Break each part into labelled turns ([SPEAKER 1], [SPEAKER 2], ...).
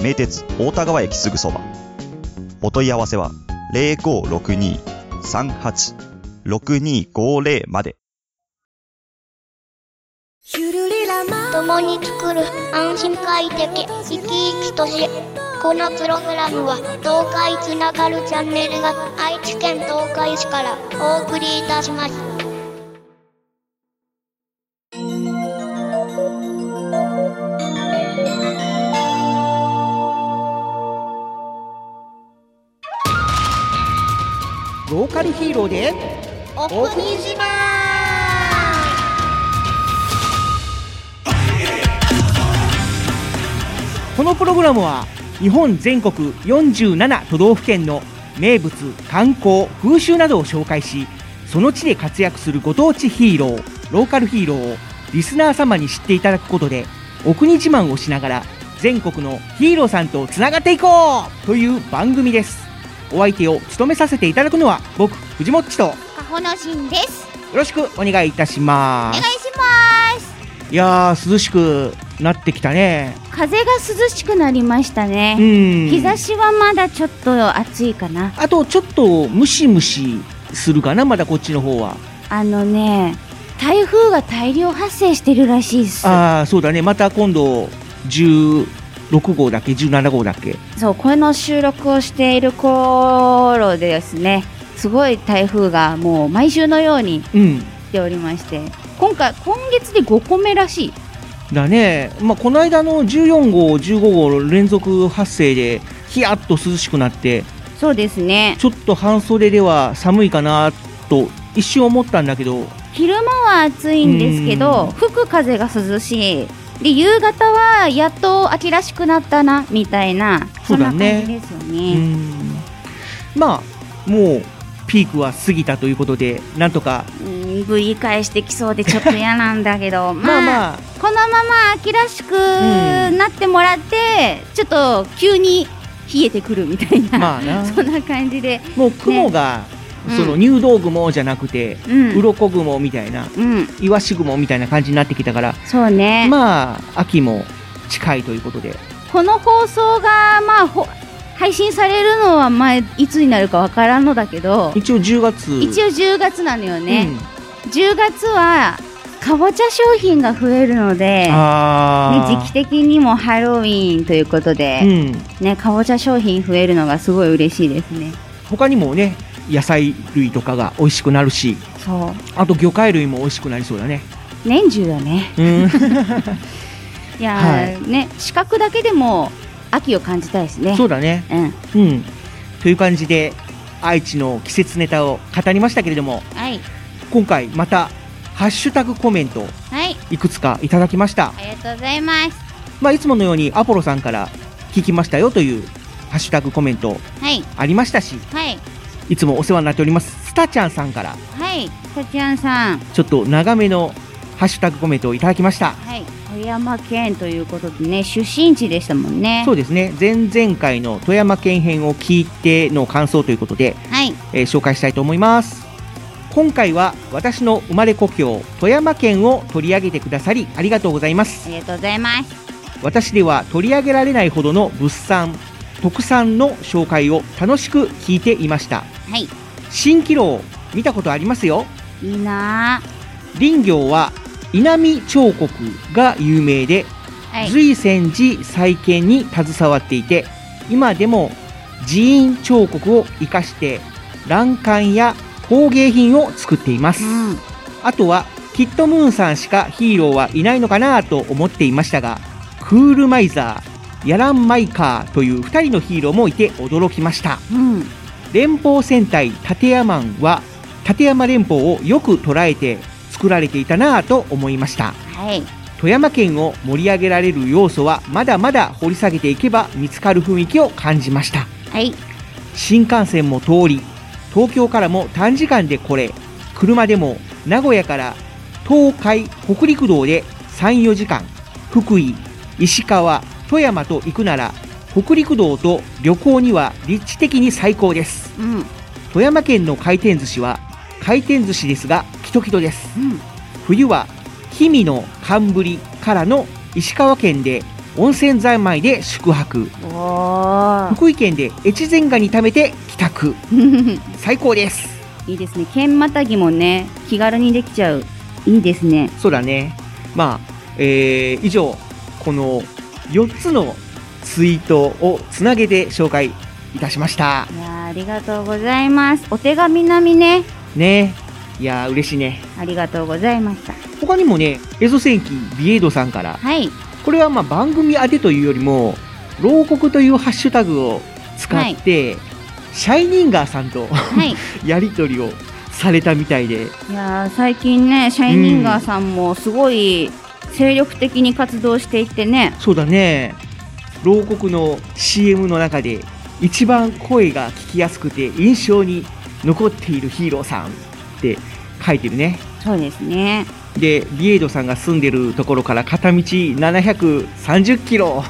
[SPEAKER 1] 名鉄大田川駅すぐそばお問い合わせは0562-38-6250まで
[SPEAKER 2] ゆるりらま
[SPEAKER 3] 共に作る安心快適生き生きとしこのプログラムは東海つながるチャンネルが愛知県東海市からお送りいたします
[SPEAKER 4] ローカルヒーローで
[SPEAKER 3] お
[SPEAKER 4] 国自慢このプログラムは日本全国47都道府県の名物観光風習などを紹介しその地で活躍するご当地ヒーローローカルヒーローをリスナー様に知っていただくことでお国自慢をしながら全国のヒーローさんとつながっていこうという番組ですお相手を務めさせていただくのは僕藤もっちとよ
[SPEAKER 5] カホのしんです。
[SPEAKER 4] ろしくお願いいたしま
[SPEAKER 5] お願い
[SPEAKER 4] す
[SPEAKER 5] します。
[SPEAKER 4] いやー涼しくなってきたね
[SPEAKER 5] 風が涼しくなりました
[SPEAKER 4] う
[SPEAKER 5] ね。
[SPEAKER 4] ん
[SPEAKER 5] 日差しはまだちょっと暑いかな。
[SPEAKER 4] あとちょっとムシムシするかなまだこっちの方は
[SPEAKER 5] あのね、台風が大量発生してるらしいっす。
[SPEAKER 4] ああそうだねまた今度16号だっけ17号だっけ
[SPEAKER 5] そう、この収録をしている頃でですね、すごい台風がもう毎週のように
[SPEAKER 4] うん
[SPEAKER 5] 来ておりまして、今回、今月で5個目らしい。
[SPEAKER 4] だねまあこの間の14号15号連続発生でヒヤッと涼しくなって
[SPEAKER 5] そうですね。
[SPEAKER 4] ちょっと半袖では寒いかなと一瞬思ったんだけど
[SPEAKER 5] 昼間は暑いんですけ
[SPEAKER 4] うん
[SPEAKER 5] ど吹く風が涼しいで夕方はやっと秋らしくなったなみたいな
[SPEAKER 4] そ
[SPEAKER 5] そ,、
[SPEAKER 4] うん
[SPEAKER 5] な
[SPEAKER 4] だ
[SPEAKER 5] 感
[SPEAKER 4] ね
[SPEAKER 5] じですよ
[SPEAKER 4] う
[SPEAKER 5] ね、
[SPEAKER 4] んまあもうピークは過ぎたということでなんとか
[SPEAKER 5] うん、ぶり返してきそうでちょっと嫌なんだけ ど
[SPEAKER 4] ま
[SPEAKER 5] ま
[SPEAKER 4] あ
[SPEAKER 5] あ、
[SPEAKER 4] まあ
[SPEAKER 5] このまま秋らしくなってもらって、ちょっと急に冷えてくるみたいな、
[SPEAKER 4] まあな
[SPEAKER 5] そんな感じで
[SPEAKER 4] もう雲が、
[SPEAKER 5] うん
[SPEAKER 4] その入道雲じゃなくて、
[SPEAKER 5] うん
[SPEAKER 4] 鱗雲みたいな
[SPEAKER 5] うん
[SPEAKER 4] イワシ雲みたいな感じになってきたから、
[SPEAKER 5] そうね、
[SPEAKER 4] まあ秋も近いということで
[SPEAKER 5] この放送がまあほ配信されるのはまあいつになるかわからんのだけど
[SPEAKER 4] 一応10月
[SPEAKER 5] 一応10月なのよね、、10月はかぼちゃ商品が増えるので
[SPEAKER 4] うん、
[SPEAKER 5] ね、
[SPEAKER 4] ああ
[SPEAKER 5] 時期的にもハロウィーンということで、
[SPEAKER 4] うん
[SPEAKER 5] ね、かぼちゃ商品増えるのがすごい嬉しいですね
[SPEAKER 4] 他にもね野菜類とかが美味しくなるし
[SPEAKER 5] そう
[SPEAKER 4] あと魚介類も美味しくなりそうだね
[SPEAKER 5] 年中だね
[SPEAKER 4] うん
[SPEAKER 5] いや
[SPEAKER 4] は
[SPEAKER 5] ー、ね視覚だけでも秋を感じたいですね
[SPEAKER 4] そうだね
[SPEAKER 5] うん
[SPEAKER 4] うんという感じで愛知の季節ネタを語りましたけれども
[SPEAKER 5] はい
[SPEAKER 4] 今回またハッシュタグコメント
[SPEAKER 5] はい
[SPEAKER 4] いくつかいただきました
[SPEAKER 5] ありがとうございます
[SPEAKER 4] まあ、いつものようにアポロさんから聞きましたよというハッシュタグコメント
[SPEAKER 5] はい
[SPEAKER 4] ありましたし、
[SPEAKER 5] はい
[SPEAKER 4] いつもお世話になっております、スタちゃんさんから、
[SPEAKER 5] はいさちやんさん
[SPEAKER 4] ちょっと長めのハッシュタグコメントをいただきました。
[SPEAKER 5] はい富山県ということでね出身地でしたもんね
[SPEAKER 4] そうですね、前々回の富山県編を聞いての感想ということで、
[SPEAKER 5] はい
[SPEAKER 4] えー紹介したいと思います。今回は私の生まれ故郷、富山県を取り上げてくださりありがとうございます
[SPEAKER 5] あ。りがとうございます
[SPEAKER 4] 私では取り上げられないほどの物産特産の紹介を楽しく聞いていました
[SPEAKER 5] はい
[SPEAKER 4] 蜃気楼見たことありますよ
[SPEAKER 5] いいな
[SPEAKER 4] 林業は稲見彫刻が有名で、
[SPEAKER 5] ぁはい
[SPEAKER 4] 瑞泉寺再建に携わっていて今でも寺院彫刻を生かして欄干や工芸品を作っています、
[SPEAKER 5] うん
[SPEAKER 4] あとはキットムーンさんしかヒーローはいないのかなと思っていましたが、クールマイザー、ヤランマイカーという2人のヒーローもいて驚きました。
[SPEAKER 5] うん
[SPEAKER 4] 連邦戦隊立山マンは、立山連邦をよく捉えて作られていたなぁと思いました。
[SPEAKER 5] はい
[SPEAKER 4] 富山県を盛り上げられる要素はまだまだ掘り下げていけば見つかる雰囲気を感じました
[SPEAKER 5] はい
[SPEAKER 4] 新幹線も通り東京からも短時間で来れ車でも名古屋から東海北陸道で34時間福井石川富山と行くなら北陸道と旅行には立地的に最高です
[SPEAKER 5] うんうん
[SPEAKER 4] 富山県の回転寿司は回転寿司ですがキトキトです冬は氷見の寒ぶりからの石川県で温泉三昧で宿泊
[SPEAKER 5] おー
[SPEAKER 4] 福井県で越前ガニ食べて帰宅最高です
[SPEAKER 5] いいですね県またぎもね気軽にできちゃういいですね
[SPEAKER 4] そうだねまあえー以上この4つのツイートをつなげて紹介いたしました
[SPEAKER 5] いやーありがとうございますお手紙並みね
[SPEAKER 4] ねいやー嬉しいね
[SPEAKER 5] ありがとうございました
[SPEAKER 4] 他にもねエゾ戦記ビエイドさんから
[SPEAKER 5] はい
[SPEAKER 4] これはまあ番組宛てというよりも「牢獄」というハッシュタグを使って、シャイニンガーさんと
[SPEAKER 5] はい
[SPEAKER 4] やり取りをされたみたいで
[SPEAKER 5] いやー最近ねシャイニンガーさんもすごい精力的に活動していってね
[SPEAKER 4] そうだね牢獄の CM の中で一番声が聞きやすくて印象に残っているヒーローさんって書いてるね
[SPEAKER 5] そうですね
[SPEAKER 4] でビエイドさんが住んでるところから片道730キ ロ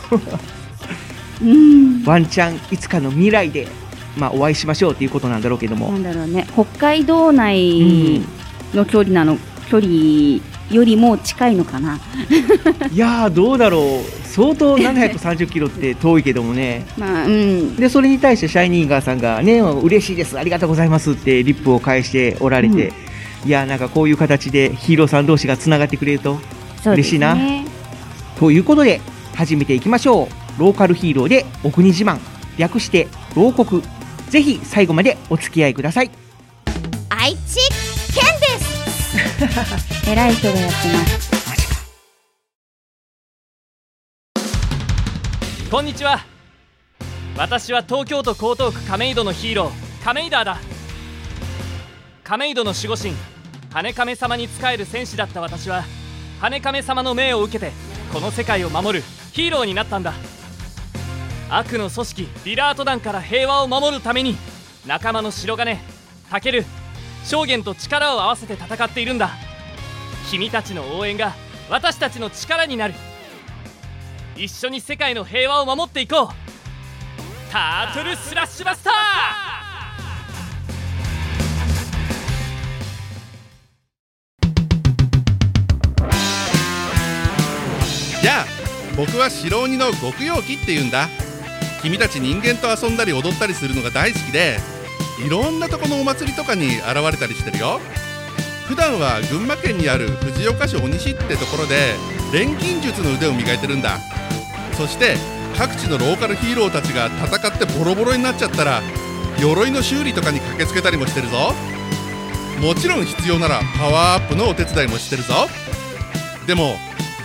[SPEAKER 5] うん
[SPEAKER 4] ワンチャンいつかの未来で、まあ、お会いしましょうということなんだろうけども、
[SPEAKER 5] なんだろうね北海道
[SPEAKER 4] う
[SPEAKER 5] 内
[SPEAKER 4] ん
[SPEAKER 5] の距離なの距離よりも近いのかない
[SPEAKER 4] やーどうだろう相当730キロって遠いけどもね
[SPEAKER 5] まあうん
[SPEAKER 4] でそれに対してシャイニーガーさんがね嬉しいですありがとうございますってリップを返しておられて、いやーなんかこういう形でヒーローさん同士がつながってくれると
[SPEAKER 5] そうです
[SPEAKER 4] 嬉し
[SPEAKER 5] ね
[SPEAKER 4] いなということで始めていきましょうローカルヒーローでお国自慢略して牢国ぜひ最後までお付き合いください
[SPEAKER 2] 愛知県です
[SPEAKER 5] 偉い人がやってます
[SPEAKER 6] こんにちは私は東京都江東区亀戸のヒーロー亀井ダーだ亀戸の守護神羽亀様に仕える戦士だった私は羽亀様の命を受けてこの世界を守るヒーローになったんだ悪の組織リラート団から平和を守るために仲間の白金タケル証言と力を合わせて戦っているんだ君たちの応援が私たちの力になる一緒に世界の平和を守っていこうタートルスラッシュバスタ
[SPEAKER 7] じゃあ僕は白鬼の極陽気って言うんだ君たち人間と遊んだり踊ったりするのが大好きでいろんなとこのお祭りとかに現れたりしてるよ普段は群馬県にある藤岡市鬼市ってところで錬金術の腕を磨いてるんだそして各地のローカルヒーローたちが戦ってボロボロになっちゃったら鎧の修理とかに駆けつけたりもしてるぞもちろん必要ならパワーアップのお手伝いもしてるぞでも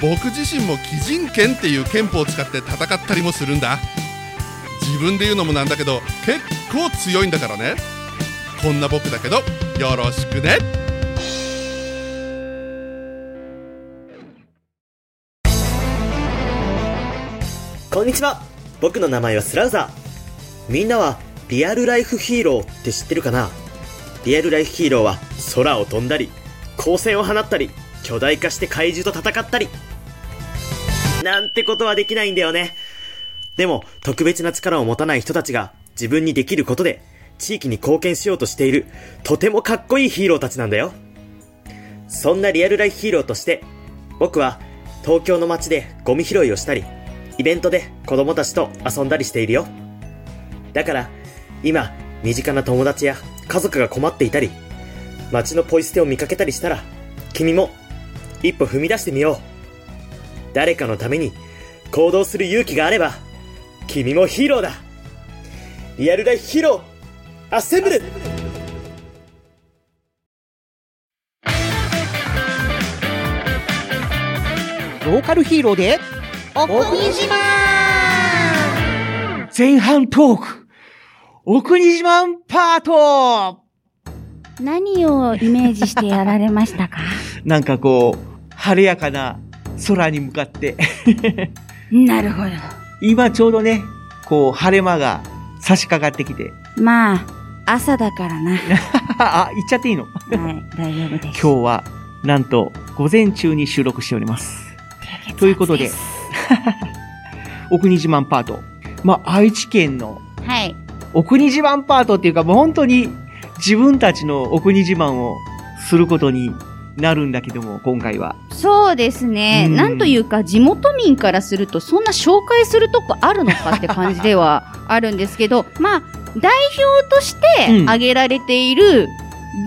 [SPEAKER 7] 僕自身も鬼人剣っていう剣法を使って戦ったりもするんだ自分で言うのもなんだけど結構強いんだからねこんな僕だけどよろしくね
[SPEAKER 8] こんにちは僕の名前はスラウザーみんなはリアルライフヒーローって知ってるかなリアルライフヒーローは空を飛んだり光線を放ったり巨大化して怪獣と戦ったりなんてことはできないんだよねでも特別な力を持たない人たちが自分にできることで地域に貢献しようとしているとてもかっこいいヒーローたちなんだよそんなリアルライフヒーローとして、僕は東京の街でゴミ拾いをしたり、イベントで子供たちと遊んだりしているよ。だから、今、身近な友達や家族が困っていたり、街のポイ捨てを見かけたりしたら、君も一歩踏み出してみよう。誰かのために行動する勇気があれば、君もヒーローだリアルライフヒーローアッセンブル
[SPEAKER 4] ローカルヒーローで
[SPEAKER 2] お国島
[SPEAKER 4] 前半トークお国自慢パート
[SPEAKER 5] 何をイメージしてやられましたか
[SPEAKER 4] なんかこう、晴れやかな空に向かって。
[SPEAKER 5] なるほ
[SPEAKER 4] 今ちょうどね、こう、晴れ間が差し掛かってきて。
[SPEAKER 5] ど。まあ、朝だからな。は
[SPEAKER 4] あ、行っちゃっていいの
[SPEAKER 5] い、大丈夫です。
[SPEAKER 4] 今日は、なんと、午前中に収録しております。ということで、 奥に自慢パート。まあ、愛知県の
[SPEAKER 5] はい。
[SPEAKER 4] 奥に自慢パートっていうか、もう本当に自分たちの奥に自慢をすることになるんだけども、今回は。
[SPEAKER 5] そうですね。
[SPEAKER 4] うん
[SPEAKER 5] なんというか、地元民からすると、そんな紹介するとこあるのかって感じではあるんですけ ど、まあ、代表として
[SPEAKER 4] うん
[SPEAKER 5] 挙げられている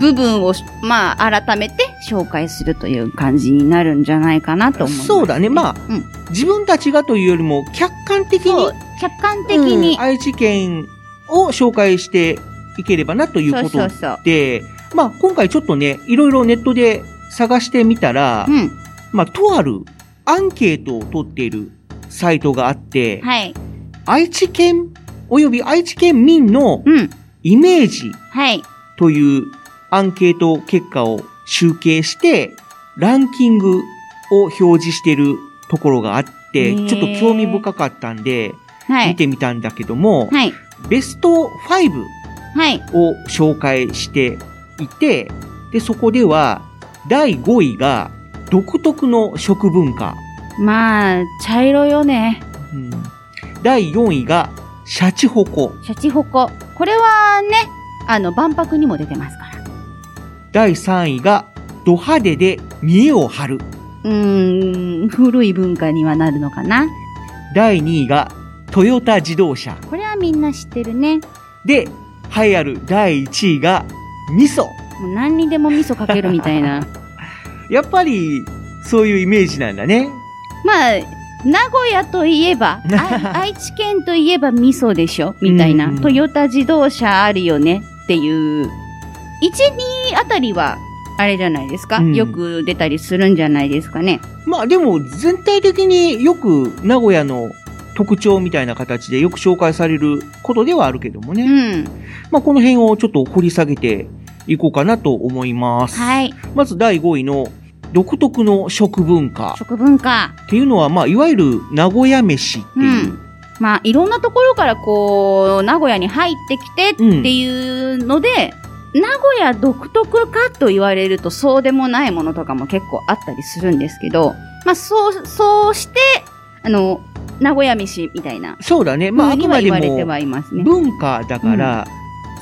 [SPEAKER 5] 部分を、まあ、改めて紹介するという感じになるんじゃないかなと思います。
[SPEAKER 4] そうだね。まあ、
[SPEAKER 5] うん
[SPEAKER 4] 自分たちがというよりも、客観的
[SPEAKER 5] そ
[SPEAKER 4] に
[SPEAKER 5] う、客観的に
[SPEAKER 4] うん、愛知県を紹介していければなという
[SPEAKER 5] そう
[SPEAKER 4] こと
[SPEAKER 5] そうそう。
[SPEAKER 4] で、まあ今回ちょっとね、いろいろネットで探してみたら、
[SPEAKER 5] うん。
[SPEAKER 4] まあとあるアンケートを取っているサイトがあって、
[SPEAKER 5] はい。
[SPEAKER 4] 愛知県および愛知県民の
[SPEAKER 5] うん。
[SPEAKER 4] イメージ
[SPEAKER 5] はい。
[SPEAKER 4] というアンケート結果を集計して、ランキングを表示しているところがあって、
[SPEAKER 5] ねえ
[SPEAKER 4] ちょっと興味深かったんで、
[SPEAKER 5] は
[SPEAKER 4] 見
[SPEAKER 5] い。
[SPEAKER 4] てみたんだけども、
[SPEAKER 5] はい。
[SPEAKER 4] ベスト5
[SPEAKER 5] はい。
[SPEAKER 4] を紹介していて、で、そこでは、第5位が、独特の食文化。
[SPEAKER 5] まあ、茶色よね。
[SPEAKER 4] うん第4位が、シャチホコ。
[SPEAKER 5] シャチホコ。これはね、あの、万博にも出てますから。
[SPEAKER 4] 第3位が、ド派手で見栄を張る。
[SPEAKER 5] うーん、古い文化にはなるのかな。
[SPEAKER 4] 第2位が、トヨタ自動車。
[SPEAKER 5] これはみんな知ってるね。
[SPEAKER 4] で、栄えある第1位が、味噌。
[SPEAKER 5] もう何にでも味噌かけるみたいな。
[SPEAKER 4] やっぱり、そういうイメージなんだね。
[SPEAKER 5] まあ、名古屋とい えば、あ愛知県といえば味噌でしょみたいな
[SPEAKER 4] う。ん
[SPEAKER 5] トヨタ自動車あるよねっていう。1、2あたりは、あれじゃないですか、
[SPEAKER 4] うん
[SPEAKER 5] よく出たりするんじゃないですかね。
[SPEAKER 4] まあでも全体的によく名古屋の特徴みたいな形でよく紹介されることではあるけどもね。
[SPEAKER 5] うん。
[SPEAKER 4] まあこの辺をちょっと掘り下げていこうかなと思います。
[SPEAKER 5] はい。
[SPEAKER 4] まず第5位の独特の食文化
[SPEAKER 5] 食文化。
[SPEAKER 4] っていうのはまあいわゆる名古屋飯っていう。
[SPEAKER 5] うんまあ、いろんなところからこう、名古屋に入ってきてっていうので、名古屋独特かと言われるとそうでもないものとかも結構あったりするんですけど、まあ、そう、そうして、あの、名古屋飯みたいな、
[SPEAKER 4] そうだね。まあ
[SPEAKER 5] ま
[SPEAKER 4] あく
[SPEAKER 5] には
[SPEAKER 4] まで
[SPEAKER 5] 言われて
[SPEAKER 4] も
[SPEAKER 5] はいますね。
[SPEAKER 4] 文化だから、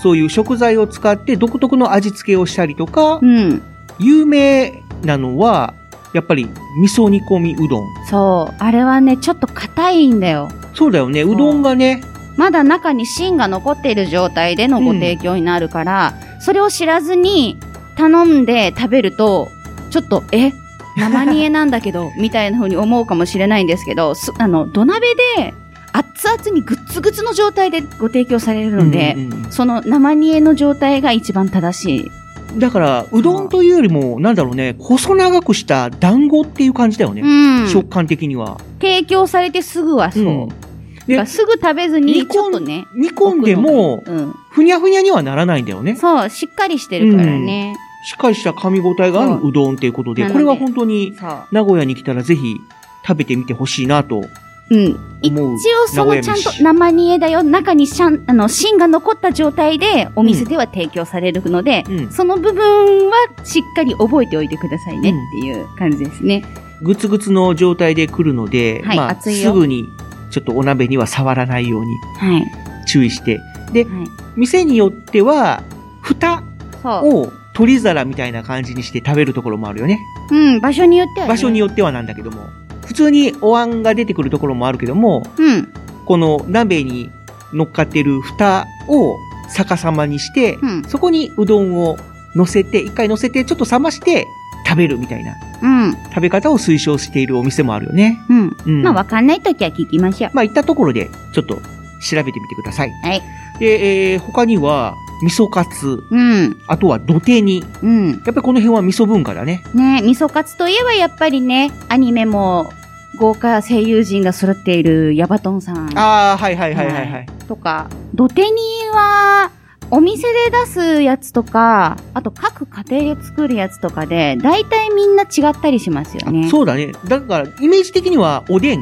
[SPEAKER 4] そういう食材を使って独特の味付けをしたりとか
[SPEAKER 5] う、ん。
[SPEAKER 4] 有名なのはやっぱり味噌煮込みうどん。
[SPEAKER 5] そう。あれはね、ちょっと硬いんだよ。
[SPEAKER 4] そうだよね。うどんがね、
[SPEAKER 5] まだ中に芯が残っている状態でのご提供になるから、それを知らずに頼んで食べると、ちょっと、え生煮えなんだけ ど、みたいな風に思うかもしれないんですけど、すあの、土鍋で熱々にぐっつぐつの状態でご提供されるので、
[SPEAKER 4] うんうん
[SPEAKER 5] その生煮えの状態が一番正しい。
[SPEAKER 4] うんだから、うどんというよりも、なんだろうね、細長くした団子っていう感じだよね。
[SPEAKER 5] うん。
[SPEAKER 4] 食感的には。
[SPEAKER 5] 提供されてすぐはそう。
[SPEAKER 4] うん
[SPEAKER 5] だか
[SPEAKER 4] で
[SPEAKER 5] ら、すぐ食べず
[SPEAKER 4] 煮込
[SPEAKER 5] に、
[SPEAKER 4] ん
[SPEAKER 5] ちょっとね。
[SPEAKER 4] 煮込んでも
[SPEAKER 5] 置、くのが
[SPEAKER 4] ふにゃふにゃにはならないんだよ
[SPEAKER 5] うん。
[SPEAKER 4] ね。
[SPEAKER 5] そう、しっかりしてるからね。
[SPEAKER 4] しっかりした噛み応えがあ
[SPEAKER 5] そ
[SPEAKER 4] るうどんっていうこと
[SPEAKER 5] な
[SPEAKER 4] で、
[SPEAKER 5] の
[SPEAKER 4] こ
[SPEAKER 5] で
[SPEAKER 4] れは本当に
[SPEAKER 5] そう。
[SPEAKER 4] 名古屋に来たらぜひ食べてみてほしいなと
[SPEAKER 5] うん。一
[SPEAKER 4] 思う。
[SPEAKER 5] 応そのちゃ
[SPEAKER 4] 名古屋
[SPEAKER 5] んと
[SPEAKER 4] 飯
[SPEAKER 5] 生煮えだよ。中にしゃん、あの、芯が残った状態でお店では提供されるので、
[SPEAKER 4] うん
[SPEAKER 5] その部分はしっかり覚えておいてくださいね
[SPEAKER 4] うん
[SPEAKER 5] っていう感じですね。
[SPEAKER 4] ぐつぐつの状態で来るので、
[SPEAKER 5] はい
[SPEAKER 4] まあ、
[SPEAKER 5] 熱いよ
[SPEAKER 4] すぐにちょっとお鍋には触らないように
[SPEAKER 5] はい。はい。
[SPEAKER 4] 注意して。で、店によっては、蓋
[SPEAKER 5] そう。
[SPEAKER 4] を取り皿みたいな感じにして食べるところもあるよね。
[SPEAKER 5] うん、場所によっては、ね。
[SPEAKER 4] 場所によってはなんだけども。普通にお椀が出てくるところもあるけども、
[SPEAKER 5] うん。
[SPEAKER 4] この鍋に乗っかってる蓋を逆さまにして、
[SPEAKER 5] うん
[SPEAKER 4] そこにうどんを乗せて、一回乗せて、ちょっと冷まして食べるみたいな
[SPEAKER 5] うん。
[SPEAKER 4] 食べ方を推奨しているお店もあるよね。
[SPEAKER 5] うん。
[SPEAKER 4] うん。
[SPEAKER 5] まあ、わかんないときは聞きましょう。
[SPEAKER 4] まあ、行ったところでちょっと調べてみてください。
[SPEAKER 5] はい。
[SPEAKER 4] で、えー他には、味噌カツ、
[SPEAKER 5] うん。
[SPEAKER 4] あとは土手に。
[SPEAKER 5] うん。
[SPEAKER 4] やっぱりこの辺は味噌文化だね。
[SPEAKER 5] ね味噌カツといえばやっぱりね、アニメも豪華声優陣が揃っているヤバトンさん。
[SPEAKER 4] ああ、はいはいはいはい。は、
[SPEAKER 5] はいとか、土手には、お店で出すやつとか、あと各家庭で作るやつとかで、大体みんな違ったりしますよね。
[SPEAKER 4] そうだね。だから、イメージ的にはおでん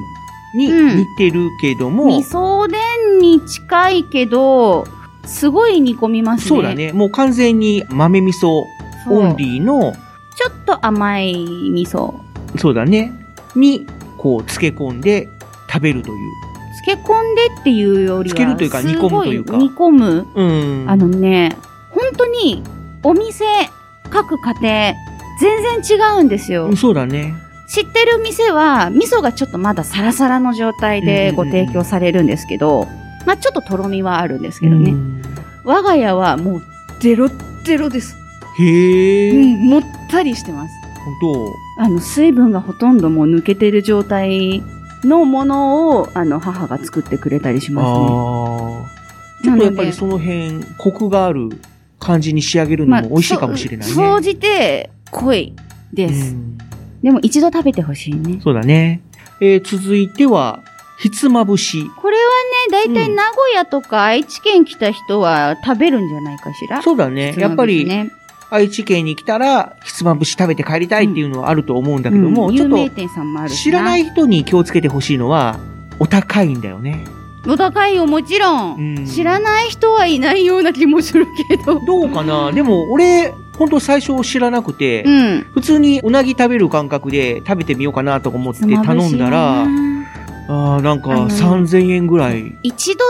[SPEAKER 4] に
[SPEAKER 5] うん
[SPEAKER 4] 似てるけども、
[SPEAKER 5] 味噌おでんに近いけど、すごい煮込みますね。
[SPEAKER 4] そうだね。もう完全に豆味噌
[SPEAKER 5] そう。
[SPEAKER 4] オンリーの、
[SPEAKER 5] ちょっと甘い味噌。
[SPEAKER 4] そうだね。に、こう、漬け込んで食べるという。
[SPEAKER 5] 漬け込んでっていうより
[SPEAKER 4] 漬
[SPEAKER 5] は、
[SPEAKER 4] けるというか煮込むというか
[SPEAKER 5] すご煮込む。
[SPEAKER 4] うん。
[SPEAKER 5] あのね、本当に、お店、各家庭、全然違うんですよ。
[SPEAKER 4] そうだね。
[SPEAKER 5] 知ってる店は味噌がちょっとまだサラサラの状態でご提供されるんですけど、まあちょっととろみはあるんですけどね、
[SPEAKER 4] うん
[SPEAKER 5] 我が家はもうゼロゼロです、
[SPEAKER 4] へえ、
[SPEAKER 5] う
[SPEAKER 4] 本
[SPEAKER 5] ん、もったりしてます
[SPEAKER 4] 当
[SPEAKER 5] あの水分がほとんどもう抜けてる状態のものをあの母が作ってくれたりしますね
[SPEAKER 4] ああ。ちょっとやっぱりその辺、コクがある感じに仕上げるのも美味しいかもしれないね。
[SPEAKER 5] まあそ総じて濃いです、
[SPEAKER 4] うん
[SPEAKER 5] でも一度食べてほしいね
[SPEAKER 4] そうだね。えー続いては、ひつまぶし。
[SPEAKER 5] これはね、大体
[SPEAKER 4] うん
[SPEAKER 5] 名古屋とか愛知県来た人は食べるんじゃないかしら。
[SPEAKER 4] そうだね。やっぱり、
[SPEAKER 5] ね、
[SPEAKER 4] 愛知県に来たら、ひつまぶし食べて帰りたいっていうのはあると思うんだけども、
[SPEAKER 5] うん
[SPEAKER 4] ちょ
[SPEAKER 5] 有名
[SPEAKER 4] っ
[SPEAKER 5] 店さんもあ
[SPEAKER 4] と、
[SPEAKER 5] るし
[SPEAKER 4] 知らない人に気をつけてほしいのは、お高いんだよね。
[SPEAKER 5] お高いよもちろん、
[SPEAKER 4] うん
[SPEAKER 5] 知らない人はいないような気もするけど
[SPEAKER 4] どうかなでも、俺、ほんと最初知らなくて、
[SPEAKER 5] うん
[SPEAKER 4] 普通にうなぎ食べる感覚で食べてみようかなとか思って頼んだら、あーなんか
[SPEAKER 5] あの
[SPEAKER 4] 3000円ぐらい。
[SPEAKER 5] 一度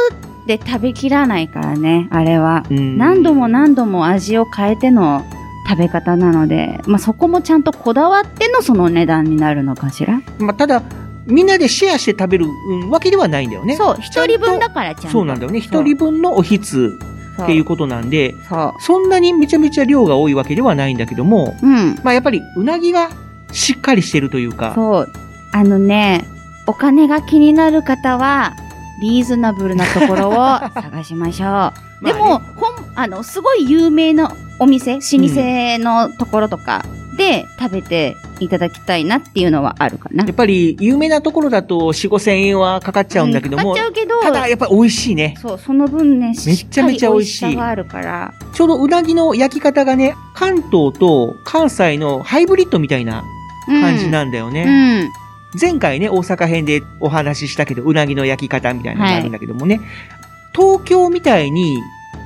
[SPEAKER 5] で食べきらないからねあれは、
[SPEAKER 4] うん
[SPEAKER 5] 何度も何度も味を変えての食べ方なので、まあ、そこもちゃんとこだわってのその値段になるのかしら、
[SPEAKER 4] まあ、ただ、みんなでシェアして食べる、うんわけではないんだよね。
[SPEAKER 5] そう一人分だからちゃんと
[SPEAKER 4] そうなんだよね。
[SPEAKER 5] そ
[SPEAKER 4] 一
[SPEAKER 5] う
[SPEAKER 4] 人分のおひつ
[SPEAKER 5] そ
[SPEAKER 4] っていうことなんで、
[SPEAKER 5] そう
[SPEAKER 4] そんなにめちゃめちゃ量が多いわけではないんだけども、
[SPEAKER 5] うん
[SPEAKER 4] まあやっぱりうなぎがしっかりしてるというか、
[SPEAKER 5] そう。あのね、お金が気になる方は、リーズナブルなところ を探しましょう。でも、ほん、あの、すごい有名なお店、老舗のところとかで食べていただきたいなっていうのはあるかな
[SPEAKER 4] や。っぱり有名なところだと4、5千円はかかっちゃうんだけど
[SPEAKER 5] う
[SPEAKER 4] も、
[SPEAKER 5] 買っちゃうけど、
[SPEAKER 4] ただやっぱり美味しいね。
[SPEAKER 5] そう、その分ね、
[SPEAKER 4] めちゃめちゃ美味しい
[SPEAKER 5] っかり美味しさがあるから。
[SPEAKER 4] ちょうどうなぎの焼き方がね、関東と関西のハイブリッドみたいな感じなんだよね。
[SPEAKER 5] うんうん。
[SPEAKER 4] 前回ね、大阪編でお話ししたけど、うなぎの焼き方みたいなのがあるんだけどもね、東京みたいに、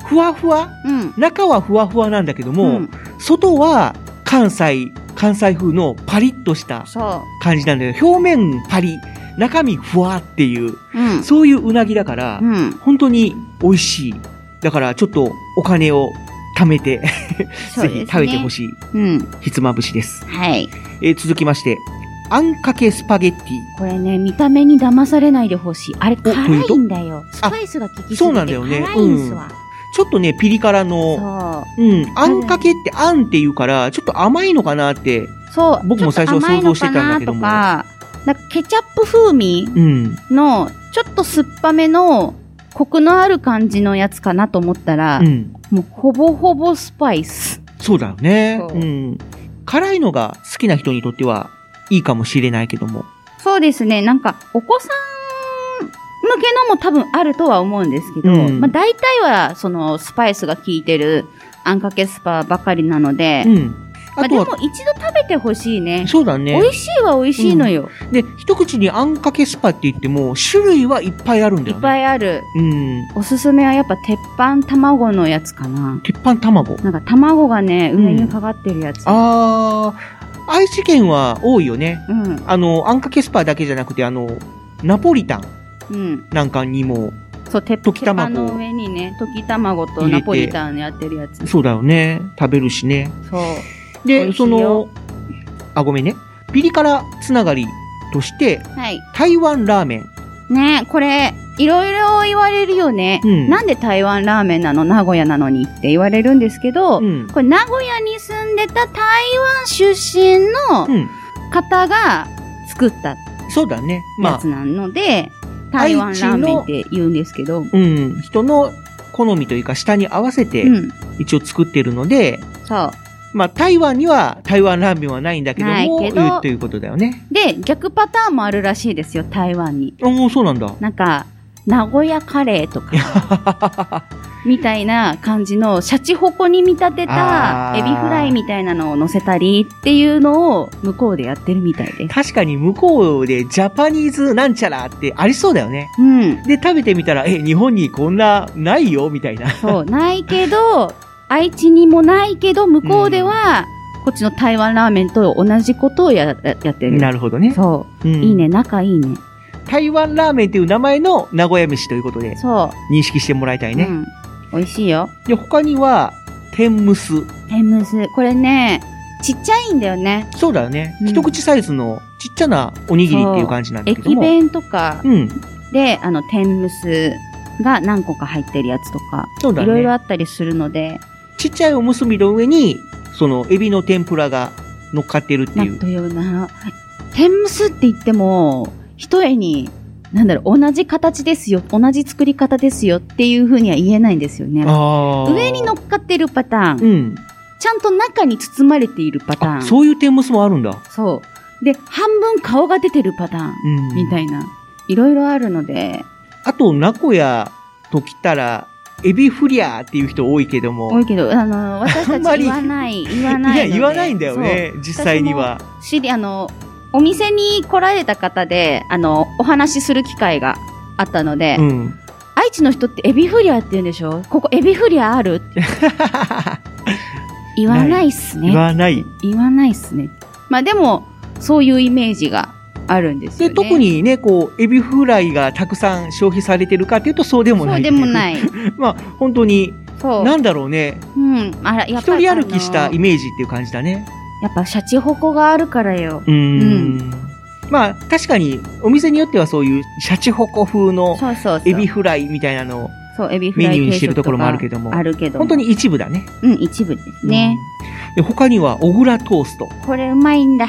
[SPEAKER 4] ふわふわ、
[SPEAKER 5] うん。
[SPEAKER 4] 中はふわふわなんだけども、
[SPEAKER 5] うん
[SPEAKER 4] 外は関西、関西風のパリッとした
[SPEAKER 5] そ
[SPEAKER 4] 感じなんだよ。表面パリ、中身ふわっていう、
[SPEAKER 5] う。うん。
[SPEAKER 4] そういううなぎだから、
[SPEAKER 5] うん。
[SPEAKER 4] 本当に美味しい。だからちょっとお金を貯め て、ぜひ食べてほ
[SPEAKER 5] い。
[SPEAKER 4] しい
[SPEAKER 5] うん。
[SPEAKER 4] ひつまぶしです。
[SPEAKER 5] はい。
[SPEAKER 4] えー続きまして、あんかけスパゲッティ。
[SPEAKER 5] これね、見た目に騙されないでほしい。あれ、
[SPEAKER 4] と
[SPEAKER 5] 辛
[SPEAKER 4] いうと
[SPEAKER 5] いんだよ。スパイスが効きすぎて
[SPEAKER 4] そうなんだよね
[SPEAKER 5] 辛いんすわ。
[SPEAKER 4] ちょっとね、ピリ辛のうん。あんかけってあんって言うから、ちょっと甘いのかなって。
[SPEAKER 5] そう。そう。
[SPEAKER 4] 僕も最初は想像してたんだけども
[SPEAKER 5] ちょっと甘いのかなとか、なんかケチャップ風味
[SPEAKER 4] うん。
[SPEAKER 5] の、ちょっと酸っぱめの、コクのある感じのやつかなと思ったら、
[SPEAKER 4] うん。
[SPEAKER 5] もうほぼほぼスパイス。
[SPEAKER 4] そうだよね。。
[SPEAKER 5] そううん
[SPEAKER 4] 辛いのが好きな人にとってはいいかもしれないけども。
[SPEAKER 5] そうですね。なんか、お子さん向けのも多分あるとは思うんですけど、
[SPEAKER 4] うん
[SPEAKER 5] まあ大体は、その、スパイスが効いてる、あんかけスパばかりなので、
[SPEAKER 4] うん。
[SPEAKER 5] まあ、
[SPEAKER 4] あ
[SPEAKER 5] で
[SPEAKER 4] と
[SPEAKER 5] も
[SPEAKER 4] は、
[SPEAKER 5] 一度食べてほしいね。
[SPEAKER 4] そうだ
[SPEAKER 5] 美
[SPEAKER 4] ね。
[SPEAKER 5] 味しいは美味しいのよ。
[SPEAKER 4] で、一口にあんかけスパって言っても、種類はいっぱいあるんだ
[SPEAKER 5] い
[SPEAKER 4] よ
[SPEAKER 5] っ
[SPEAKER 4] ね。
[SPEAKER 5] ぱいある。
[SPEAKER 4] うん。
[SPEAKER 5] おすすめはやっぱ鉄板卵のやつかな。
[SPEAKER 4] 鉄板卵。
[SPEAKER 5] なんか卵がね、
[SPEAKER 4] うん
[SPEAKER 5] 上にかかってるやつ。
[SPEAKER 4] あー、愛知県は多いよね。
[SPEAKER 5] うん、
[SPEAKER 4] あの、あんかけスパだけじゃなくて、あの、ナポリタン
[SPEAKER 5] うん。
[SPEAKER 4] なんかにも、
[SPEAKER 5] そう、鉄
[SPEAKER 4] 溶
[SPEAKER 5] 鉄
[SPEAKER 4] き卵
[SPEAKER 5] 板の上にね、溶き卵とナポリタンやってるやつ。
[SPEAKER 4] そうだよね。食べるしね。
[SPEAKER 5] そう。美
[SPEAKER 4] で、
[SPEAKER 5] 味し
[SPEAKER 4] そ
[SPEAKER 5] いよ
[SPEAKER 4] の、あ、ごめんね。ピリ辛つながりとして、
[SPEAKER 5] はい。
[SPEAKER 4] 台湾ラーメン。
[SPEAKER 5] ねこれ、いろいろ言われるよね、
[SPEAKER 4] うん
[SPEAKER 5] なんで台湾ラーメンなの名古屋なのにって言われるんですけど、
[SPEAKER 4] うん。
[SPEAKER 5] これ名古屋に住んでた台湾出身の
[SPEAKER 4] うん。
[SPEAKER 5] 方が作った
[SPEAKER 4] そうだね。
[SPEAKER 5] や
[SPEAKER 4] まあ
[SPEAKER 5] つ、なので、台湾ラーメンって言うんですけど、
[SPEAKER 4] うん。人の好みというか、舌に合わせて
[SPEAKER 5] うん、
[SPEAKER 4] 一応作ってるので、
[SPEAKER 5] そう。
[SPEAKER 4] まあ、台湾には台湾ラーメンはないんだけど
[SPEAKER 5] ない
[SPEAKER 4] も、
[SPEAKER 5] けど
[SPEAKER 4] いうということだよね。
[SPEAKER 5] で、逆パターンもあるらしいですよ、台湾に。
[SPEAKER 4] おおそうなんだ。
[SPEAKER 5] なんか、名古屋カレーとか、みたいな感じの、シャチホコに見立てた
[SPEAKER 4] あー
[SPEAKER 5] エビフライみたいなのを乗せたりっていうのを向こうでやってるみたいです。
[SPEAKER 4] 確かに向こうでジャパニーズなんちゃらってありそうだよね。
[SPEAKER 5] うん。
[SPEAKER 4] で、食べてみたら、え、日本にこんなないよみたいな。
[SPEAKER 5] そう、ないけど、愛知にもないけど、向こうでは、こっちの台湾ラーメンと同じことをやややってる。
[SPEAKER 4] なるほどね。
[SPEAKER 5] そ
[SPEAKER 4] うん
[SPEAKER 5] う。いいね、仲いいね。
[SPEAKER 4] 台湾ラーメンっていう名前の名古屋飯ということで
[SPEAKER 5] そ
[SPEAKER 4] 認識してもらいた
[SPEAKER 5] う。
[SPEAKER 4] いね。
[SPEAKER 5] うん。美味しいよ。
[SPEAKER 4] で、他には、天むす。
[SPEAKER 5] 天むす。これね、ちっちゃいんだよね。
[SPEAKER 4] そうだよね。
[SPEAKER 5] うん
[SPEAKER 4] 一口サイズのちっちゃなおにぎりっていう感じなんだけど
[SPEAKER 5] 駅
[SPEAKER 4] も。
[SPEAKER 5] 弁とか
[SPEAKER 4] うん。
[SPEAKER 5] で、あの、天むすが何個か入ってるやつとか、
[SPEAKER 4] そうだ
[SPEAKER 5] いろいろあ
[SPEAKER 4] ね。
[SPEAKER 5] ったりするので、
[SPEAKER 4] ちっちゃいおむすびの上に、その、エビの天ぷらが乗っかってるって
[SPEAKER 5] ないん
[SPEAKER 4] う
[SPEAKER 5] と。いうな、天むすって言っても、一重に、なんだろう、同じ形ですよ、同じ作り方ですよっていうふうには言えないんですよね。
[SPEAKER 4] あー
[SPEAKER 5] 上に乗っかってるパターン、
[SPEAKER 4] うん。
[SPEAKER 5] ちゃんと中に包まれているパター
[SPEAKER 4] あ、
[SPEAKER 5] ン。
[SPEAKER 4] そういう天むすもあるんだ。
[SPEAKER 5] そう。で、半分顔が出てるパターン、
[SPEAKER 4] うん。
[SPEAKER 5] みたいな。いろいろあるので、
[SPEAKER 4] あと、名古屋と来たら、エビフリアーっていう人多いけど
[SPEAKER 5] 多
[SPEAKER 4] も。
[SPEAKER 5] いけど、あの、私
[SPEAKER 4] あ
[SPEAKER 5] た
[SPEAKER 4] んま
[SPEAKER 5] ち
[SPEAKER 4] り
[SPEAKER 5] 言わない、言わないいの
[SPEAKER 4] や、
[SPEAKER 5] で。
[SPEAKER 4] 言わないんだよね。実際には。
[SPEAKER 5] そう。知り、あの、お店に来られた方で、あの、お話しする機会があったので、
[SPEAKER 4] うん。
[SPEAKER 5] 愛知の人ってエビフリアって言うんでしょここエビフリア あるって言わないっす
[SPEAKER 4] 言
[SPEAKER 5] ね。
[SPEAKER 4] わない。
[SPEAKER 5] 言わないっすね。まあでも、そういうイメージがあるんですよ
[SPEAKER 4] で、
[SPEAKER 5] ね。
[SPEAKER 4] 特にね、こう、エビフライがたくさん消費されてるかっていうと、そうでも
[SPEAKER 5] そ
[SPEAKER 4] な
[SPEAKER 5] う
[SPEAKER 4] い。。
[SPEAKER 5] でもないい。
[SPEAKER 4] まあ、本当に、
[SPEAKER 5] そう。
[SPEAKER 4] なんだろうね。
[SPEAKER 5] うん。あら、やっぱ
[SPEAKER 4] 一
[SPEAKER 5] り。
[SPEAKER 4] 人歩きした
[SPEAKER 5] あ
[SPEAKER 4] イ
[SPEAKER 5] の
[SPEAKER 4] メージっていう感じだね。
[SPEAKER 5] やっぱ、シャチホコがあるからよ。
[SPEAKER 4] うーん。まあ、確かに、お店によってはそういう、シャチホコ風の
[SPEAKER 5] そうそうそう。
[SPEAKER 4] エビフライみたいなのを、
[SPEAKER 5] そう、エビフライ
[SPEAKER 4] メニューに
[SPEAKER 5] 定食
[SPEAKER 4] してるところもあるけども
[SPEAKER 5] あるけども
[SPEAKER 4] 本当に一部だね。
[SPEAKER 5] うん、一部ですね。
[SPEAKER 4] うん。で、他には、小倉トースト。
[SPEAKER 5] これうまいんだ。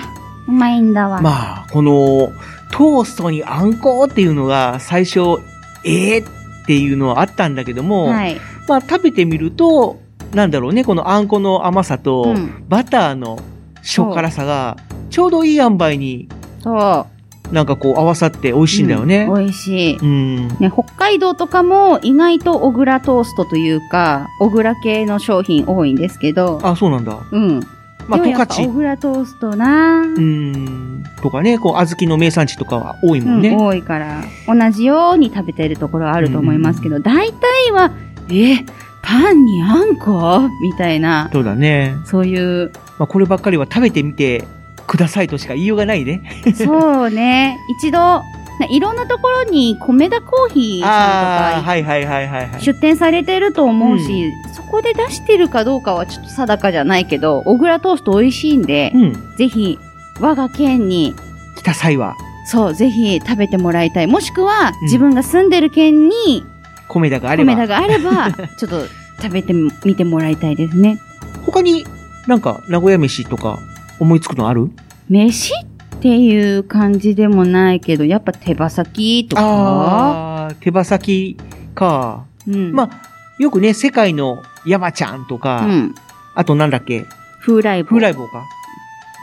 [SPEAKER 5] うまいんだわ。
[SPEAKER 4] まあ、この、トーストにあんこっていうのが、最初、ええっていうのはあったんだけども、
[SPEAKER 5] はい。
[SPEAKER 4] まあ、食べてみると、なんだろうね、このあんこの甘さと、
[SPEAKER 5] うん。
[SPEAKER 4] バターのしょっからさが、ちょうどいい塩梅に
[SPEAKER 5] そう。
[SPEAKER 4] なんかこう合わさって美味しいんだよね。
[SPEAKER 5] うん美味しい。
[SPEAKER 4] うん。
[SPEAKER 5] ね、北海道とかも意外と小倉トーストというか、小倉系の商品多いんですけど、
[SPEAKER 4] あ、そうなんだ。
[SPEAKER 5] うん。
[SPEAKER 4] まあ、
[SPEAKER 5] で
[SPEAKER 4] 十
[SPEAKER 5] もやっぱ小
[SPEAKER 4] 勝。
[SPEAKER 5] 倉トーストな、
[SPEAKER 4] うーん。とかね、こう、小豆の名産地とかは多いもんね。
[SPEAKER 5] うん多いから、同じように食べてるところはあると思いますけど、大体は、え、パンにあんこみた いな、
[SPEAKER 4] そうだね。
[SPEAKER 5] そういう、
[SPEAKER 4] まあ、こればっかりは食べてみてくださいとしか言いようがないね。
[SPEAKER 5] そうね、一度、ないろんなところに米田コーヒーさん
[SPEAKER 4] ああ
[SPEAKER 5] と
[SPEAKER 4] ー、
[SPEAKER 5] か、
[SPEAKER 4] はいはいはいはいはい。
[SPEAKER 5] 出店されてると思うし、そこで出してるかどうかはちょっと定かじゃないけど、小倉トースト美味しいんで、
[SPEAKER 4] うん。
[SPEAKER 5] ぜひ、我が県に、
[SPEAKER 4] 来た際は、
[SPEAKER 5] そう、ぜひ食べてもらいたい。もしくは、
[SPEAKER 4] ん
[SPEAKER 5] 自分が住んでる県に、
[SPEAKER 4] 米田があれ
[SPEAKER 5] 米田
[SPEAKER 4] ば。
[SPEAKER 5] があれば、ちょっと食べてみ見てもらいたいですね。
[SPEAKER 4] 他に なんか、名古屋飯とか思いつくのある
[SPEAKER 5] 飯っていう感じでもないけど、やっぱ手羽先とか、
[SPEAKER 4] ああー、手羽先か。
[SPEAKER 5] うん。
[SPEAKER 4] まあ、よくね、世界の山ちゃんとか、
[SPEAKER 5] うん。
[SPEAKER 4] あとなんだっけ、
[SPEAKER 5] 風来坊。
[SPEAKER 4] 風来坊か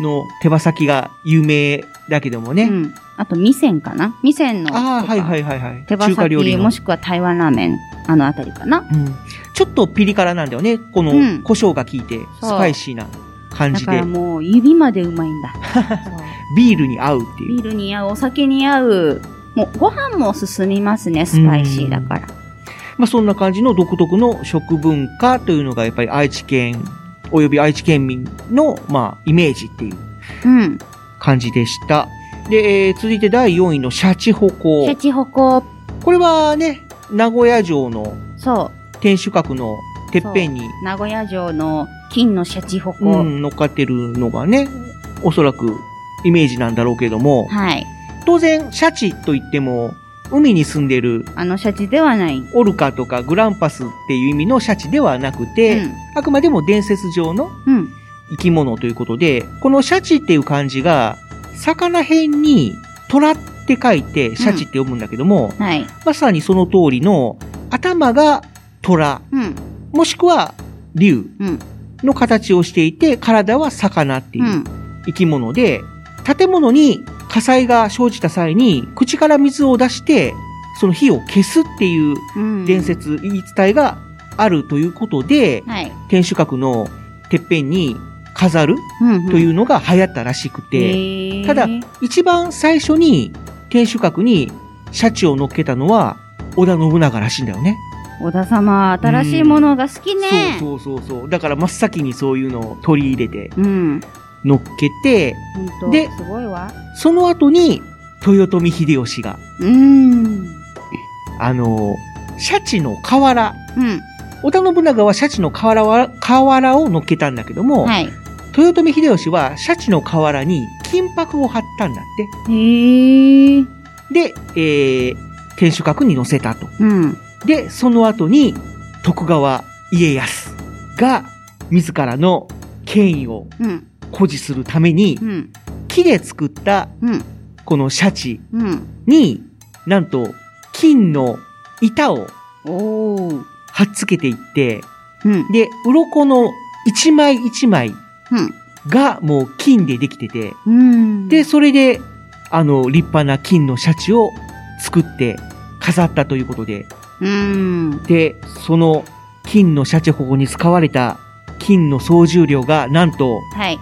[SPEAKER 4] の手羽先が有名だけどもね。
[SPEAKER 5] うん。あと、味仙かな味仙のとか。
[SPEAKER 4] ああ、はいはいはいはい。
[SPEAKER 5] 手羽
[SPEAKER 4] 中華料理
[SPEAKER 5] 先、
[SPEAKER 4] の
[SPEAKER 5] も。しくは台湾ラーメン、あのあたりかな。
[SPEAKER 4] うんちょっとピリ辛なんだよね。この
[SPEAKER 5] うん
[SPEAKER 4] 胡椒が効いて、ス
[SPEAKER 5] そう
[SPEAKER 4] パイシーな感
[SPEAKER 5] だ
[SPEAKER 4] じ
[SPEAKER 5] か
[SPEAKER 4] で
[SPEAKER 5] ら、もう、指までうまいんだ。
[SPEAKER 4] ビールに合うってい
[SPEAKER 5] ビ
[SPEAKER 4] う。
[SPEAKER 5] ールに合う、お酒に合う、もうご飯も進みますね、スパイシーだから。
[SPEAKER 4] まあそんな感じの独特の食文化というのがやっぱり愛知県、および愛知県民の、まあ、イメージっていう
[SPEAKER 5] うん。
[SPEAKER 4] 感じでした。で、えー続いて第4位のシャチホコ
[SPEAKER 5] シャ。チホコ、
[SPEAKER 4] これはね、名古屋城の
[SPEAKER 5] そ
[SPEAKER 4] 天守閣のてっぺんに
[SPEAKER 5] う、名古屋城の金のシャチホコ。
[SPEAKER 4] うん、乗っかってるのがね、おそらくイメージなんだろうけども、
[SPEAKER 5] はい。
[SPEAKER 4] 当然、シャチといっても、海に住んでる
[SPEAKER 5] あのシャチではない。
[SPEAKER 4] オルカとかグランパスっていう意味のシャチではなくて、あくまでも伝説上の
[SPEAKER 5] うん。うん。
[SPEAKER 4] 生き物ということで、このシャチっていう漢字が、魚辺に虎って書いてシャチって読むんだけども、
[SPEAKER 5] はい。
[SPEAKER 4] まさにその通りの、頭が虎、
[SPEAKER 5] うん。
[SPEAKER 4] もしくは竜
[SPEAKER 5] うん。。
[SPEAKER 4] の形をしていて、体は魚っていううん生き物で、建物に火災が生じた際に、口から水を出して、その火を消すっていう
[SPEAKER 5] うん。
[SPEAKER 4] 伝説、言い伝えがあるということで、
[SPEAKER 5] はい。
[SPEAKER 4] 天守閣のてっぺんに飾る
[SPEAKER 5] うん
[SPEAKER 4] というのが流行ったらしくて、
[SPEAKER 5] で
[SPEAKER 4] ただ一番最初に天守閣にシャチを乗っけたのは織田信長らしいんだよね。
[SPEAKER 5] 小田様、新しいものが好きね。
[SPEAKER 4] そうそうそうそう。だから真っ先にそういうのを取り入れて
[SPEAKER 5] うん。
[SPEAKER 4] 乗っけて、
[SPEAKER 5] 本
[SPEAKER 4] で
[SPEAKER 5] 当すごいわ。
[SPEAKER 4] その後に豊臣秀吉が、
[SPEAKER 5] うん。
[SPEAKER 4] あの、シャチの瓦、
[SPEAKER 5] うん。
[SPEAKER 4] 織田信長はシャチの瓦は瓦を乗っけたんだけども、
[SPEAKER 5] はい。
[SPEAKER 4] 豊臣秀吉はシャチの瓦に金箔を貼ったんだっ
[SPEAKER 5] へえ。
[SPEAKER 4] て。で、えー、天守閣に乗せたと。
[SPEAKER 5] うん。
[SPEAKER 4] で、その後に徳川家康が自らの権威を
[SPEAKER 5] うん。
[SPEAKER 4] 誇示するために
[SPEAKER 5] う、ん。
[SPEAKER 4] 木で作った
[SPEAKER 5] うん。
[SPEAKER 4] このシャチ
[SPEAKER 5] うん。
[SPEAKER 4] に、なんと金の板を
[SPEAKER 5] おー。
[SPEAKER 4] 貼っつけていって、
[SPEAKER 5] うん。
[SPEAKER 4] で、鱗の一枚一枚がもう金でできてて、
[SPEAKER 5] うん。
[SPEAKER 4] で、、それで、あの、立派な金のシャチを作って飾ったということで、
[SPEAKER 5] うん。
[SPEAKER 4] で、その金のシャチホコに使われた金の総重量がなんと
[SPEAKER 5] はい。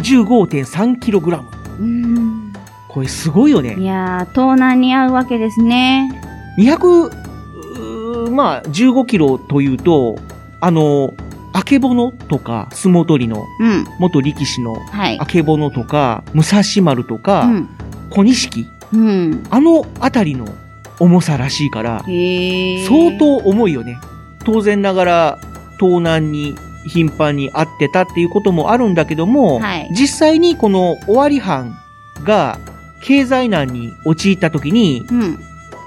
[SPEAKER 4] 215.3kg。
[SPEAKER 5] うん。
[SPEAKER 4] これすごいよ
[SPEAKER 5] い
[SPEAKER 4] ね。
[SPEAKER 5] やー、盗難に合うわけですね。
[SPEAKER 4] 200、うーまあ、15kg というと、あの、あけぼのとか、相撲取りの
[SPEAKER 5] うん。
[SPEAKER 4] 元力士の
[SPEAKER 5] はい
[SPEAKER 4] あ。けぼのとか、武蔵丸とか、
[SPEAKER 5] うん。
[SPEAKER 4] 小錦、
[SPEAKER 5] うん。
[SPEAKER 4] あのあたりの重さらしいから、
[SPEAKER 5] へえ。
[SPEAKER 4] 相当。重いよね。当然ながら、盗難に頻繁に遭ってたっていうこともあるんだけども、
[SPEAKER 5] はい
[SPEAKER 4] 実際にこの尾張藩が経済難に陥った時に、
[SPEAKER 5] うん。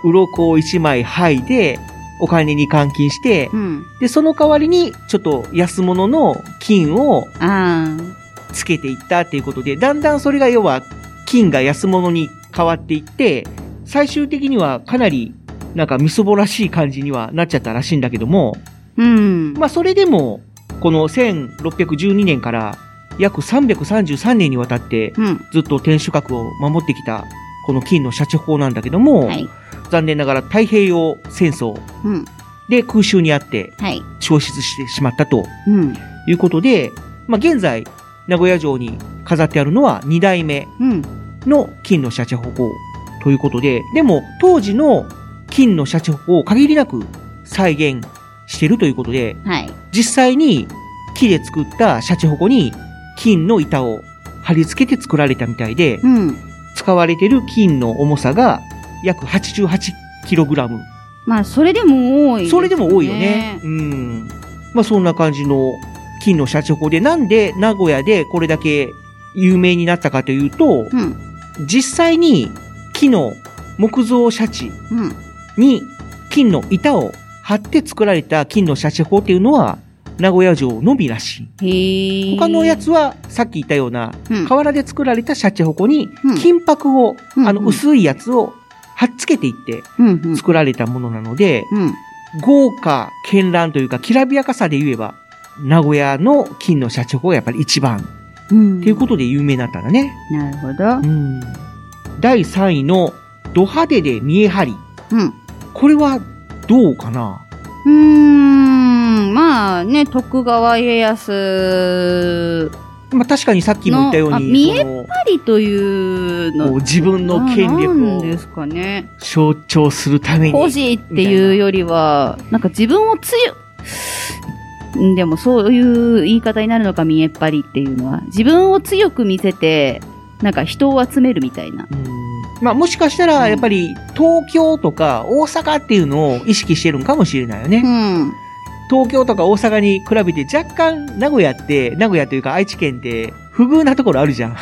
[SPEAKER 4] 鱗を一枚剥いで、お金に換金して、
[SPEAKER 5] うん。
[SPEAKER 4] で、その代わりに、ちょっと安物の金を
[SPEAKER 5] あー。
[SPEAKER 4] つけていったっていうことで、だんだんそれが要は、金が安物に変わっていって、最終的にはかなり、なんかみそぼらしい感じにはなっちゃったらしいんだけども、
[SPEAKER 5] うん。
[SPEAKER 4] まあそれでも、この1612年から約333年にわたって、
[SPEAKER 5] うん。
[SPEAKER 4] ずっと天守閣を守ってきた、この金のシャチ法なんだけども、
[SPEAKER 5] はい。
[SPEAKER 4] 残念ながら太平洋戦争
[SPEAKER 5] うん。
[SPEAKER 4] で空襲にあって
[SPEAKER 5] はい。
[SPEAKER 4] 消失してしまったと
[SPEAKER 5] うん。
[SPEAKER 4] いうことで、まあ現在、名古屋城に飾ってあるのは2代目
[SPEAKER 5] うん。
[SPEAKER 4] の金のシャチホコということで、でも当時の金のシャチホコを限りなく再現しているということで、
[SPEAKER 5] はい。
[SPEAKER 4] 実際に木で作ったシャチホコに金の板を貼り付けて作られたみたいで、
[SPEAKER 5] うん。
[SPEAKER 4] 使われている金の重さが約 88kg。
[SPEAKER 5] まあ、それでも多い、
[SPEAKER 4] それでも多いよね。。うん。まあそんな感じの金のシャチホコで、なんで名古屋でこれだけ有名になったかというと、
[SPEAKER 5] うん。
[SPEAKER 4] 実際に木の木造シャチ
[SPEAKER 5] うん。
[SPEAKER 4] に金の板を貼って作られた金のシャチ法っていうのは名古屋城のみらし
[SPEAKER 5] へ
[SPEAKER 4] い。
[SPEAKER 5] え。
[SPEAKER 4] 他のやつはさっき言ったような
[SPEAKER 5] うん、
[SPEAKER 4] 瓦で作られたシャチホコに
[SPEAKER 5] うん
[SPEAKER 4] 金箔を、
[SPEAKER 5] うん
[SPEAKER 4] あの薄いやつを貼っつけていって
[SPEAKER 5] うん。うん。
[SPEAKER 4] 作られたものなので、
[SPEAKER 5] うん。
[SPEAKER 4] 豪華絢爛というかきらびやかさで言えば名古屋の金のシャチホコがやっぱり一番
[SPEAKER 5] うん。
[SPEAKER 4] っていうことで有名になったんだね。
[SPEAKER 5] なるほど。
[SPEAKER 4] うん第3位のド派手で見え張り。
[SPEAKER 5] うん。
[SPEAKER 4] これはどうかな
[SPEAKER 5] うーん、まあね、徳川家康
[SPEAKER 4] まあ確かにさっきも言ったよう
[SPEAKER 5] のあ
[SPEAKER 4] に、
[SPEAKER 5] 見え
[SPEAKER 4] その
[SPEAKER 5] ありという
[SPEAKER 4] こう
[SPEAKER 5] の
[SPEAKER 4] 自分の権
[SPEAKER 5] なん
[SPEAKER 4] 力
[SPEAKER 5] で
[SPEAKER 4] を
[SPEAKER 5] すかね。
[SPEAKER 4] 象徴するため
[SPEAKER 5] 欲
[SPEAKER 4] に。
[SPEAKER 5] しいっていうよりは、なんか自分を強い、でもそういう言い方になるのか、見えっぱりっていうのは。自分を強く見せて、なんか人を集めるみたいな。
[SPEAKER 4] うんまあもしかしたらやっぱり東京とか大阪っていうのを意識してるんかもしれないよね。
[SPEAKER 5] うん。
[SPEAKER 4] 東京とか大阪に比べて若干名古屋って、名古屋というか愛知県って不遇なところあるじゃん。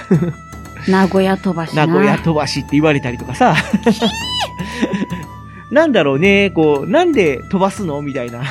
[SPEAKER 5] 名古屋飛ば しな。
[SPEAKER 4] 名古屋飛ばしって言われたりとか さ。なんだろうね、こう、なんで飛ばすのみたい な。
[SPEAKER 5] う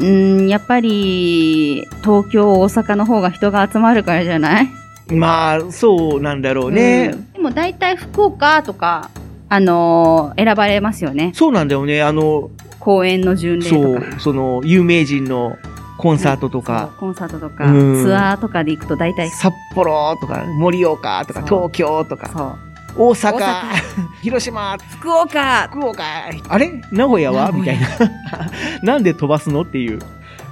[SPEAKER 5] ーん、やっぱり、東京、大阪の方が人が集まるからじゃない
[SPEAKER 4] まあ、そうなんだろうね。
[SPEAKER 5] うんでも大体福岡とか、あのー選ばれますよね。
[SPEAKER 4] そうなんだよね。あの、
[SPEAKER 5] 公演の巡礼
[SPEAKER 4] そ
[SPEAKER 5] と
[SPEAKER 4] う
[SPEAKER 5] か。、
[SPEAKER 4] その、有名人のコンサートと
[SPEAKER 5] そ
[SPEAKER 4] か、
[SPEAKER 5] うコンサートとか、
[SPEAKER 4] うん
[SPEAKER 5] ツアーとかで行くと大体、そ
[SPEAKER 4] 札幌とか、盛岡とか、
[SPEAKER 5] そ
[SPEAKER 4] 東京とか、
[SPEAKER 5] う。
[SPEAKER 4] 大阪
[SPEAKER 5] 大阪
[SPEAKER 4] 広島
[SPEAKER 5] 福岡
[SPEAKER 4] 福岡あれ名古屋は
[SPEAKER 5] 名
[SPEAKER 4] み
[SPEAKER 5] 古
[SPEAKER 4] た
[SPEAKER 5] 屋
[SPEAKER 4] いな なんで飛ばすのっていう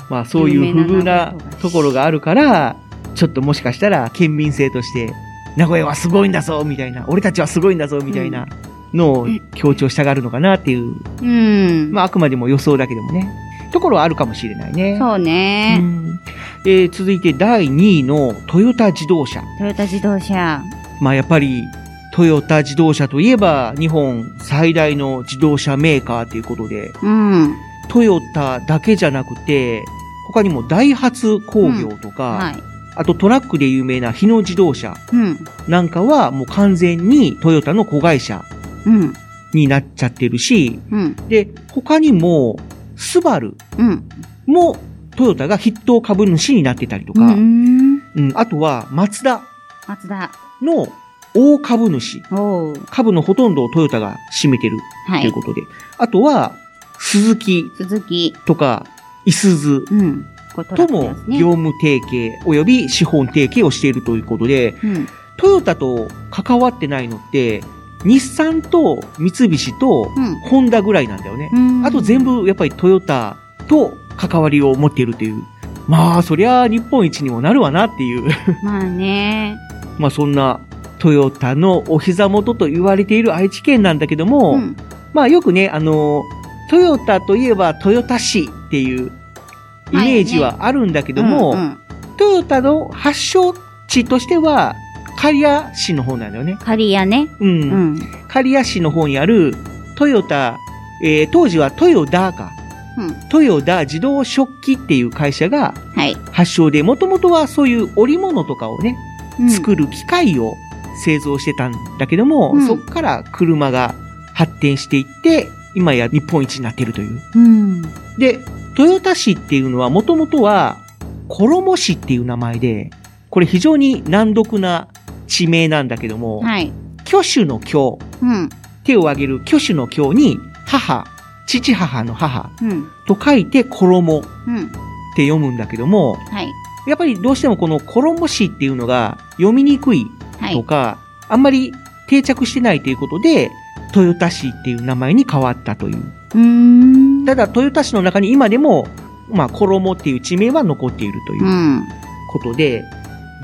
[SPEAKER 4] まあそういう不遇な
[SPEAKER 5] 有名な名古屋
[SPEAKER 4] ところがあるからちょっともしかしたら県民性として名古屋はすごいんだぞみたいな俺たちはすごいんだぞみたいなのを強調したがるのかなっていう、
[SPEAKER 5] うん、
[SPEAKER 4] まああくまでも予想だけでもねところはあるかもしれないね。
[SPEAKER 5] そう
[SPEAKER 4] う
[SPEAKER 5] ね、
[SPEAKER 4] んえー続いて第2位のトヨタ自動車。
[SPEAKER 5] トヨタ自動車
[SPEAKER 4] まあやっぱりトヨタ自動車といえば日本最大の自動車メーカーということで、
[SPEAKER 5] うん
[SPEAKER 4] トヨタだけじゃなくて、他にもダイハツ工業とか、
[SPEAKER 5] はい
[SPEAKER 4] あとトラックで有名な日野自動車
[SPEAKER 5] うん
[SPEAKER 4] なんかはもう完全にトヨタの子会社
[SPEAKER 5] うん
[SPEAKER 4] になっちゃってるし、
[SPEAKER 5] うん
[SPEAKER 4] で、他にもスバル
[SPEAKER 5] うん
[SPEAKER 4] もトヨタが筆頭株主になってたりと
[SPEAKER 5] う
[SPEAKER 4] か、
[SPEAKER 5] ん
[SPEAKER 4] うん、あとはマツダ
[SPEAKER 5] 松田
[SPEAKER 4] の大株主、
[SPEAKER 5] おう
[SPEAKER 4] 株のほとんどをトヨタが占めてる
[SPEAKER 5] は
[SPEAKER 4] とい
[SPEAKER 5] いう
[SPEAKER 4] ことで、あとは、鈴木
[SPEAKER 5] 鈴木
[SPEAKER 4] とか、いすず
[SPEAKER 5] うんこれト
[SPEAKER 4] と
[SPEAKER 5] ラック
[SPEAKER 4] も
[SPEAKER 5] ですね
[SPEAKER 4] 業務提携及び資本提携をしているということで、
[SPEAKER 5] うん
[SPEAKER 4] トヨタと関わってないのって、日産と三菱と
[SPEAKER 5] うん
[SPEAKER 4] ホンダぐらいなんだよね。
[SPEAKER 5] うん
[SPEAKER 4] あと全部やっぱりトヨタと関わりを持っているという。まあ、そりゃ日本一にもなるわなっていう。
[SPEAKER 5] まあね
[SPEAKER 4] まあそんなトヨタのお膝元と言われている愛知県なんだけども、
[SPEAKER 5] うん
[SPEAKER 4] まあよくね、あの、トヨタといえばトヨタ市っていうイメージはあるんだけども、
[SPEAKER 5] うんうん
[SPEAKER 4] トヨタの発祥地としては、刈谷市の方なんだよね。
[SPEAKER 5] 刈谷ね
[SPEAKER 4] う。
[SPEAKER 5] うんん
[SPEAKER 4] 刈谷市の方にあるトヨタ、えー当時はトヨダか。
[SPEAKER 5] うん
[SPEAKER 4] トヨダ自動食器っていう会社が
[SPEAKER 5] はい
[SPEAKER 4] 発祥で、もともとはそういう織物とかをね、作る機械を製造してたんだけども、
[SPEAKER 5] うん
[SPEAKER 4] そこから車が発展していって、今や日本一になっているという。
[SPEAKER 5] うん
[SPEAKER 4] で、豊田市っていうのはもともとは、衣市っていう名前で、これ非常に難読な地名なんだけども、
[SPEAKER 5] はい
[SPEAKER 4] 挙手の挙、
[SPEAKER 5] うん
[SPEAKER 4] 手を挙げる挙手の挙に、母、父母の母
[SPEAKER 5] うん
[SPEAKER 4] と書いて衣っ
[SPEAKER 5] うん
[SPEAKER 4] て読むんだけども、
[SPEAKER 5] はい
[SPEAKER 4] やっぱりどうしてもこの衣市っていうのが読みにくい
[SPEAKER 5] は
[SPEAKER 4] と
[SPEAKER 5] い
[SPEAKER 4] か、あんまり定着してないということで、豊田市っていう名前に変わったという。
[SPEAKER 5] うーん
[SPEAKER 4] ただ、豊田市の中に今でも、まあ、衣っていう地名は残っているといううんことで、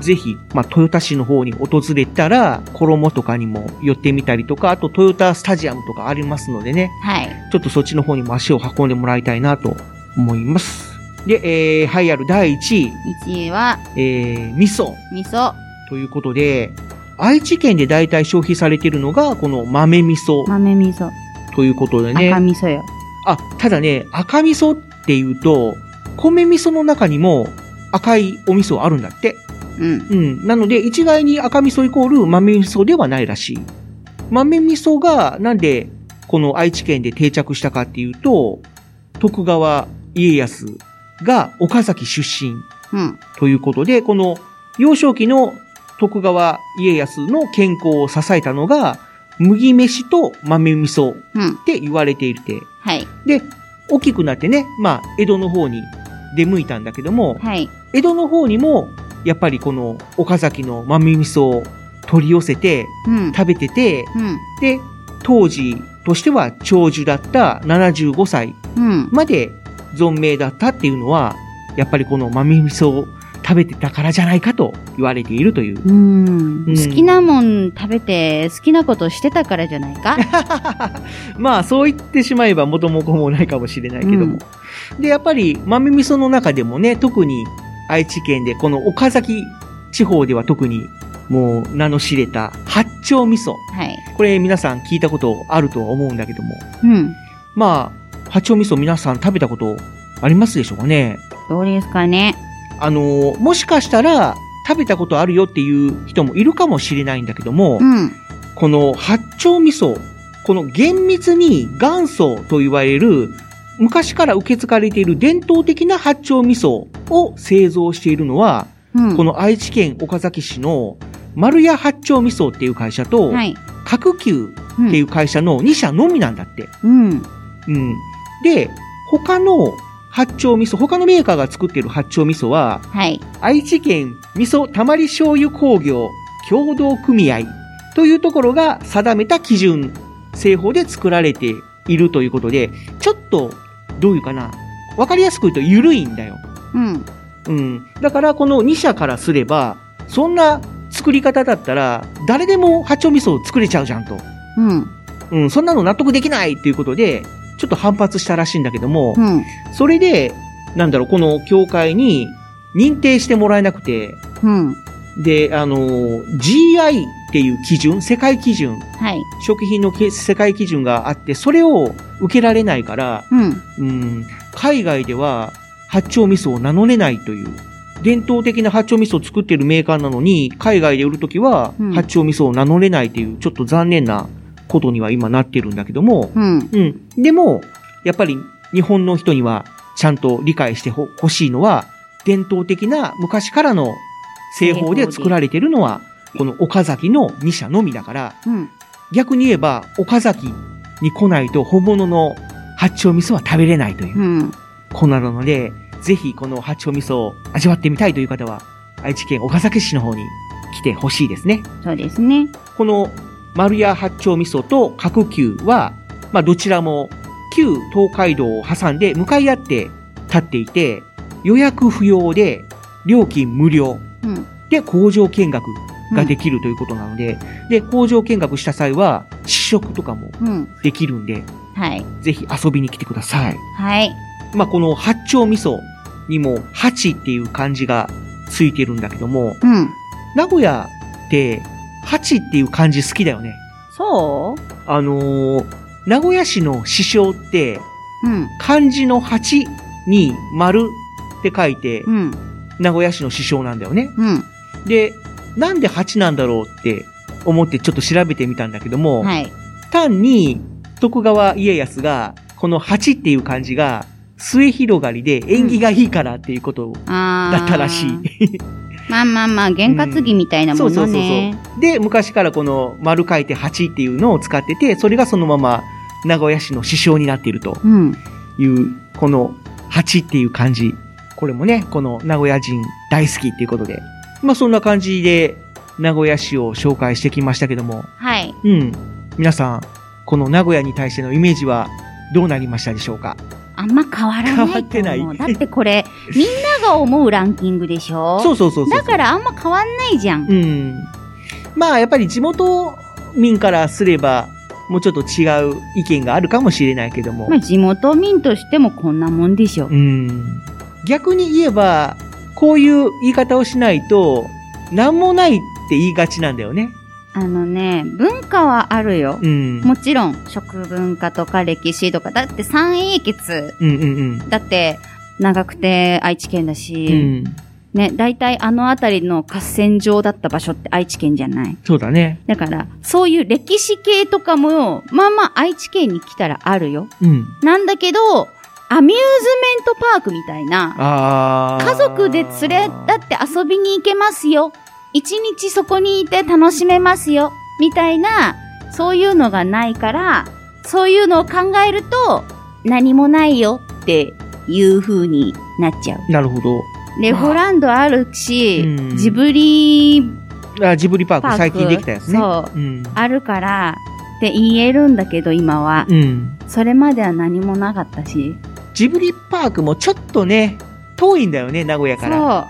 [SPEAKER 4] ぜひ、まあ、豊田市の方に訪れたら、衣とかにも寄ってみたりとか、あと、豊田スタジアムとかありますのでね、
[SPEAKER 5] はい
[SPEAKER 4] ちょっとそっちの方にも足を運んでもらいたいなと思います。で、えー、栄えある第1位、
[SPEAKER 5] 1位は
[SPEAKER 4] えー、味噌。
[SPEAKER 5] 味噌
[SPEAKER 4] ということで、愛知県で大体消費されているのが、この豆味噌
[SPEAKER 5] 豆味噌
[SPEAKER 4] ということでね。
[SPEAKER 5] 赤味噌よ
[SPEAKER 4] あ、ただね、赤味噌っていうと、米味噌の中にも赤いお味噌あるんだって。
[SPEAKER 5] うん
[SPEAKER 4] うん。なので、一概に赤味噌イコール豆味噌ではないらしい。豆味噌が、なんで、この愛知県で定着したかっていうと、徳川家康が岡崎出身
[SPEAKER 5] うん
[SPEAKER 4] ということで、この幼少期の徳川家康の健康を支えたのが、麦飯と豆味噌っ
[SPEAKER 5] うん
[SPEAKER 4] て言われていて、
[SPEAKER 5] はい
[SPEAKER 4] で、大きくなってね、まあ、江戸の方に出向いたんだけども、
[SPEAKER 5] はい
[SPEAKER 4] 江戸の方にも、やっぱりこの岡崎の豆味噌を取り寄せて
[SPEAKER 5] うん
[SPEAKER 4] 食べてて、
[SPEAKER 5] うん
[SPEAKER 4] で、当時としては長寿だった75歳
[SPEAKER 5] うん
[SPEAKER 4] まで存命だったっていうのは、やっぱりこの豆味噌を食べてたからじゃないかと言われているという。
[SPEAKER 5] うん
[SPEAKER 4] うん
[SPEAKER 5] 好きなもん食べて好きなことしてたからじゃない か
[SPEAKER 4] まあそう言ってしまえば元も子もないかもしれないけども。で、やっぱり豆味噌の中でもね、特に愛知県でこの岡崎地方では特にもう名の知れた八丁味噌。
[SPEAKER 5] はい
[SPEAKER 4] これ皆さん聞いたことあるとは思うんだけども。
[SPEAKER 5] うん
[SPEAKER 4] まあ、八丁味噌皆さん食べたことありますでしょうかね
[SPEAKER 5] どうですかね
[SPEAKER 4] あの、もしかしたら食べたことあるよっていう人もいるかもしれないんだけども、
[SPEAKER 5] うん
[SPEAKER 4] この八丁味噌、この厳密に元祖と言われる昔から受け継がれている伝統的な八丁味噌を製造しているのは、
[SPEAKER 5] うん
[SPEAKER 4] この愛知県岡崎市の丸屋八丁味噌っていう会社と、
[SPEAKER 5] はい
[SPEAKER 4] 角球っていう会社の2社のみなんだって。
[SPEAKER 5] うん
[SPEAKER 4] うん。で、他の八丁味噌、他のメーカーが作っている八丁味噌は、
[SPEAKER 5] はい
[SPEAKER 4] 愛知県味噌たまり醤油工業協同組合というところが定めた基準、製法で作られているということで、ちょっと、どういうかな、わかりやすく言うと緩いんだよ。
[SPEAKER 5] うん。
[SPEAKER 4] うん。だから、この2社からすれば、そんな作り方だったら、誰でも八丁味噌を作れちゃうじゃんと。
[SPEAKER 5] うん。
[SPEAKER 4] うん、そんなの納得できないっていうことで、ちょっと反発したらしいんだけども、
[SPEAKER 5] うん。
[SPEAKER 4] それで、なんだろう、この協会に認定してもらえなくて、
[SPEAKER 5] うん。
[SPEAKER 4] で、あの、GI っていう基準、世界基準、
[SPEAKER 5] はい。
[SPEAKER 4] 食品のけ世界基準があって、それを受けられないから、
[SPEAKER 5] うん。
[SPEAKER 4] うん、海外では八丁味噌を名乗れないという。伝統的な八丁味噌を作ってるメーカーなのに、海外で売るときは
[SPEAKER 5] うん
[SPEAKER 4] 八丁味噌を名乗れないという、ちょっと残念なことには今なってるんだけども、
[SPEAKER 5] うん。
[SPEAKER 4] うん。でも、やっぱり日本の人にはちゃんと理解してほほしいのは、伝統的な昔からの製法で作られてるのは、この岡崎の2社のみだから、
[SPEAKER 5] うん。
[SPEAKER 4] 逆に言えば岡崎に来ないと本物の八丁味噌は食べれないという
[SPEAKER 5] うん。
[SPEAKER 4] 子なので、ぜひこの八丁味噌を味わってみたいという方は、愛知県岡崎市の方に来てほしいですね。
[SPEAKER 5] そうですね。
[SPEAKER 4] この丸屋八丁味噌と角球は、まあどちらも旧東海道を挟んで向かい合って立っていて、予約不要で料金無料
[SPEAKER 5] うん。
[SPEAKER 4] で工場見学ができるということなので、で、工場見学した際は試食とかも
[SPEAKER 5] うん。
[SPEAKER 4] できるんで、
[SPEAKER 5] はい。
[SPEAKER 4] ぜひ遊びに来てください。
[SPEAKER 5] はい。
[SPEAKER 4] まあこの八丁味噌にも八っていう漢字がついてるんだけども、
[SPEAKER 5] うん。
[SPEAKER 4] 名古屋って八っていう漢字好きだよね。
[SPEAKER 5] そ
[SPEAKER 4] あのー名古屋市の市章って、
[SPEAKER 5] ううん。
[SPEAKER 4] 漢字の8に丸って書いて
[SPEAKER 5] う、ん。
[SPEAKER 4] 名古屋市の市章なんだよね。
[SPEAKER 5] うん。
[SPEAKER 4] で、なんで8なんだろうって思ってちょっと調べてみたんだけども、
[SPEAKER 5] はい。
[SPEAKER 4] 単に徳川家康が、この8っていう漢字が、末広がりで縁起がいいからっていうこと
[SPEAKER 5] あー
[SPEAKER 4] だったらしい。
[SPEAKER 5] まあまあまあ、験担ぎみたい なものね。
[SPEAKER 4] で、昔からこの丸書いて8っていうのを使ってて、それがそのまま名古屋市の市章になっていると。
[SPEAKER 5] うん。
[SPEAKER 4] いう、この8っていう漢字。これもね、この名古屋人大好きっていうことで。まあそんな感じで名古屋市を紹介してきましたけども、
[SPEAKER 5] はい。
[SPEAKER 4] うん。皆さん、この名古屋に対してのイメージはどうなりましたでしょうか
[SPEAKER 5] あんま変わらないと思う。
[SPEAKER 4] 変わってない
[SPEAKER 5] だってこ れ、みんなが思うランキングでしょ
[SPEAKER 4] そうそうそうそう。
[SPEAKER 5] だからあんま変わんないじゃん。
[SPEAKER 4] うん。まあやっぱり地元民からすれば、もうちょっと違う意見があるかもしれないけども。
[SPEAKER 5] まあ地元民としてもこんなもんでしょ
[SPEAKER 4] う。ん。逆に言えば、こういう言い方をしないと、なんもないって言いがちなんだよね。
[SPEAKER 5] あのね、文化はあるよ。
[SPEAKER 4] うん。
[SPEAKER 5] もちろん、食文化とか歴史とか、だって三英傑、
[SPEAKER 4] うんうん
[SPEAKER 5] だって長くて愛知県
[SPEAKER 4] うん。
[SPEAKER 5] だ
[SPEAKER 4] うん。
[SPEAKER 5] し、ね、大体あの辺りの合戦場だった場所って愛知県じゃない。
[SPEAKER 4] そうだね。
[SPEAKER 5] だから、そういう歴史系とかも、まあまあ愛知県に来たらあるよ。
[SPEAKER 4] うん。
[SPEAKER 5] なんだけど、アミューズメントパークみたいな、
[SPEAKER 4] ああ。
[SPEAKER 5] 家族で連れだって遊びに行けますよ。一日そこにいて楽しめますよ。みたいな、そういうのがないから、そういうのを考えると、何もないよっていう風になっちゃう。
[SPEAKER 4] なるほど。
[SPEAKER 5] レゴランドあるし、
[SPEAKER 4] うん
[SPEAKER 5] ジブリ
[SPEAKER 4] あジブリパー
[SPEAKER 5] パー
[SPEAKER 4] ク
[SPEAKER 5] ク
[SPEAKER 4] 最近できたやつね。
[SPEAKER 5] そう
[SPEAKER 4] う。ん。
[SPEAKER 5] あるからって言えるんだけど今は、
[SPEAKER 4] うん。
[SPEAKER 5] それまでは何もなかったし
[SPEAKER 4] ジブリパークもちょっとね、遠いんだよね、名古屋
[SPEAKER 5] そ
[SPEAKER 4] か
[SPEAKER 5] う
[SPEAKER 4] ら。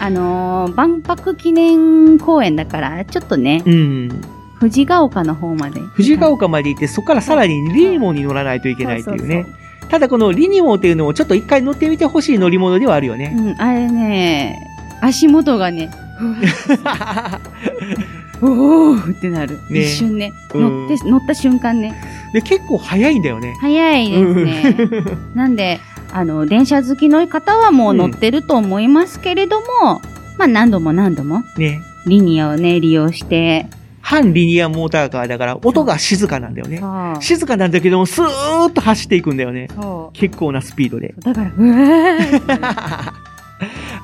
[SPEAKER 5] あのー万博記念公園だからちょっとね、
[SPEAKER 4] うん。
[SPEAKER 5] 藤が丘の方まで
[SPEAKER 4] 藤ヶ丘まで行って、そこからさらにリニモに乗らないといけないっていうね
[SPEAKER 5] そ。
[SPEAKER 4] ただこのリニモっていうのもちょっと一回乗ってみてほしい乗り物ではあるよね。
[SPEAKER 5] うそうそううんあれね足元が ねおお ってなる、
[SPEAKER 4] ね
[SPEAKER 5] 一瞬ね
[SPEAKER 4] うん
[SPEAKER 5] 乗って乗った瞬間ね
[SPEAKER 4] で、結構早いんだよね。
[SPEAKER 5] 早いですね、 なんであの電車好きの方はもう乗ってると思いますけれども、まあ何度も何度も
[SPEAKER 4] ね。
[SPEAKER 5] リニアをね利用して
[SPEAKER 4] 反リニアモーターカーだから音が静かなんだよね。
[SPEAKER 5] そう
[SPEAKER 4] 静かなんだけども、スーッと走っていくんだよね。
[SPEAKER 5] そ
[SPEAKER 4] 結構なスピードで。
[SPEAKER 5] うだからうわー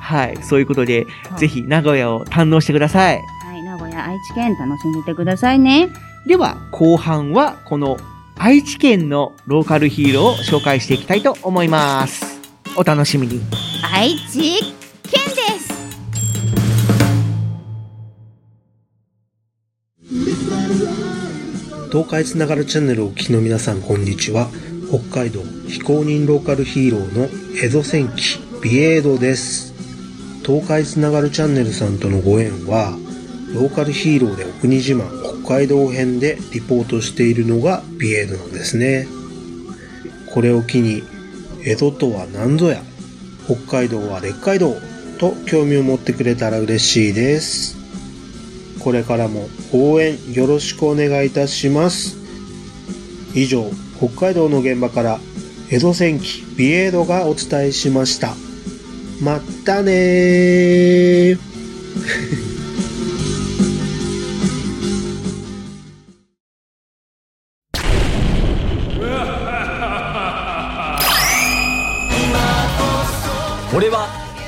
[SPEAKER 4] はい。そういうことで、
[SPEAKER 5] はい
[SPEAKER 4] ぜひ名古屋を堪能してください。
[SPEAKER 5] はい名古屋愛知県楽しんでてくださいね
[SPEAKER 4] では、後半はこの愛知県のローカルヒーローを紹介していきたいと思います。お楽しみに。
[SPEAKER 2] 愛知県です
[SPEAKER 9] 東海つながるチャンネルをお聞きの皆さんこんにちは北海道非公認ローカルヒーローの江戸戦記ビエードです東海つながるチャンネルさんとのご縁はローカルヒーローでお国自慢北海道編でリポートしているのがビエードなんですねこれを機に江戸とは何ぞや北海道は列海道と興味を持ってくれたら嬉しいですこれからも応援よろしくお願いいたします以上北海道の現場から江戸戦記ビエードがお伝えしましたまったねー
[SPEAKER 10] 俺は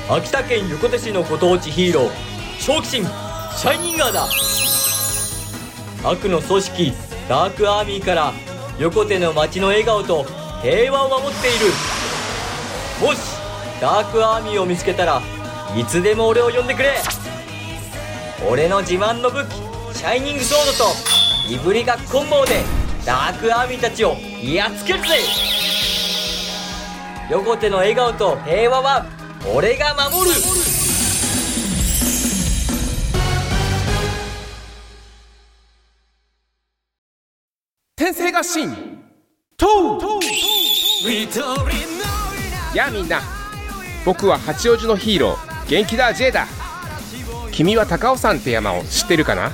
[SPEAKER 10] 秋田県横手市のご当地ヒーロー正気神シャイニンガーだ悪の組織ダークアーミーから横手の街の笑顔と平和を守っているもしダークアーミーを見つけたらいつでも俺を呼んでくれ俺の自慢の武器シャイニングソードといぶりがっこん棒でダークアーミーたちをやっつけるぜ横手の笑顔と平和は俺が守る
[SPEAKER 11] 天性が真とやあみんな僕は八王子のヒーロー元気だ J だ君は高尾山って山を知ってるかな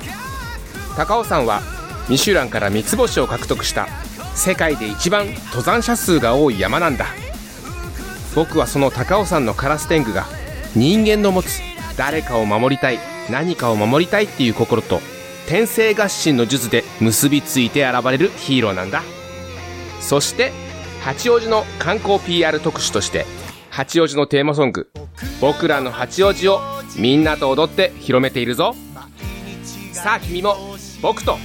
[SPEAKER 11] 高尾山はミシュランから三つ星を獲得した世界で一番登山者数が多い山なんだ僕はその高尾山のカラス天狗が人間の持つ誰かを守りたい何かを守りたいっていう心と天性合心の術で結びついて現れるヒーローなんだそして八王子の観光 PR 特集として八王子のテーマソング「僕らの八王子」をみんなと踊って広めているぞさあ君も僕と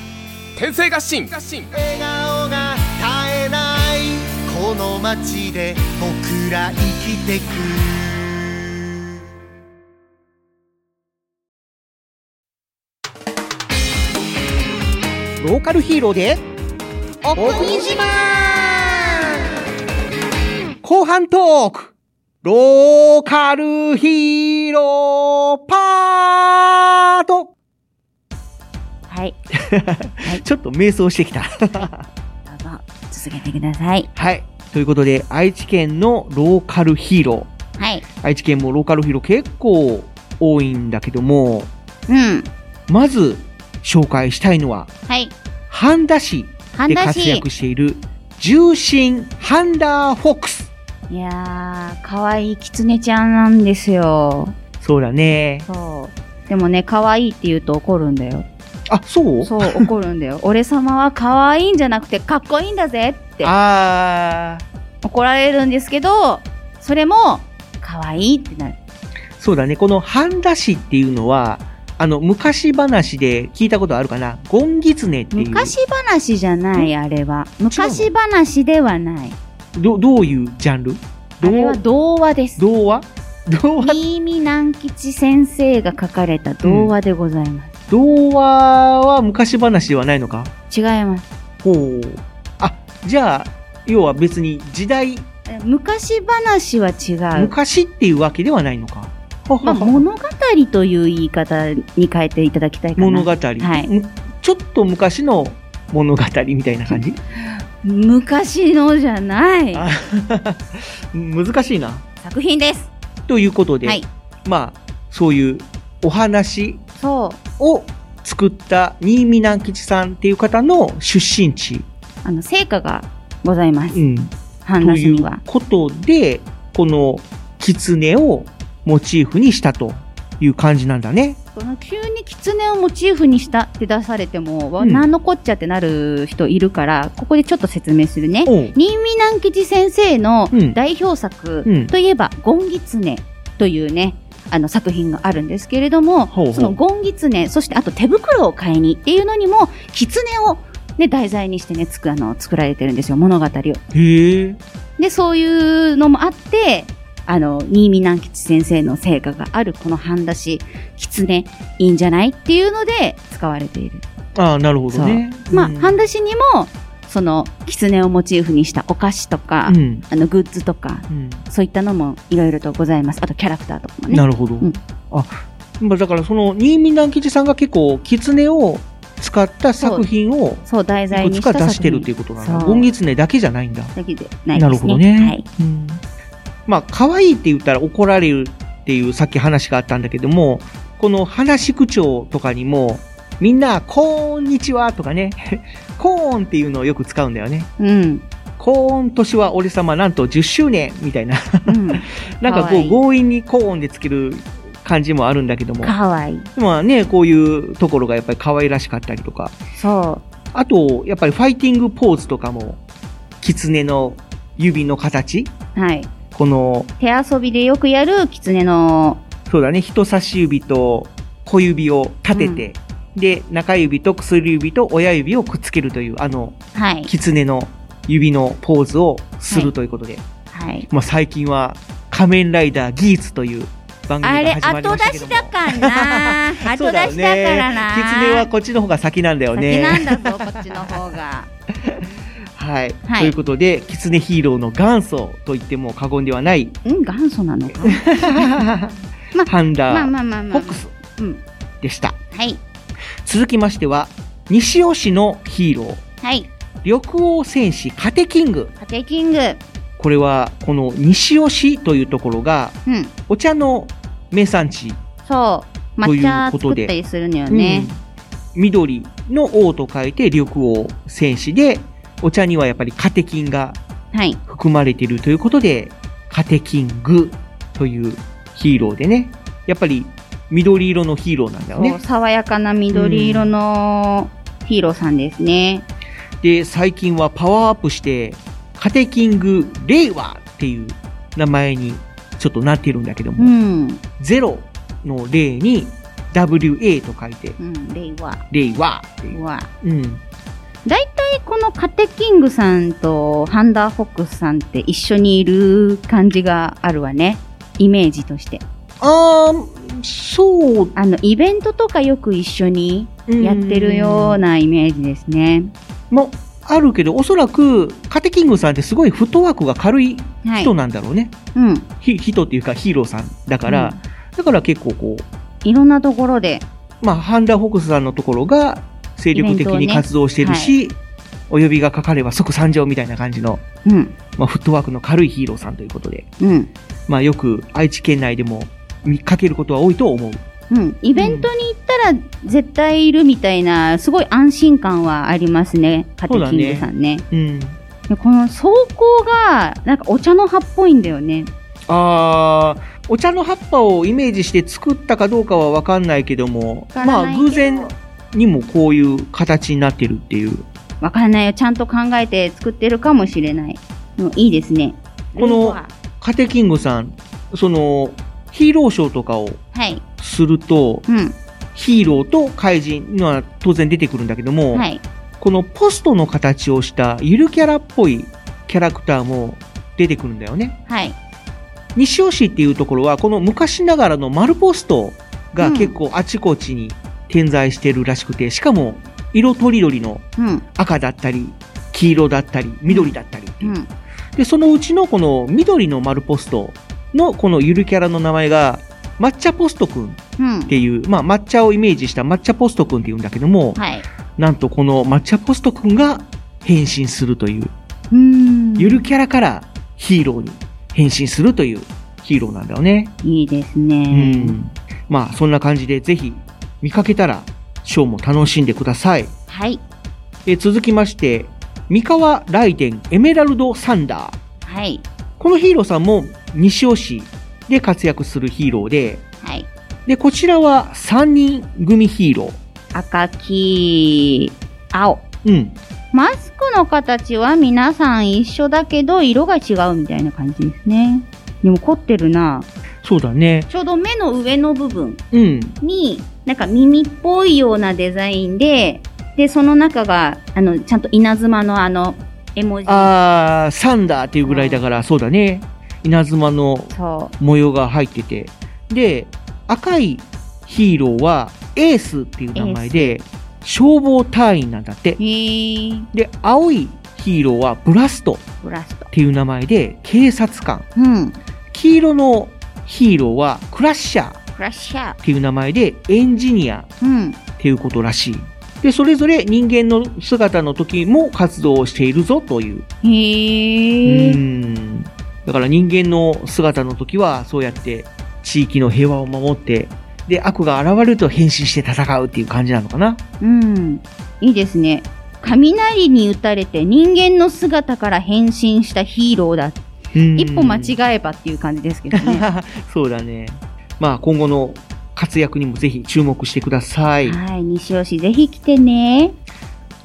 [SPEAKER 11] 天性合心
[SPEAKER 12] 笑顔が絶えないこの街で僕ら生きてく
[SPEAKER 4] ローカルヒーローで
[SPEAKER 2] お国自
[SPEAKER 4] 後半トークローカルヒーローパート
[SPEAKER 5] はい。
[SPEAKER 4] ちょっと迷走してきた。
[SPEAKER 5] どうぞ続けてください。
[SPEAKER 4] はい。ということで、愛知県のローカルヒーロ
[SPEAKER 5] はい。
[SPEAKER 4] ー。愛知県もローカルヒーロー結構多いんだけども、
[SPEAKER 5] うん。
[SPEAKER 4] まず紹介したいのは、
[SPEAKER 5] はい。
[SPEAKER 4] 半田市
[SPEAKER 5] 半
[SPEAKER 4] で
[SPEAKER 5] 田
[SPEAKER 4] 活
[SPEAKER 5] 市。
[SPEAKER 4] 躍している重心ハンダーフォックス。
[SPEAKER 5] いやー、可愛いキツネちゃんなんですよ。
[SPEAKER 4] そうだね。
[SPEAKER 5] そう。でもね、可愛いって言うと怒るんだよ。
[SPEAKER 4] あ、そう
[SPEAKER 5] そう、怒るん だよ。俺様は可愛いんじゃなくて、かっこいいんだぜって
[SPEAKER 4] あー、
[SPEAKER 5] 怒られるんですけど、それも、可愛いってなる。
[SPEAKER 4] そうだね。この半田市っていうのは、あの、昔話で聞いたことあるかなゴンギツネっていう。
[SPEAKER 5] 昔話じゃない、あれは。昔話ではない。
[SPEAKER 4] どどういうジャンル
[SPEAKER 5] あれは
[SPEAKER 4] 童
[SPEAKER 5] 童話です。
[SPEAKER 4] 童話 童話
[SPEAKER 5] 新見南吉先生が書かれた童話でございます。
[SPEAKER 4] 童話 は昔話ではないのか
[SPEAKER 5] 違います。
[SPEAKER 4] ほう。あ、じゃあ、要は別に時代、
[SPEAKER 5] え昔話は違う。
[SPEAKER 4] 昔っていうわけではないのか。
[SPEAKER 5] まあ、物語という言い方に変えていただきたいかな。
[SPEAKER 4] 物語、
[SPEAKER 5] はい
[SPEAKER 4] むちょっと昔の物語みたいな感じ
[SPEAKER 5] 昔のじゃない
[SPEAKER 4] あ難しいな。
[SPEAKER 5] 作品です。
[SPEAKER 4] ということで、
[SPEAKER 5] はい。
[SPEAKER 4] まあ、そういうお話
[SPEAKER 5] そう。
[SPEAKER 4] を作った新見南吉さんっていう方の出身地、
[SPEAKER 5] あの、成果がございま
[SPEAKER 4] う
[SPEAKER 5] す。
[SPEAKER 4] ん、
[SPEAKER 5] ハン
[SPEAKER 4] と
[SPEAKER 5] ナス
[SPEAKER 4] い
[SPEAKER 5] に
[SPEAKER 4] う
[SPEAKER 5] は。
[SPEAKER 4] ことで、この狐をモチーフにしたという感じなんだね。
[SPEAKER 5] その急に狐をモチーフにしたって出されても、わ
[SPEAKER 4] うん
[SPEAKER 5] なんのこっちゃってなる人いるから、ここでちょっと説明するね。
[SPEAKER 4] おう
[SPEAKER 5] 新見南吉先生の
[SPEAKER 4] うん
[SPEAKER 5] 代表作
[SPEAKER 4] うん
[SPEAKER 5] といえば、ゴンギツネというね、あの作品があるんですけれども、
[SPEAKER 4] ほうほう
[SPEAKER 5] そのゴンギツネ、そしてあと手袋を買いにっていうのにも、狐をね、題材にしてね、つく、あの、作られてるんですよ、物語を。
[SPEAKER 4] へえ。
[SPEAKER 5] で、そういうのもあって、あの、新見南吉先生の成果があるこの半出し、狐、いいんじゃないっていうので使われている。
[SPEAKER 4] ああ、なるほどね。
[SPEAKER 5] まあ、半田市にも、その、狐をモチーフにしたお菓子とか、
[SPEAKER 4] うん
[SPEAKER 5] あの、グッズとか、
[SPEAKER 4] うん
[SPEAKER 5] そういったのもいろいろとございます。あと、キャラクターとかもね。
[SPEAKER 4] なるほど。あ、まあだからその新見団吉さんが結構狐を使った作品を
[SPEAKER 5] そう、題
[SPEAKER 4] い
[SPEAKER 5] 材
[SPEAKER 4] く
[SPEAKER 5] に
[SPEAKER 4] つ
[SPEAKER 5] した
[SPEAKER 4] か
[SPEAKER 5] 作品。
[SPEAKER 4] 出してるっていうことなんだ。
[SPEAKER 5] そう
[SPEAKER 4] ゴンギツネだけじゃないんだ。
[SPEAKER 5] だけでないですね。
[SPEAKER 4] なるほどね
[SPEAKER 5] はい。
[SPEAKER 4] まあ可愛いって言ったら怒られるっていうさっき話があったんだけども、この話し口調とかにも、みんな、こんにちはとかね、 コーンっていうのをよく使うんだよね。
[SPEAKER 5] うん。
[SPEAKER 4] コーン年は俺様なんと10周年みたいな。 なんかこ
[SPEAKER 5] かわいうい
[SPEAKER 4] 強引にコーンでつける感じもあるんだけども。
[SPEAKER 5] かわいい。
[SPEAKER 4] まあね、こういうところがやっぱり可愛らしかったりとか。
[SPEAKER 5] そう。
[SPEAKER 4] あと、やっぱりファイティングポーズとかも、狐の指の形
[SPEAKER 5] はい。
[SPEAKER 4] この、
[SPEAKER 5] 手遊びでよくやる狐の、
[SPEAKER 4] そうだね、人差し指と小指を立てて、で、中指と薬指と親指をくっつけるという、あの、
[SPEAKER 5] はい。
[SPEAKER 4] 狐の指のポーズをするということで。
[SPEAKER 5] はい。
[SPEAKER 4] まあ最近は、仮面ライダーギーツという番組
[SPEAKER 5] あれ、
[SPEAKER 4] が始まり
[SPEAKER 5] 後
[SPEAKER 4] ま
[SPEAKER 5] 出
[SPEAKER 4] したけど
[SPEAKER 5] しだからな。
[SPEAKER 4] そう
[SPEAKER 5] 後出
[SPEAKER 4] だよ
[SPEAKER 5] しだ
[SPEAKER 4] ね
[SPEAKER 5] からな。
[SPEAKER 4] 狐はこっちの方が先なんだよね。
[SPEAKER 5] 先なんだぞ、こっちの 方が。
[SPEAKER 4] はい、
[SPEAKER 5] はい
[SPEAKER 4] ということで、キツネヒーローの元祖と言っても過言ではない、
[SPEAKER 5] うん、元祖なのか。
[SPEAKER 4] ハン
[SPEAKER 5] まあ
[SPEAKER 4] ダ
[SPEAKER 5] まあまあまあ。
[SPEAKER 4] フォックス。
[SPEAKER 5] うん。
[SPEAKER 4] でした。
[SPEAKER 5] はい。
[SPEAKER 4] 続きましては、西尾市のヒーロー、
[SPEAKER 5] はい。
[SPEAKER 4] 緑黄戦士カテキング。
[SPEAKER 5] カテキング。
[SPEAKER 4] これは、この西尾市というところが、
[SPEAKER 5] うん。
[SPEAKER 4] お茶の名産地、
[SPEAKER 5] そう。
[SPEAKER 4] とい
[SPEAKER 5] 抹茶
[SPEAKER 4] うこと
[SPEAKER 5] 作っ
[SPEAKER 4] で
[SPEAKER 5] たりするのよね。
[SPEAKER 4] うん緑の王と書いて緑黄戦士で、お茶にはやっぱりカテキンが
[SPEAKER 5] はい。
[SPEAKER 4] 含まれているということで、カテキングというヒーローでね、やっぱり緑色のヒーローなんだよ
[SPEAKER 5] そ
[SPEAKER 4] ね
[SPEAKER 5] う、。爽やかな緑色のヒーローさんですね。
[SPEAKER 4] で、最近はパワーアップして、カテキング令和っていう名前にちょっとなってるんだけど
[SPEAKER 5] う
[SPEAKER 4] も、
[SPEAKER 5] ん。
[SPEAKER 4] ゼロの例に WA と書いて、
[SPEAKER 5] うん、令和。
[SPEAKER 4] 令和っていう。
[SPEAKER 5] は。
[SPEAKER 4] うん。
[SPEAKER 5] 大体このカテキングさんとハンダーフォックスさんって一緒にいる感じがあるわね。イメージとして。
[SPEAKER 4] あー、そう。
[SPEAKER 5] あの、イベントとかよく一緒にやってるようなイメージですね。
[SPEAKER 4] もあるけど、おそらくカテキングさんってすごいフットワークが軽い
[SPEAKER 5] はい
[SPEAKER 4] 人なんだろうね。
[SPEAKER 5] うん。
[SPEAKER 4] ひ人っていうかヒーローさんだから、だから結構こ
[SPEAKER 5] いろんなところで。
[SPEAKER 4] う、まあ、ハンダ・ホクスさんのところが精力的に活動してるし、お呼びがかかれば即参上みたいな感じの、
[SPEAKER 5] うん。
[SPEAKER 4] まあ、フットワークの軽いヒーローさんということで、
[SPEAKER 5] うん。
[SPEAKER 4] まあ、よく愛知県内でも見かけることは多いと思う。
[SPEAKER 5] うん。イベントに行ったら絶対いるみたいな、すごい安心感はありますね。カテキングさんね。
[SPEAKER 4] うん。
[SPEAKER 5] でこの走行が、なんかお茶の葉っぽいんだよね。
[SPEAKER 4] あーお茶の葉っぱをイメージして作ったかどうかは分かんないけども、
[SPEAKER 5] わからないけど
[SPEAKER 4] まあ、偶然にもこういう形になってるっていう。
[SPEAKER 5] わからないよ。ちゃんと考えて作ってるかもしれない。でもいいですね。
[SPEAKER 4] このカテキングさん、その、ヒーローショーとかを
[SPEAKER 5] はい。
[SPEAKER 4] すると、
[SPEAKER 5] うん。
[SPEAKER 4] ヒーローと怪人が当然出てくるんだけども、
[SPEAKER 5] はい。
[SPEAKER 4] このポストの形をしたゆるキャラっぽいキャラクターも出てくるんだよね。
[SPEAKER 5] はい。
[SPEAKER 4] 西尾市っていうところは、この昔ながらの丸ポストが結構あちこちに点在してるらしくて、しかも色とりどりの
[SPEAKER 5] うん。
[SPEAKER 4] 赤だったり、黄色だったり、緑だったり。
[SPEAKER 5] うん。
[SPEAKER 4] で、そのうちのこの緑の丸ポストのこのゆるキャラの名前が、抹茶ポストくん
[SPEAKER 5] うん
[SPEAKER 4] っ。ていう、まあ抹茶をイメージした抹茶ポストくんっていうんだけども、
[SPEAKER 5] はい。
[SPEAKER 4] なんとこの抹茶ポストくんが変身するという、
[SPEAKER 5] うーん。
[SPEAKER 4] ゆるキャラからヒーローに変身するというヒーローなんだよね。
[SPEAKER 5] いいです
[SPEAKER 4] う
[SPEAKER 5] ね。
[SPEAKER 4] ん。まあそんな感じでぜひ見かけたらショーも楽しんでください。
[SPEAKER 5] はい。
[SPEAKER 4] え続きまして、三河雷電エメラルドサンダー。
[SPEAKER 5] はい。
[SPEAKER 4] このヒーローさんも西尾市で活躍するヒーローで、
[SPEAKER 5] はい。
[SPEAKER 4] で、こちらは3人組ヒーロ
[SPEAKER 5] 赤、黄、青。
[SPEAKER 4] ー。うん。
[SPEAKER 5] マスクの形は皆さん一緒だけど、色が違うみたいな感じですね。でも凝ってるな。
[SPEAKER 4] そうだね。
[SPEAKER 5] ちょうど目の上の部分
[SPEAKER 4] うん。
[SPEAKER 5] に、なんか耳っぽいようなデザインで、で、その中が、あの、ちゃんと稲妻のあの、絵文字。
[SPEAKER 4] あー、サンダーっていうぐらいだから、そうだね。稲妻の
[SPEAKER 5] そ
[SPEAKER 4] 模様が入ってて。で、赤いヒーローはエースっていう名前で、消防隊員なんだって。で、青いヒーローはブラスト
[SPEAKER 5] ブラスト。
[SPEAKER 4] っていう名前で警察官。
[SPEAKER 5] うん。
[SPEAKER 4] 黄色のヒーローはクラッシャーっ
[SPEAKER 5] クラッシャー。
[SPEAKER 4] ていう名前でエンジニア
[SPEAKER 5] うん。
[SPEAKER 4] っていうことらしい。で、それぞれ人間の姿の時も活動をしているぞという。
[SPEAKER 5] へ
[SPEAKER 4] う
[SPEAKER 5] え。
[SPEAKER 4] ん。だから人間の姿の時はそうやって地域の平和を守って、で、悪が現れると変身して戦うっていう感じなのかな。
[SPEAKER 5] うん。いいですね。雷に打たれて人間の姿から変身したヒーローだ。
[SPEAKER 4] うん
[SPEAKER 5] 一歩間違えばっていう感じですけ どね。は
[SPEAKER 4] そうだね。まあ今後の活躍にもぜひ注目してください。
[SPEAKER 5] い。西尾市ぜひ来てね。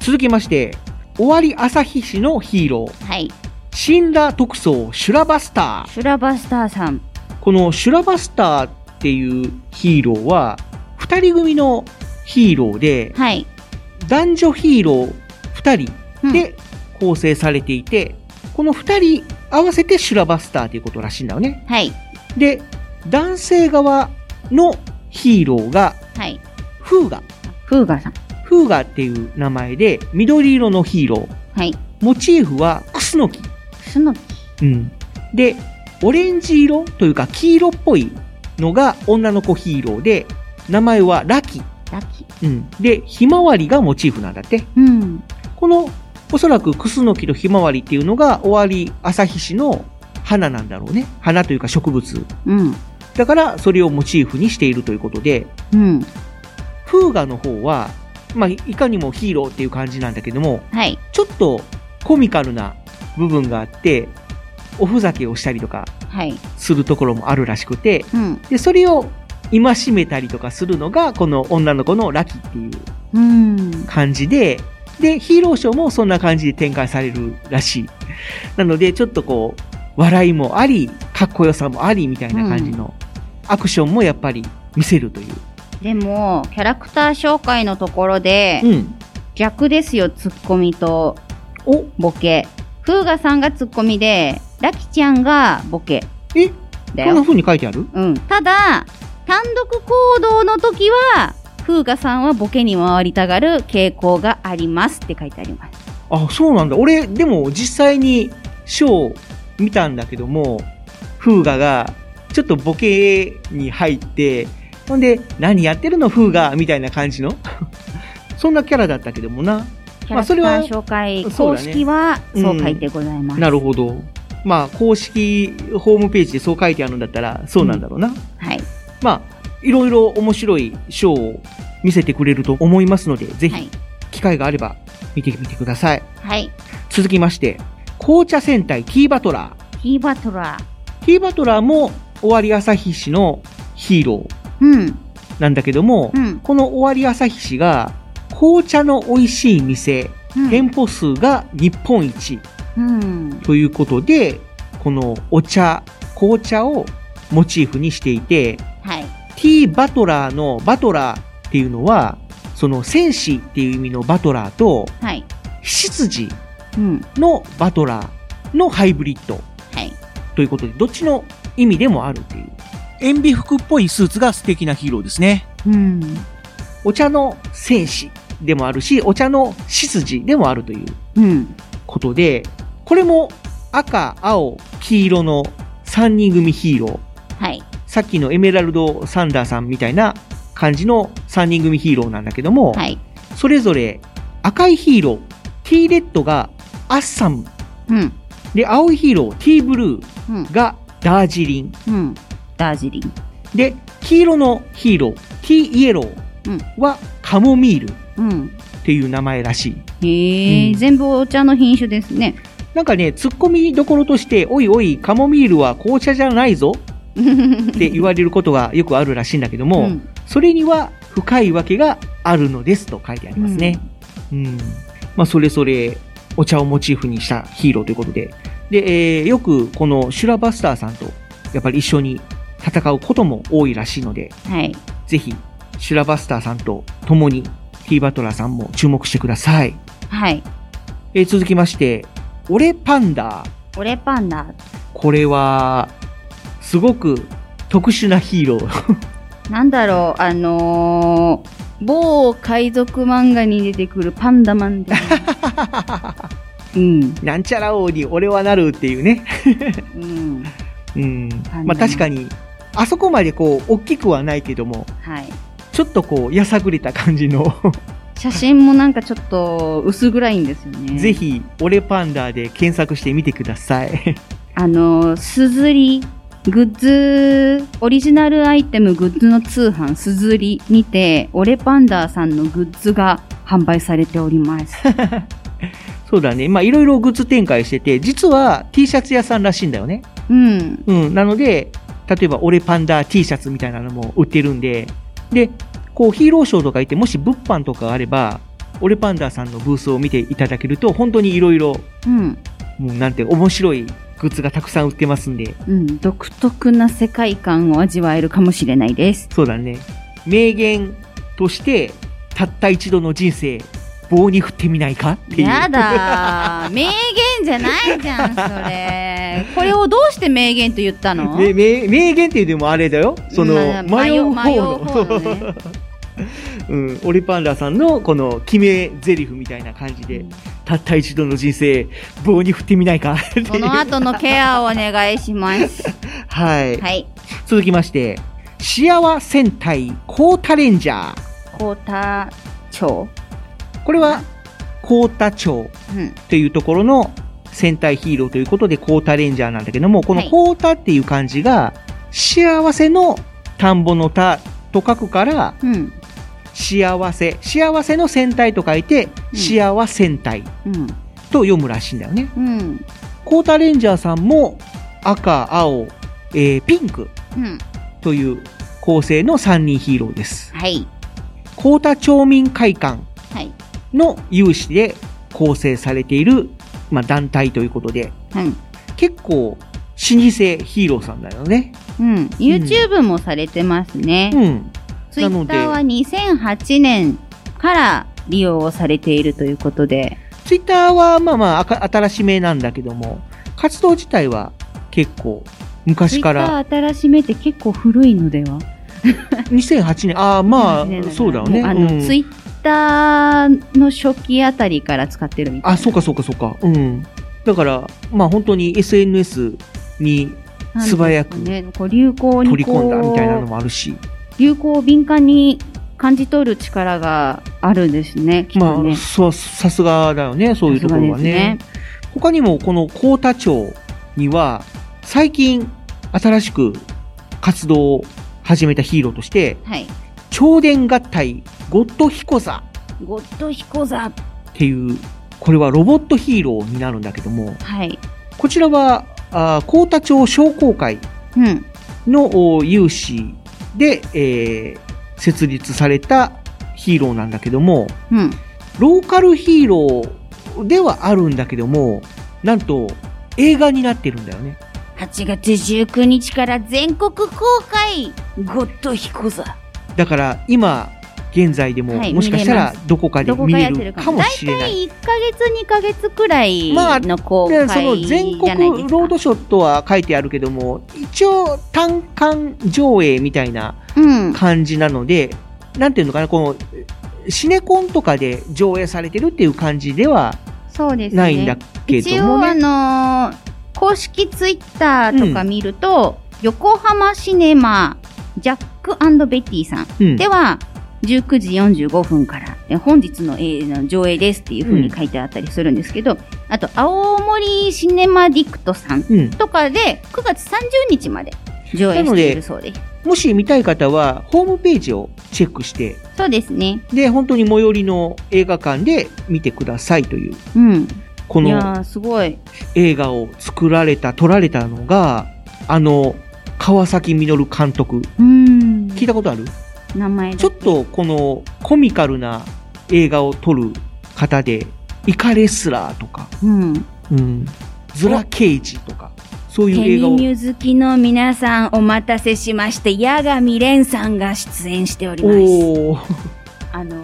[SPEAKER 4] 続きまして、終わり朝日市のヒーロー、
[SPEAKER 5] はい。
[SPEAKER 4] 死んだ特捜シュラバスタ
[SPEAKER 5] シュラバスターさん。
[SPEAKER 4] ー。このシュラバスターっていうヒーローは、二人組のヒーローで、
[SPEAKER 5] はい。
[SPEAKER 4] 男女ヒーロー二人
[SPEAKER 5] う
[SPEAKER 4] で構成されていて、この二人合わせてシュラバスターということらしいんだよね。
[SPEAKER 5] はい。
[SPEAKER 4] で、男性側のヒーローが、
[SPEAKER 5] はい。
[SPEAKER 4] フーガ。
[SPEAKER 5] フーガさん。
[SPEAKER 4] フーガっていう名前で、緑色のヒーロー。
[SPEAKER 5] はい。
[SPEAKER 4] モチーフはクスノキ。
[SPEAKER 5] スノキ。
[SPEAKER 4] うん。で、オレンジ色というか黄色っぽいのが女の子ヒーローで、名前はラキ。
[SPEAKER 5] ラキ。
[SPEAKER 4] うん。で、ひまわりがモチーフなんだって。
[SPEAKER 5] うん。
[SPEAKER 4] この、おそらくクスノキとひまわりっていうのが、終わり朝日市の花なんだろうね。花というか植物。
[SPEAKER 5] うん。
[SPEAKER 4] だから、それをモチーフにしているということで、
[SPEAKER 5] うん。
[SPEAKER 4] フーガの方は、まあ、いかにもヒーローっていう感じなんだけども、
[SPEAKER 5] はい。
[SPEAKER 4] ちょっとコミカルな部分があって、おふざけをしたりとか
[SPEAKER 5] はい。
[SPEAKER 4] するところもあるらしくて、
[SPEAKER 5] うん。
[SPEAKER 4] で、それを戒めたりとかするのが、この女の子のラキっていう
[SPEAKER 5] うん。
[SPEAKER 4] 感じで、で、ヒーローショーもそんな感じで展開されるらしい。なので、ちょっとこう、笑いもあり、かっこよさもありみたいな感じの、アクションもやっぱり見せるという。
[SPEAKER 5] でも、キャラクター紹介のところで、
[SPEAKER 4] うん。
[SPEAKER 5] 逆ですよ、ツッコミと
[SPEAKER 4] お、
[SPEAKER 5] ボケ。フーガさんがツッコミで、ラキちゃんがボケ。
[SPEAKER 4] えこ
[SPEAKER 5] だ
[SPEAKER 4] んな
[SPEAKER 5] よ。
[SPEAKER 4] 風に書いてある
[SPEAKER 5] うん。ただ、単独行動の時は、フーガさんはボケに回りたがる傾向がありますって書いてあります。
[SPEAKER 4] あ、そうなんだ。俺、でも実際にショー見たんだけども、フーガがちょっとボケに入って、ほんで、何やってるのフーガみたいな感じの。 そんなキャラだったけどもな。
[SPEAKER 5] キャ
[SPEAKER 4] まあ
[SPEAKER 5] ラ
[SPEAKER 4] そ
[SPEAKER 5] ク
[SPEAKER 4] れ
[SPEAKER 5] タ
[SPEAKER 4] は
[SPEAKER 5] ー紹介
[SPEAKER 4] そう
[SPEAKER 5] 公
[SPEAKER 4] だね
[SPEAKER 5] 式は
[SPEAKER 4] うん
[SPEAKER 5] そう書いてございます。
[SPEAKER 4] なるほど。まあ、公式ホームページでそう書いてあるんだったら、そうなんだろうな。
[SPEAKER 5] はい。
[SPEAKER 4] まあ、いろいろ面白いショーを見せてくれると思いますので、ぜ
[SPEAKER 5] は
[SPEAKER 4] ひ
[SPEAKER 5] い、
[SPEAKER 4] 機会があれば見てみてください。
[SPEAKER 5] はい。
[SPEAKER 4] 続きまして、紅茶戦隊ティーバトラー。
[SPEAKER 5] ティーバトラー。
[SPEAKER 4] ティーバトラーも終わり朝日氏のヒーロ
[SPEAKER 5] うん。
[SPEAKER 4] ーなんだけども、
[SPEAKER 5] うん。
[SPEAKER 4] この終わり朝日氏が紅茶の美味しい店、
[SPEAKER 5] うん。
[SPEAKER 4] 店舗数が日本一
[SPEAKER 5] うん。
[SPEAKER 4] ということで、このお茶、紅茶をモチーフにしていて、
[SPEAKER 5] はい。
[SPEAKER 4] T バトラーのバトラーっていうのは、その戦士っていう意味のバトラーと、
[SPEAKER 5] はい。
[SPEAKER 4] 執事
[SPEAKER 5] うん。
[SPEAKER 4] のバトラーのハイブリッド
[SPEAKER 5] はい。
[SPEAKER 4] ということで、どっちの意味でもあるっていう。塩ビ服っぽいスーツが素敵なヒーローですね。
[SPEAKER 5] うん。
[SPEAKER 4] お茶の戦士でもあるし、お茶の執事でもあるという
[SPEAKER 5] うん。
[SPEAKER 4] ことで、これも赤、青、黄色の3人組ヒーロー。
[SPEAKER 5] はい。
[SPEAKER 4] さっきのエメラルド・サンダーさんみたいな感じの3人組ヒーローなんだけども、
[SPEAKER 5] はい。
[SPEAKER 4] それぞれ赤いヒーロー、T レッドがアッサム。
[SPEAKER 5] うん。
[SPEAKER 4] で、青いヒーロー、T ブルー
[SPEAKER 5] うん。
[SPEAKER 4] がダージリン。
[SPEAKER 5] うん。ダージリン。
[SPEAKER 4] で、黄色のヒーロー、T イエロ
[SPEAKER 5] うん
[SPEAKER 4] ーはカモミールっ
[SPEAKER 5] うん。
[SPEAKER 4] ていう名前らしい。
[SPEAKER 5] へえ、
[SPEAKER 4] うん
[SPEAKER 5] 全部お茶の品種ですね。
[SPEAKER 4] なんかね、ツッコミどころとして、おいおい、カモミールは紅茶じゃないぞって言われることがよくあるらしいんだけども、
[SPEAKER 5] うん
[SPEAKER 4] それには深いわけがあるのですと書いてありますね。うん。まあ、それぞれお茶をモチーフにしたヒーローということで。で、えーよくこのシュラバスターさんと、やっぱり一緒に戦うことも多いらしいので、
[SPEAKER 5] はい。
[SPEAKER 4] ぜひ、シュラバスターさんと共に、ティーバトラーさんも注目してください。
[SPEAKER 5] はい。
[SPEAKER 4] えー続きまして、俺パンダ。
[SPEAKER 5] 俺パンダ。
[SPEAKER 4] これは、すごく特殊なヒーロー。
[SPEAKER 5] なんだろう、あのー某海賊漫画に出てくるパンダマンでうん、
[SPEAKER 4] なんちゃら王に俺はなるっていうね。
[SPEAKER 5] うん、
[SPEAKER 4] うん。まあ確かに、あそこまでこう、大きくはないけども、
[SPEAKER 5] はい
[SPEAKER 4] ちょっとこう、やさぐれた感じの、
[SPEAKER 5] 写真もなんかちょっと薄暗いんですよね
[SPEAKER 4] ぜひ、俺パンダで検索してみてください。
[SPEAKER 5] あのすずりグッズオリジナルアイテムグッズの通販すずりにてオレパンダーさんのグッズが販売されております
[SPEAKER 4] そうだね。まあいろいろグッズ展開してて、実は T シャツ屋さんらしいんだよね。
[SPEAKER 5] うん
[SPEAKER 4] うん。なので、例えば俺パンダ T シャツみたいなのも売ってるんで、で、こうヒーローショーとかいて、もし物販とかあれば、俺パンダさんのブースを見ていただけると、本当にいろいろ、
[SPEAKER 5] うん
[SPEAKER 4] もうなんて面白いグッズがたくさん売ってますんで、
[SPEAKER 5] うん独特な世界観を味わえるかもしれないです
[SPEAKER 4] そうだね。名言として、たった一度の人生、棒に振ってみないかっていう。
[SPEAKER 5] やだー名言じゃないじゃんそれこれをどうして名言と言ったの
[SPEAKER 4] め名名言っていうでもあれだよ。その、
[SPEAKER 5] まあ
[SPEAKER 4] 迷う
[SPEAKER 5] 迷
[SPEAKER 4] 方
[SPEAKER 5] う
[SPEAKER 4] の。
[SPEAKER 5] 方のね
[SPEAKER 4] うん、オリパンダさんのこの決め台詞みたいな感じで、たった一度の人生、棒に振ってみないか っていう
[SPEAKER 5] この後のケアをお願いします。
[SPEAKER 4] はい。
[SPEAKER 5] はい。
[SPEAKER 4] 続きまして、幸戦隊コータレンジャー。
[SPEAKER 5] コータ町。
[SPEAKER 4] これは、コータ町
[SPEAKER 5] うん。
[SPEAKER 4] というところの戦隊ヒーローということでコータレンジャーなんだけども、この
[SPEAKER 5] はい
[SPEAKER 4] コータっていう漢字が、幸せの田んぼの田と書くから、
[SPEAKER 5] うん。
[SPEAKER 4] 幸せ、幸せの戦隊と書いて、幸戦隊
[SPEAKER 5] うん。
[SPEAKER 4] と読むらしいんだよね。
[SPEAKER 5] うん。
[SPEAKER 4] コータレンジャーさんも赤、青、えーピンク
[SPEAKER 5] うん。
[SPEAKER 4] という構成の3人ヒーローです。
[SPEAKER 5] はい。
[SPEAKER 4] コータ町民会館
[SPEAKER 5] はい。
[SPEAKER 4] の有志で構成されている、まあ、団体ということで、
[SPEAKER 5] はい。
[SPEAKER 4] 結構老舗ヒーローさんだよね。
[SPEAKER 5] うん。YouTube もされてますね。
[SPEAKER 4] うん。なので
[SPEAKER 5] Twitter は2008年から利用をされているということで。
[SPEAKER 4] ツイッターはまあまああか新しめなんだけども、活動自体は結構昔から
[SPEAKER 5] Twitter 新しめって結構古いのでは
[SPEAKER 4] 2008年、ああまあ、そうだよね。
[SPEAKER 5] もうあの、
[SPEAKER 4] うん
[SPEAKER 5] Twitter の初期あたりから使ってるみたい
[SPEAKER 4] あ、そうかそうかそうか。うん。だから、まあ本当に SNS に
[SPEAKER 5] なんです
[SPEAKER 4] 素
[SPEAKER 5] かね
[SPEAKER 4] 早く
[SPEAKER 5] ね、こう流行にこう
[SPEAKER 4] 取り込んだみたいなのもあるし、
[SPEAKER 5] 流行を敏感に感じ取る力があるんですね、きっと
[SPEAKER 4] ま
[SPEAKER 5] ね
[SPEAKER 4] あ、。そうさすがだよね、そういうところはね。
[SPEAKER 5] さ
[SPEAKER 4] 他にもこの高田町には、最近新しく活動を始めたヒーローとして、
[SPEAKER 5] はい。
[SPEAKER 4] 超電合体ゴッドヒコザ
[SPEAKER 5] ゴッドヒコザ。
[SPEAKER 4] っていう、これはロボットヒーローになるんだけども、
[SPEAKER 5] はい。
[SPEAKER 4] こちらは、あー高田町商工会
[SPEAKER 5] うん。
[SPEAKER 4] のお有志で、えー設立されたヒーローなんだけども、
[SPEAKER 5] うん。
[SPEAKER 4] ローカルヒーローではあるんだけども、なんと映画になってるんだよね。
[SPEAKER 5] 8月19日から全国公開ゴッドヒコザ。
[SPEAKER 4] だから今、現在でも、
[SPEAKER 5] はい
[SPEAKER 4] もしかした
[SPEAKER 5] 見れ
[SPEAKER 4] ら
[SPEAKER 5] ます
[SPEAKER 4] どこかで
[SPEAKER 5] どこ
[SPEAKER 4] 見
[SPEAKER 5] か
[SPEAKER 4] れ
[SPEAKER 5] やって
[SPEAKER 4] る
[SPEAKER 5] る
[SPEAKER 4] か
[SPEAKER 5] かも。
[SPEAKER 4] も
[SPEAKER 5] 大
[SPEAKER 4] しれない。
[SPEAKER 5] 体1ヶ月、2ヶ月くらい
[SPEAKER 4] まあ
[SPEAKER 5] の公
[SPEAKER 4] で
[SPEAKER 5] 開
[SPEAKER 4] その全
[SPEAKER 5] じゃないで
[SPEAKER 4] 国
[SPEAKER 5] すか。
[SPEAKER 4] ロードショーとは書いてあるけども、一応単館上映みたいな
[SPEAKER 5] うん。
[SPEAKER 4] 感じなので、なんていうのかな、この、シネコンとかで上映されてるっていう感じでは
[SPEAKER 5] そうですね。
[SPEAKER 4] ないんだけど
[SPEAKER 5] 一
[SPEAKER 4] も
[SPEAKER 5] 応、
[SPEAKER 4] ね。
[SPEAKER 5] あのー公式ツイッターとか見ると、横浜シネマジャックベティさん、
[SPEAKER 4] うん
[SPEAKER 5] では19時45分からで本日の,、えーの上映ですっていうふうに書いてあったりするんですけど、あと青森シネマディクトさん
[SPEAKER 4] うん
[SPEAKER 5] とかで9月30日まで上映しているそうです。
[SPEAKER 4] もし見たい方は、ホームページをチェックして、
[SPEAKER 5] そうですね。
[SPEAKER 4] で、本当に最寄りの映画館で見てくださいという、
[SPEAKER 5] うん。
[SPEAKER 4] こ
[SPEAKER 5] いや
[SPEAKER 4] の
[SPEAKER 5] ーすごい。
[SPEAKER 4] 映画を作られた、撮られたのが、あの、川崎実監督。
[SPEAKER 5] うん。
[SPEAKER 4] 聞いたことある
[SPEAKER 5] 名前だけ
[SPEAKER 4] ちょっとこのコミカルな映画を撮る方で、イカレスラーとか、
[SPEAKER 5] うん。
[SPEAKER 4] うん、ズラ・ケイジとか、そういう
[SPEAKER 5] ケ
[SPEAKER 4] 映
[SPEAKER 5] ミ
[SPEAKER 4] 画を
[SPEAKER 5] ミュー好きの皆さんお待たせしまして、矢神蓮さんが出演しております。
[SPEAKER 4] おー
[SPEAKER 5] あの、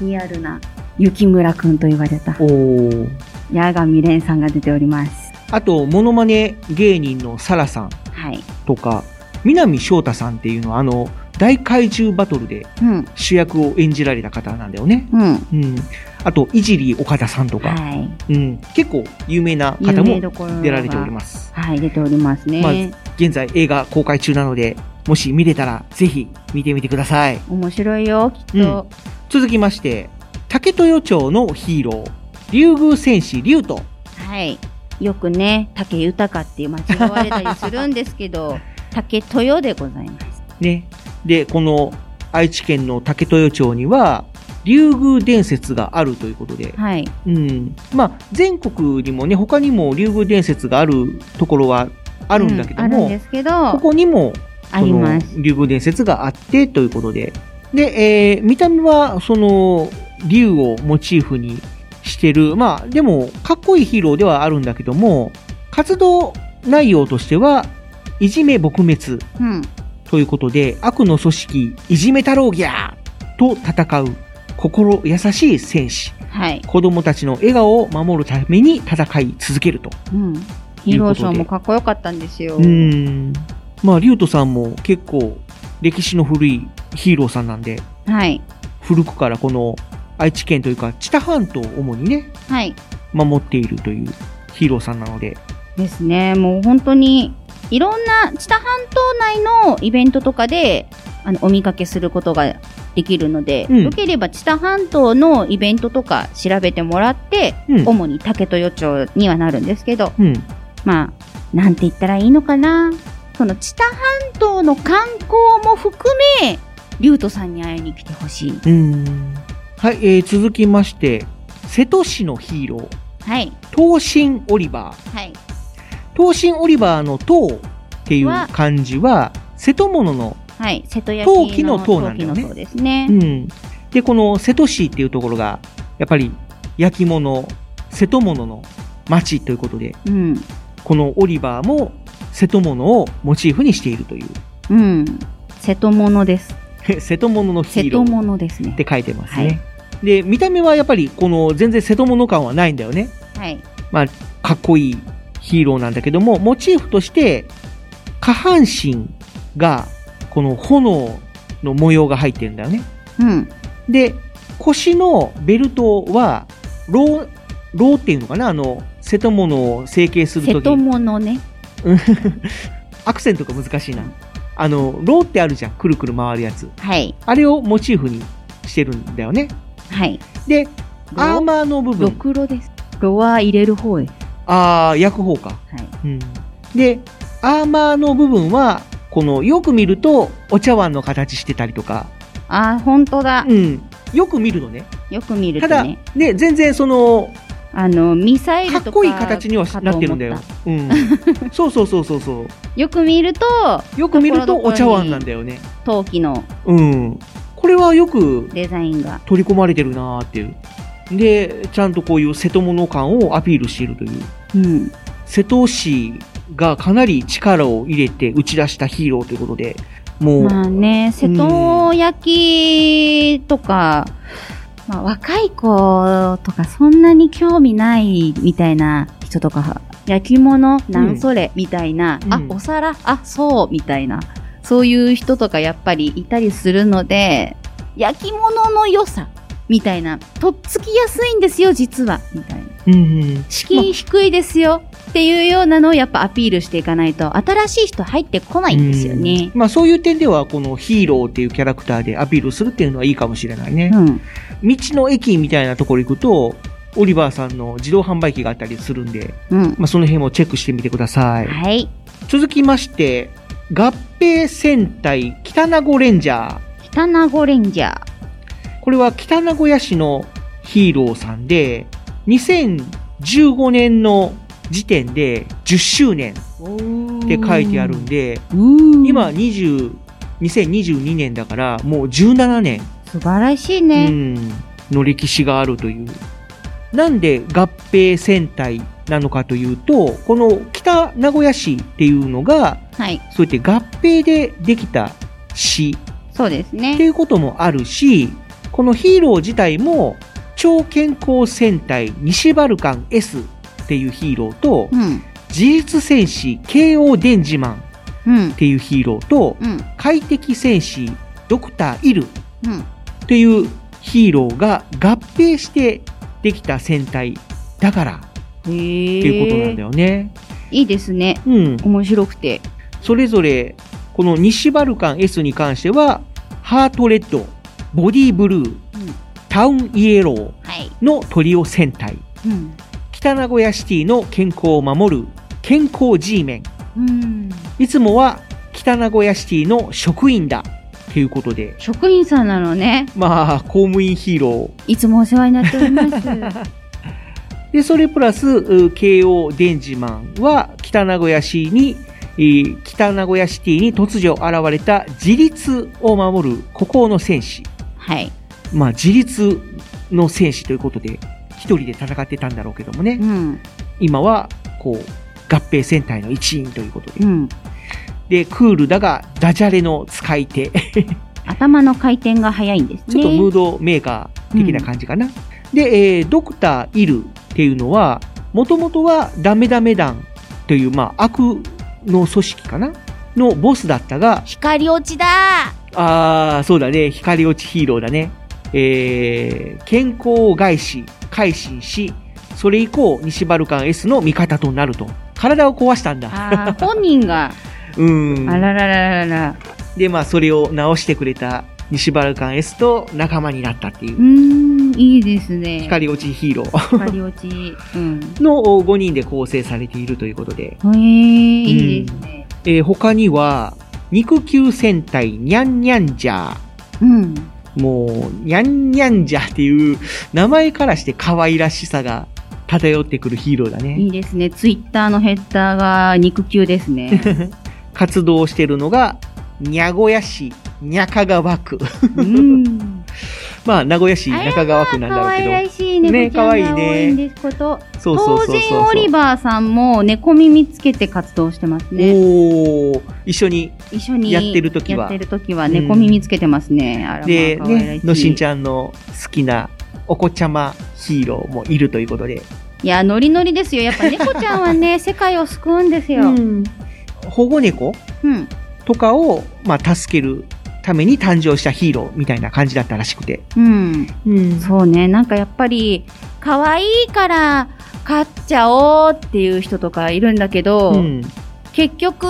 [SPEAKER 5] リアルな雪村くんと言われた
[SPEAKER 4] おー
[SPEAKER 5] 矢神蓮さんが出ております。
[SPEAKER 4] あと、モノマネ芸人のサラさん
[SPEAKER 5] はい。
[SPEAKER 4] とか、南翔太さんっていうのは、あの、大怪獣バトルで
[SPEAKER 5] うん。
[SPEAKER 4] 主役を演じられた方なんだよね。
[SPEAKER 5] うん。
[SPEAKER 4] うん。あと、いじり岡田さんとか、
[SPEAKER 5] はい。
[SPEAKER 4] うん、結構有名な
[SPEAKER 5] 有
[SPEAKER 4] 方
[SPEAKER 5] 名どころ
[SPEAKER 4] も
[SPEAKER 5] が
[SPEAKER 4] 出られております。
[SPEAKER 5] はい、出ておりますね。
[SPEAKER 4] まあ、現在映画公開中なので、もし見れたらぜひ見てみてください。
[SPEAKER 5] 面白いよ、きっと。
[SPEAKER 4] うん続きまして、竹豊町のヒーロー、竜宮戦士竜と、
[SPEAKER 5] はい。よくね、竹豊っていう間違われたりするんですけ ど、竹豊でございます。
[SPEAKER 4] ね。で、この愛知県の竹豊町には、竜宮伝説があるということで、
[SPEAKER 5] はい。
[SPEAKER 4] うん。まあ、全国にもね、他にも竜宮伝説があるところはあるんだけど
[SPEAKER 5] あるん
[SPEAKER 4] も、
[SPEAKER 5] ですけど、
[SPEAKER 4] ここにも、
[SPEAKER 5] あります。
[SPEAKER 4] 竜宮伝説があってということで。で、えー見た目は、その、竜をモチーフにしてる、まあ、でも、かっこいいヒーローではあるんだけども、活動内容としては、いじめ撲滅
[SPEAKER 5] うん。
[SPEAKER 4] ということで、悪の組織、いじめ太郎ギャーと戦う、心優しい戦士、
[SPEAKER 5] はい。
[SPEAKER 4] 子供たちの笑顔を守るために戦い続けると。
[SPEAKER 5] うん。ヒーローショーもかっこよかったんですよ。
[SPEAKER 4] うん。まあ、リュウトさんも結構歴史の古いヒーローさんなんで、
[SPEAKER 5] はい。
[SPEAKER 4] 古くからこの愛知県というか、知多半島を主にね、
[SPEAKER 5] はい。
[SPEAKER 4] 守っているというヒーローさんなので、
[SPEAKER 5] ですね。もう本当に、いろんな、知多半島内のイベントとかで、あの、お見かけすることができるので、
[SPEAKER 4] うん
[SPEAKER 5] よければ知多半島のイベントとか調べてもらって、
[SPEAKER 4] うん
[SPEAKER 5] 主に竹豊町にはなるんですけど、
[SPEAKER 4] うん。
[SPEAKER 5] まあ、なんて言ったらいいのかな。その知多半島の観光も含め、リュウトさんに会いに来てほしい。
[SPEAKER 4] うん。はい、えー続きまして、瀬戸市のヒーロー、
[SPEAKER 5] はい。
[SPEAKER 4] 東進オリバー。
[SPEAKER 5] はい。
[SPEAKER 4] 東進オリバーの東っていう漢字は、瀬戸物の、
[SPEAKER 5] はい。瀬戸焼
[SPEAKER 4] 陶器
[SPEAKER 5] きの
[SPEAKER 4] の塔なんだよ
[SPEAKER 5] 陶器の塔
[SPEAKER 4] ね。
[SPEAKER 5] ですね
[SPEAKER 4] う。ん。で、この瀬戸市っていうところが、やっぱり焼き物、瀬戸物の町ということで、
[SPEAKER 5] うん。
[SPEAKER 4] このオリバーも瀬戸物をモチーフにしているという、
[SPEAKER 5] うん。瀬戸物です。
[SPEAKER 4] 瀬戸物のヒ
[SPEAKER 5] 瀬
[SPEAKER 4] ーロ
[SPEAKER 5] 戸
[SPEAKER 4] ー
[SPEAKER 5] 物ですね
[SPEAKER 4] っ。て書いてますね。で、見た目はやっぱりこの全然瀬戸物感はないんだよね。
[SPEAKER 5] はい。
[SPEAKER 4] まあ、かっこいいヒーローなんだけども、モチーフとして、下半身が、この炎の模様が入ってるんだよね。
[SPEAKER 5] うん。
[SPEAKER 4] で、腰のベルトは、ロー、ローっていうのかなあの、瀬戸物を成形する
[SPEAKER 5] 瀬
[SPEAKER 4] とき
[SPEAKER 5] 戸
[SPEAKER 4] に、
[SPEAKER 5] 物ね。
[SPEAKER 4] アクセントが難しいな。あの、ローってあるじゃん。くるくる回るやつ。
[SPEAKER 5] はい。
[SPEAKER 4] あれをモチーフにしてるんだよね。
[SPEAKER 5] はい。
[SPEAKER 4] で、
[SPEAKER 5] ロ
[SPEAKER 4] アーマーの部
[SPEAKER 5] ろ
[SPEAKER 4] 分。
[SPEAKER 5] くろです。ろは入れる方へ。
[SPEAKER 4] ああ、焼く方か。
[SPEAKER 5] はい。
[SPEAKER 4] うん、でアーマーの部分はこのよく見るとお茶碗の形してたりとか、
[SPEAKER 5] あー、本当だ
[SPEAKER 4] う。ん、よく見るのね
[SPEAKER 5] よく見る
[SPEAKER 4] た
[SPEAKER 5] と
[SPEAKER 4] だ
[SPEAKER 5] ね。
[SPEAKER 4] ね全然その
[SPEAKER 5] あの、ミサイル
[SPEAKER 4] かっ
[SPEAKER 5] とか。
[SPEAKER 4] こいい形にはなってるんだよ
[SPEAKER 5] かと思っ、
[SPEAKER 4] うん、 そうそうそうそうそ
[SPEAKER 5] たよく見ると、
[SPEAKER 4] うよく見る
[SPEAKER 5] と
[SPEAKER 4] と
[SPEAKER 5] ころ
[SPEAKER 4] お
[SPEAKER 5] どころに
[SPEAKER 4] 茶碗なんだよね
[SPEAKER 5] 陶器の
[SPEAKER 4] うんこれはよく
[SPEAKER 5] デザインが。
[SPEAKER 4] 取り込まれてるなーっていうでちゃんとこういう瀬戸物感をアピールしているという
[SPEAKER 5] うん。
[SPEAKER 4] 瀬戸市がかなり力を入れて打ち出したヒーローということでもう、
[SPEAKER 5] まあね、瀬戸焼きとか、まあ若い子とかそんなに興味ないみたいな人とか、焼き物なんそれみたいな、
[SPEAKER 4] うん
[SPEAKER 5] あ、お皿、あ、そうみたいな、そういう人とかやっぱりいたりするので、焼き物の良さみたいな、とっつきやすいんですよ、実は、みたいな。
[SPEAKER 4] うんうん、
[SPEAKER 5] 敷居低いですよっていうようなのをやっぱアピールしていかないと、新しい人入ってこないんですよね。
[SPEAKER 4] まあそういう点では、このヒーローっていうキャラクターでアピールするっていうのはいいかもしれないね。
[SPEAKER 5] うん。
[SPEAKER 4] 道の駅みたいなところ行くと、オリバーさんの自動販売機があったりするんで、
[SPEAKER 5] うん。
[SPEAKER 4] まあその辺もチェックしてみてください。
[SPEAKER 5] はい。
[SPEAKER 4] 続きまして、合併戦隊北名護レンジャー。
[SPEAKER 5] 北名護レンジャー。
[SPEAKER 4] これは北名古屋市のヒーローさんで、2015年の時点で10周年って書いてあるんで、今20、2022年だからもう17年、
[SPEAKER 5] 素晴らしいうね。
[SPEAKER 4] ん、の歴史があるという。なんで合併戦隊なのかというと、この北名古屋市っていうのが、
[SPEAKER 5] はい。
[SPEAKER 4] そうやって合併でできた市
[SPEAKER 5] そうです
[SPEAKER 4] って
[SPEAKER 5] ね。
[SPEAKER 4] いうこともあるし、このヒーロー自体も、超健康戦隊西バルカン S っていうヒーローと、
[SPEAKER 5] うん。
[SPEAKER 4] 自立戦士 KO 電磁マン
[SPEAKER 5] うん
[SPEAKER 4] っ。ていうヒーローと、
[SPEAKER 5] うん。
[SPEAKER 4] 快適戦士ドクター・イル
[SPEAKER 5] うん
[SPEAKER 4] というヒーローが合併してできた戦隊だから
[SPEAKER 5] へ
[SPEAKER 4] って
[SPEAKER 5] え
[SPEAKER 4] いうことなんだよね。
[SPEAKER 5] いいですね。
[SPEAKER 4] うん。
[SPEAKER 5] 面白くて。
[SPEAKER 4] それぞれ、この西バルカン S に関しては、ハートレッド、ボディブルー、タウンイエローのトリオ戦隊、
[SPEAKER 5] うん。
[SPEAKER 4] 北名古屋シティの健康を守る健康 G メン、
[SPEAKER 5] うん。
[SPEAKER 4] いつもは北名古屋シティの職員だということで、
[SPEAKER 5] 職員さんなのね。
[SPEAKER 4] まあ、公務員ヒーロ
[SPEAKER 5] いつもお世話になっております。
[SPEAKER 4] ー。で、それプラス、う慶応電磁マンは北名古屋市に、えー北名古屋シティに突如現れた自立を守る孤高の戦士。
[SPEAKER 5] はい。
[SPEAKER 4] まあ、自立の戦士ということで、一人で戦ってたんだろうけどもね。今は、こう、合併戦隊の一員ということで。で、クールだが、ダジャレの使い手。
[SPEAKER 5] 頭の回転が早いんですね。
[SPEAKER 4] ちょっとムードメーカー的な感じかな。で、えードクター・イルっていうのは、もともとはダメダメ団という、まあ、悪の組織かなのボスだったが、
[SPEAKER 5] 光落ちだ
[SPEAKER 4] あー、そうだね、光落ちヒーローだね。えー、健康を害し、改心し、それ以降、西バルカン S の味方となると。体を壊したん
[SPEAKER 5] あ
[SPEAKER 4] だ。
[SPEAKER 5] ー本人が。
[SPEAKER 4] うん。
[SPEAKER 5] あららららら。
[SPEAKER 4] で、まあ、それを直してくれた西バルカン S と仲間になったっていう
[SPEAKER 5] う。ーん、いいですね。
[SPEAKER 4] 光落ちヒーロー。
[SPEAKER 5] 光落ち。うん。
[SPEAKER 4] の5人で構成されているということで。
[SPEAKER 5] へえいいですね。
[SPEAKER 4] えー他には、肉球戦隊ニャンニャンジャー。
[SPEAKER 5] うん。
[SPEAKER 4] もう、ニャンニャンジャーっていう名前からして可愛らしさが漂ってくるヒーローだ
[SPEAKER 5] い
[SPEAKER 4] ね。
[SPEAKER 5] いですね。ツイッターのヘッダーが肉球で すね。
[SPEAKER 4] 活動してるのが、にゃごや市中川区。 まあ、名古屋市中川区なんだ
[SPEAKER 5] 可
[SPEAKER 4] ろうけ
[SPEAKER 5] 愛
[SPEAKER 4] ど。
[SPEAKER 5] らしい猫ちゃんが多
[SPEAKER 4] ね可愛い
[SPEAKER 5] いんで
[SPEAKER 4] ね。
[SPEAKER 5] すこと。
[SPEAKER 4] そうそうそうそう
[SPEAKER 5] 当人オリバーさんも猫耳つけて活動してますね。
[SPEAKER 4] おー一緒に
[SPEAKER 5] 一緒に
[SPEAKER 4] やってる時は
[SPEAKER 5] やってる時は猫耳つけてますね。あらまあ
[SPEAKER 4] で、
[SPEAKER 5] 可愛ら
[SPEAKER 4] ね
[SPEAKER 5] し、い
[SPEAKER 4] のしんちゃんの好きなお子ちゃまヒーローもいるということで、
[SPEAKER 5] いや、ノリノリですよ。やっぱ猫ちゃんは ね、世界を救うんですよ。
[SPEAKER 4] うん保護猫
[SPEAKER 5] うん。
[SPEAKER 4] とかを、まあ、助けるために誕生したヒーローみたいな感じだったらしくて。
[SPEAKER 5] うん。そうね。なんかやっぱり、可愛いから飼っちゃおうっていう人とかいるんだけど、
[SPEAKER 4] うん
[SPEAKER 5] 結局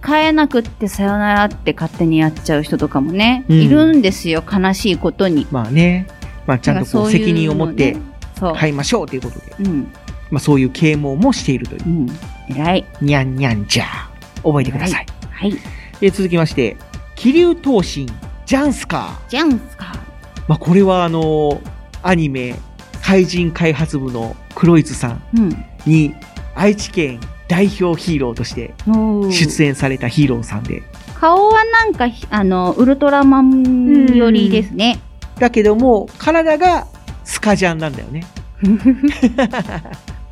[SPEAKER 5] 飼えなくってさよならって勝手にやっちゃう人とかもね、
[SPEAKER 4] うん
[SPEAKER 5] いるんですよ。悲しいことに。
[SPEAKER 4] まあね、まあ、ちゃんとこ
[SPEAKER 5] なんかそう
[SPEAKER 4] う
[SPEAKER 5] いうのね
[SPEAKER 4] 責任を持って
[SPEAKER 5] そう。
[SPEAKER 4] 飼いましょうということで、
[SPEAKER 5] うん。
[SPEAKER 4] まあ、そういう啓蒙もしているという。
[SPEAKER 5] 偉い。
[SPEAKER 4] にゃんにゃんじゃー。覚えてください。
[SPEAKER 5] はい。
[SPEAKER 4] で続きまして、気流闘神ジャンスカ
[SPEAKER 5] ジャンスカ
[SPEAKER 4] ー。まあ、これはあのーアニメ、怪人開発部の黒イツさん
[SPEAKER 5] うん。
[SPEAKER 4] に愛知県代表ヒーローとして
[SPEAKER 5] おー
[SPEAKER 4] 出演されたヒーローさんで。
[SPEAKER 5] 顔はなんかひ、あの、ウルトラマンよりですね。
[SPEAKER 4] だけども、体がスカジャンなんだよね。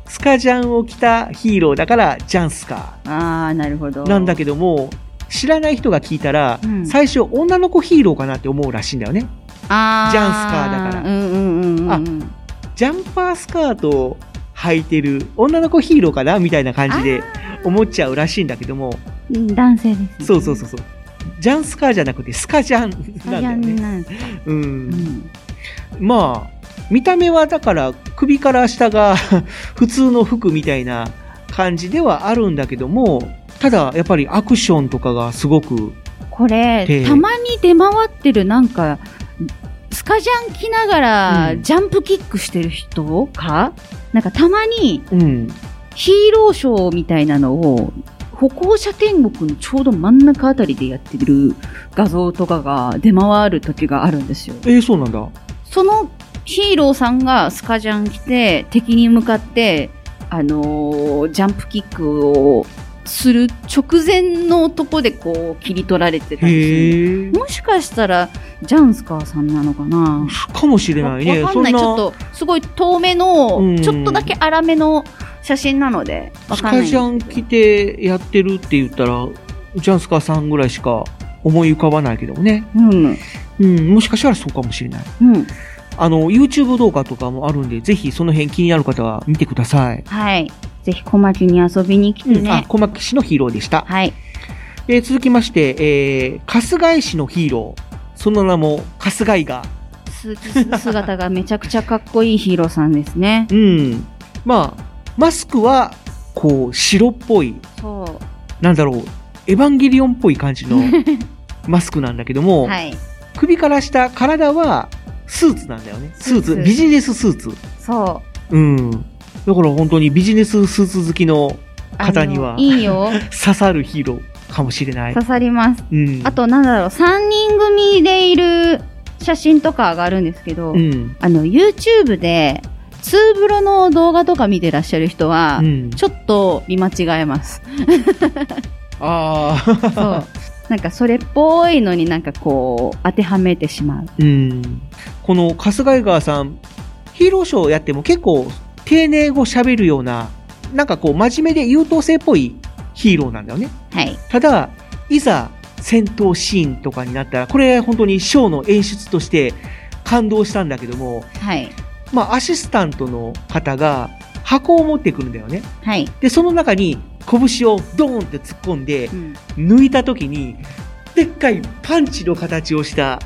[SPEAKER 4] スカジャンを着たヒーローだからジャンスカ
[SPEAKER 5] ああ、なるほど。
[SPEAKER 4] ーなんだけども、知らない人が聞いたら、
[SPEAKER 5] うん
[SPEAKER 4] 最初女の子ヒーローかなって思うらしいんだよね。
[SPEAKER 5] あー
[SPEAKER 4] ジャンスカーだから
[SPEAKER 5] うんうんうんうんうん。
[SPEAKER 4] ジャンパースカートを履いてる女の子ヒーローかなみたいな感じで思っちゃうらしいんだけども、
[SPEAKER 5] うん男性です。
[SPEAKER 4] そうそうそうそう。ジャンスカーじゃなくてスカジャンなんだよね。
[SPEAKER 5] ね。
[SPEAKER 4] うん、まあ見た目はだから首から下が 普通の服みたいな感じではあるんだけどもただやっぱりアクションとかがすごく
[SPEAKER 5] これ、
[SPEAKER 4] で
[SPEAKER 5] たまに出回ってるなんか、スカジャン着ながら、ジャンプキックしてる人かなんかたまに、ヒーローショーみたいなのを、歩行者天国のちょうど真ん中あたりでやってる画像とかが出回る時があるんですよ。
[SPEAKER 4] えー、そうなんだ
[SPEAKER 5] そのヒーローさんがスカジャン着て敵に向かって、あのージャンプキックをする直前のとこでこう切り取られてた
[SPEAKER 4] へ
[SPEAKER 5] りもしかしたらジャンスカーさんなのかな
[SPEAKER 4] かもしれないね
[SPEAKER 5] わかんないち
[SPEAKER 4] そ
[SPEAKER 5] ょっ
[SPEAKER 4] んな
[SPEAKER 5] とすごい遠目
[SPEAKER 4] う
[SPEAKER 5] の
[SPEAKER 4] ん
[SPEAKER 5] ちょっとだけ荒めの写真なのでわ
[SPEAKER 4] ス
[SPEAKER 5] かん
[SPEAKER 4] カ
[SPEAKER 5] ない
[SPEAKER 4] ジャン着てやってるって言ったらジャンスカーさんぐらいしか思い浮かばないけどもね
[SPEAKER 5] うん、
[SPEAKER 4] もしかしたらそうかもしれない、
[SPEAKER 5] うん、
[SPEAKER 4] あの YouTube 動画とかもあるんでぜひその辺気になる方は見てください
[SPEAKER 5] はいぜひ小牧に遊びに来て
[SPEAKER 4] うんあ
[SPEAKER 5] ね、
[SPEAKER 4] 小牧市のヒーローでした。
[SPEAKER 5] はい。
[SPEAKER 4] えー続きまして、えー、春日井市のヒーロー、その名も春日井が
[SPEAKER 5] スーツ姿がめちゃくちゃかっこいいヒーローさんですね。
[SPEAKER 4] うん。まあ、マスクは、こう、白っぽい、
[SPEAKER 5] そ
[SPEAKER 4] なんだろう、エヴァンゲリオンっぽい感じの マスクなんだけど
[SPEAKER 5] う。
[SPEAKER 4] も、
[SPEAKER 5] はい。
[SPEAKER 4] 首から下、体はスーツなんだよね。スーツ、
[SPEAKER 5] スーツ
[SPEAKER 4] ビジネススーツ。
[SPEAKER 5] そ
[SPEAKER 4] うん。だから本当にビジネススーツ好きの
[SPEAKER 5] う。
[SPEAKER 4] 方には
[SPEAKER 5] あの、いいよ。
[SPEAKER 4] 刺さるヒーローかもしれない。
[SPEAKER 5] 刺さります。
[SPEAKER 4] うん。
[SPEAKER 5] あと、なんだろう、3人組でいる写真とかがあるんですけど、
[SPEAKER 4] うん。
[SPEAKER 5] あの、YouTube で、ツーブロの動画とか見てらっしゃる人は、
[SPEAKER 4] うん
[SPEAKER 5] ちょっと見間違えます。
[SPEAKER 4] あ
[SPEAKER 5] そう。なんか、それっぽいのになんかこう、当てはめてしまう。
[SPEAKER 4] うん。この春日井川さん、ヒーローショーをやっても結構丁寧語喋るような、なんかこう真面目で優等生っぽいヒーローなんだよね。
[SPEAKER 5] はい。
[SPEAKER 4] ただ、いざ戦闘シーンとかになったら、これ本当にショーの演出として感動したんだけども、
[SPEAKER 5] はい。
[SPEAKER 4] まあアシスタントの方が箱を持ってくるんだよね。
[SPEAKER 5] はい。
[SPEAKER 4] で、その中に拳をドーンって突っ込んで、
[SPEAKER 5] うん
[SPEAKER 4] 抜いた時に、でっかいパンチの形をした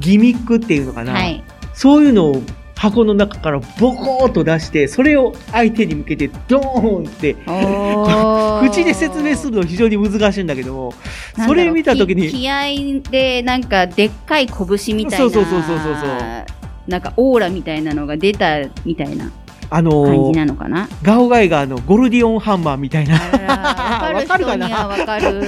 [SPEAKER 4] ギミックっていうのかな。
[SPEAKER 5] はい。
[SPEAKER 4] そういうのを箱の中からボコーっと出して、それを相手に向けてドーンって、
[SPEAKER 5] おー
[SPEAKER 4] 口で説明するの非常に難しいんだけども、
[SPEAKER 5] なんだろ
[SPEAKER 4] そ
[SPEAKER 5] う
[SPEAKER 4] れ見た時に
[SPEAKER 5] き気合でなんかでっかい拳みたいな
[SPEAKER 4] そうそうそうそうそうそう
[SPEAKER 5] なんかオーラみたいなのが出たみたいな
[SPEAKER 4] あ
[SPEAKER 5] 感じ
[SPEAKER 4] の
[SPEAKER 5] なのかな
[SPEAKER 4] ガオガイガーのゴルディオンハンマーみたいな、
[SPEAKER 5] わかる人にはわかる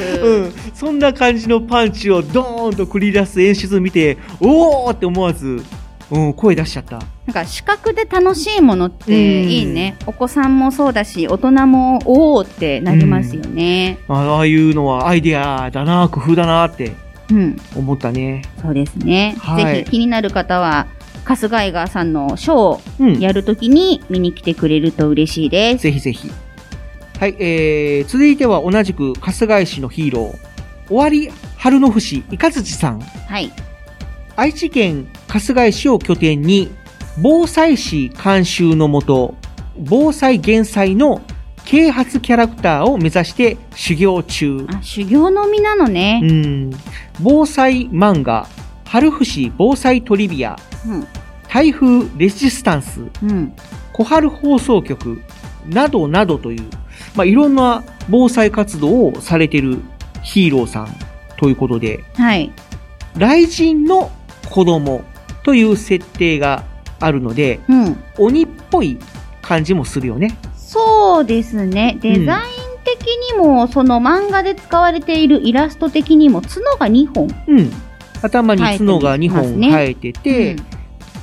[SPEAKER 4] うん、そんな感じのパンチをドーンと繰り出す演出見て、おーって思わず、うん、声出しちゃった。
[SPEAKER 5] なんか視覚で楽しいものっていいね、お子さんもそうだし大人もおおってなりますよね
[SPEAKER 4] あああいうのはアイデアだな、工夫だなって
[SPEAKER 5] うん、
[SPEAKER 4] 思ったね。
[SPEAKER 5] そうですね、
[SPEAKER 4] はい
[SPEAKER 5] ぜひ気になる方は春日井川さんのショ
[SPEAKER 4] うん
[SPEAKER 5] ーをやるときに見に来てくれると嬉しいです、
[SPEAKER 4] ぜひぜひ。はい、えー、続いては同じく春日井市のヒーロー、終わり春の節いかつじさん。
[SPEAKER 5] はい
[SPEAKER 4] 愛知県春日井市を拠点に、防災士監修のもと、防災減災の啓発キャラクターを目指して修行中。
[SPEAKER 5] あ修行の身なのね、
[SPEAKER 4] うん。防災漫画、春節防災トリビア、
[SPEAKER 5] うん
[SPEAKER 4] 台風レジスタンス、
[SPEAKER 5] うん、
[SPEAKER 4] 小春放送局などなどという、まあ、いろんな防災活動をされているヒーローさんということで、
[SPEAKER 5] はい、
[SPEAKER 4] 雷神の子供という設定があるので、
[SPEAKER 5] うん、
[SPEAKER 4] 鬼っぽい感じもするよね。
[SPEAKER 5] そうですね、デザイン的にも、その漫画で使われているイラスト的にも、角が2本、
[SPEAKER 4] うん。頭に角が2本生
[SPEAKER 5] 生
[SPEAKER 4] えてて、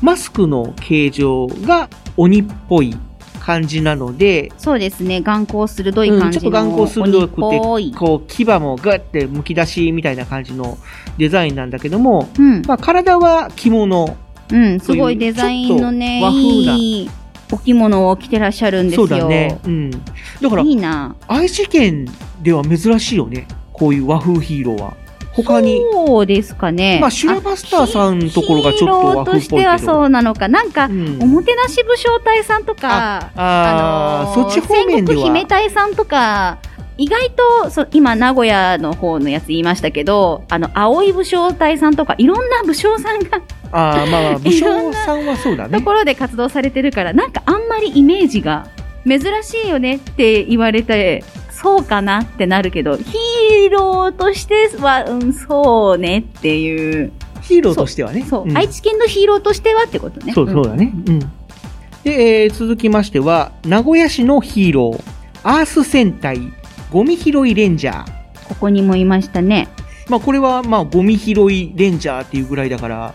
[SPEAKER 4] マスクの形状が鬼っぽい感じなので、
[SPEAKER 5] そうですね、眼光鋭い
[SPEAKER 4] うん
[SPEAKER 5] 感
[SPEAKER 4] ちょ
[SPEAKER 5] じ
[SPEAKER 4] っと
[SPEAKER 5] の、
[SPEAKER 4] 眼光鋭く
[SPEAKER 5] 鬼っぽい
[SPEAKER 4] て、こう、牙もグッてむき出しみたいな感じのデザインなんだけども、
[SPEAKER 5] うん、
[SPEAKER 4] まあ、体は着物。
[SPEAKER 5] うん、すごいデザインのね、
[SPEAKER 4] ちょっと和風ない
[SPEAKER 5] いお着物を着てらっしゃるんです
[SPEAKER 4] そうだ
[SPEAKER 5] よ。
[SPEAKER 4] ね。うん。だから
[SPEAKER 5] い、いな。
[SPEAKER 4] 愛知県では珍しいよね。こういう和風ヒーローは。他に。
[SPEAKER 5] そうですかね。
[SPEAKER 4] まあ、シュラバスターさんのところがちょっ
[SPEAKER 5] ヒ
[SPEAKER 4] と
[SPEAKER 5] ーロ
[SPEAKER 4] 和
[SPEAKER 5] ー
[SPEAKER 4] 風
[SPEAKER 5] と
[SPEAKER 4] っ
[SPEAKER 5] し
[SPEAKER 4] ぽいけ
[SPEAKER 5] て
[SPEAKER 4] ど。
[SPEAKER 5] はそうなのか、なんか、
[SPEAKER 4] うん
[SPEAKER 5] おもてなし武将隊さんとか、
[SPEAKER 4] ああー、
[SPEAKER 5] のー
[SPEAKER 4] そっち方面で
[SPEAKER 5] 戦国姫
[SPEAKER 4] は。
[SPEAKER 5] 隊さんとか、意外とそう今、名古屋の方のやつ言いましたけど、あの青い武将隊さんとか、いろんな武将さんが
[SPEAKER 4] ああ、まあま あ、武将さんはそうだ
[SPEAKER 5] と
[SPEAKER 4] ね。
[SPEAKER 5] ころで活動されてるから、なんかあんまりイメージが珍しいよねって言われて、そうかなってなるけど、ヒーローとしては、うん、そうねっていう、
[SPEAKER 4] ヒーローとしてはね。
[SPEAKER 5] そう、
[SPEAKER 4] ん
[SPEAKER 5] 愛知県のヒーローとしてはってことね。
[SPEAKER 4] そうそうだね。うん。で、えー続きましては、名古屋市のヒーロー、アース戦隊、ゴミ拾いレンジャー。
[SPEAKER 5] うんここにもいましたね。
[SPEAKER 4] まあ、これは、まあ、ゴミ拾いレンジャーっていうぐらいだから、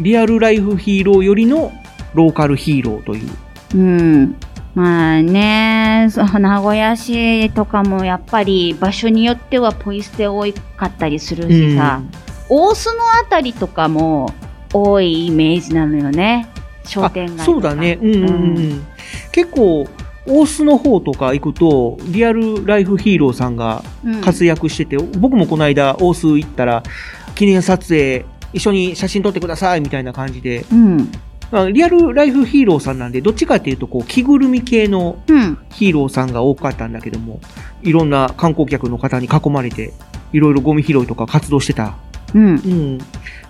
[SPEAKER 4] リアルライフヒーローよりのローカルヒーローという。
[SPEAKER 5] うん。まあね、そう名古屋市とかもやっぱり場所によってはポイ捨て多かったりするしさ、大須のあたりとかも多いイメージなのよね。商店街と
[SPEAKER 4] あ
[SPEAKER 5] か。
[SPEAKER 4] そうだね。うんうんうん。
[SPEAKER 5] う
[SPEAKER 4] 結構、大須の方とか行くと、リアルライフヒーローさんが
[SPEAKER 5] うん
[SPEAKER 4] 活躍してて、僕もこの間大須行ったら、記念撮影、一緒に写真撮ってくださいみたいな感じで、
[SPEAKER 5] うん。
[SPEAKER 4] まあリアルライフヒーローさんなんで、どっちかっていうと、こう、着ぐるみ系の
[SPEAKER 5] うん。
[SPEAKER 4] ヒーローさんが多かったんだけども、いろんな観光客の方に囲まれて、いろいろゴミ拾いとか活動してた
[SPEAKER 5] うん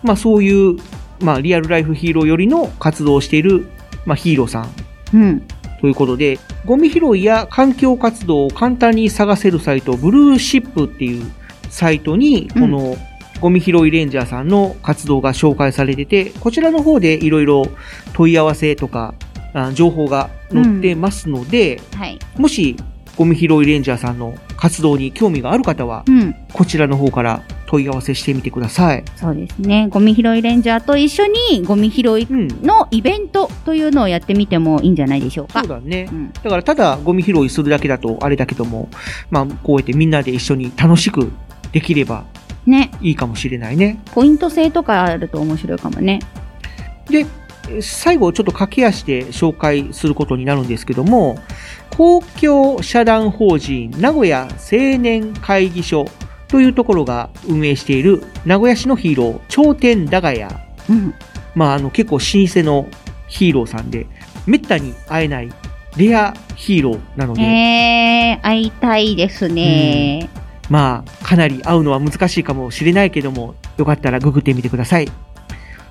[SPEAKER 4] まあ、そういう、まあ、リアルライフヒーローよりの活動をしている、まあ、ヒーローさん
[SPEAKER 5] うん
[SPEAKER 4] ということで、ゴミ拾いや環境活動を簡単に探せるサイト、ブルーシップっていうサイトに、このゴミ拾いレンジャーさんの活動が紹介されてて、こちらの方でいろいろ問い合わせとか、あ情報が載ってますので、
[SPEAKER 5] はい
[SPEAKER 4] もしゴミ拾いレンジャーさんの活動に興味がある方は、
[SPEAKER 5] うん
[SPEAKER 4] こちらの方から問い合わせしてみてください。
[SPEAKER 5] そうですね、ゴミ拾いレンジャーと一緒にゴミ拾いのイベントというのをやってみてもいいんじゃないでしょうか。
[SPEAKER 4] そうだね。だからただゴミ拾いするだけだとあれだけども、まあこうやってみんなで一緒に楽しくできれば
[SPEAKER 5] ね、
[SPEAKER 4] いいかもしれないね。
[SPEAKER 5] ポイント制とかあると面白いかもね。
[SPEAKER 4] で、えー最後ちょっと駆け足で紹介することになるんですけども、公共社団法人名古屋青年会議所というところが運営している名古屋市のヒーロー、頂点駄ヶ屋。まああの結構老舗のヒーローさんで、めったに会えないレアヒーローなので、
[SPEAKER 5] えー、会いたいですね。
[SPEAKER 4] まあ、かなり会うのは難しいかもしれないけども、よかったらググってみてください。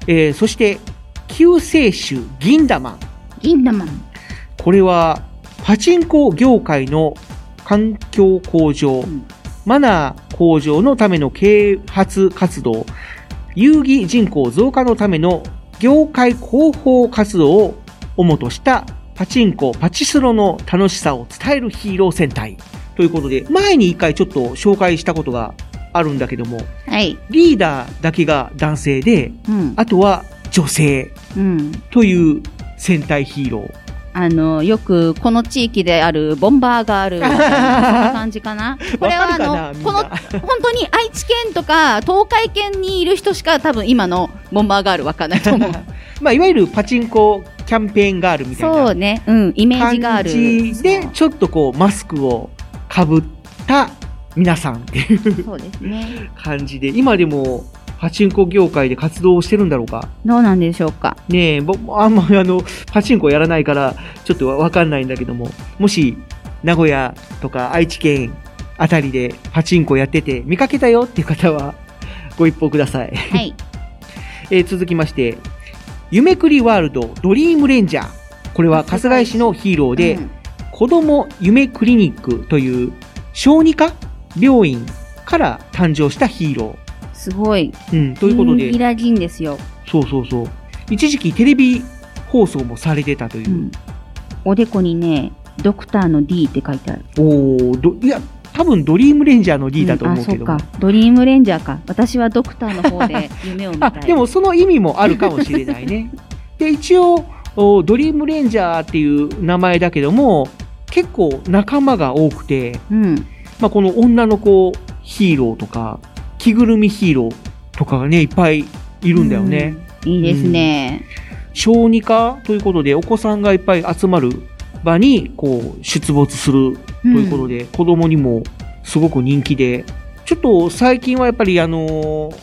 [SPEAKER 4] えーそして、救世主銀玉。
[SPEAKER 5] 銀玉。
[SPEAKER 4] これは、パチンコ業界の環境向上、マナー向上のための啓発活動、遊戯人口増加のための業界広報活動を主としたパチンコ、パチスロの楽しさを伝えるヒーロー戦隊ということで、前に一回ちょっと紹介したことがあるんだけども、
[SPEAKER 5] はい。
[SPEAKER 4] リーダーだけが男性で、
[SPEAKER 5] うん。
[SPEAKER 4] あとは女性
[SPEAKER 5] うん。
[SPEAKER 4] という戦隊ヒーロー。
[SPEAKER 5] あの、よくこの地域であるボンバーガー ルみたいな、そんな 感じかな。これはあの、この、本当に愛知県とか東海県にいる人しか多分今のボンバーガールわかんないと思 う。
[SPEAKER 4] まあ、いわゆるパチンコキャンペーンガールみたいな
[SPEAKER 5] そうね。うん。イメージがあ
[SPEAKER 4] 感
[SPEAKER 5] る。
[SPEAKER 4] じで、ちょっとこう、マスクをかぶった皆さんっていう
[SPEAKER 5] そうですね。
[SPEAKER 4] 感じで、今でも、パチンコ業界で活動をしてるんだろうか。
[SPEAKER 5] どうなんでしょうか。
[SPEAKER 4] ねえ、僕もあんまりあの、パチンコやらないから、ちょっとわわかんないんだけども、もし、名古屋とか愛知県あたりでパチンコやってて、見かけたよっていう方は、 ご一報ください。
[SPEAKER 5] はい。
[SPEAKER 4] えー続きまして、夢くりワールドドリームレンジャー。これは春日井市のヒーローで、子供夢クリニックという小児科病院から誕生したヒーロ
[SPEAKER 5] すごい。
[SPEAKER 4] ー。うん、ということで
[SPEAKER 5] ギンギ、ラギンですよ。
[SPEAKER 4] そうそうそう。一時期テレビ放送もされてたという。
[SPEAKER 5] おでこにね、ドクターの D って書いてある。
[SPEAKER 4] おおど、いや、多分ドリームレンジャーの D だと思うけども。
[SPEAKER 5] あ、そうか。ドリームレンジャーか。私はドクターの方で夢を見たい。
[SPEAKER 4] あでもその意味 もあるかもしれないね。で一応おドリームレンジャーっていう名前だけども結構仲間が多くて、まあ、この女の子ヒーローとか着ぐるみヒーローとかがねいっぱいいるんだよね。
[SPEAKER 5] いいですね。
[SPEAKER 4] 小児科ということでお子さんがいっぱい集まる場にこう出没するということで、子供にもすごく人気でちょっと最近はやっぱりあのー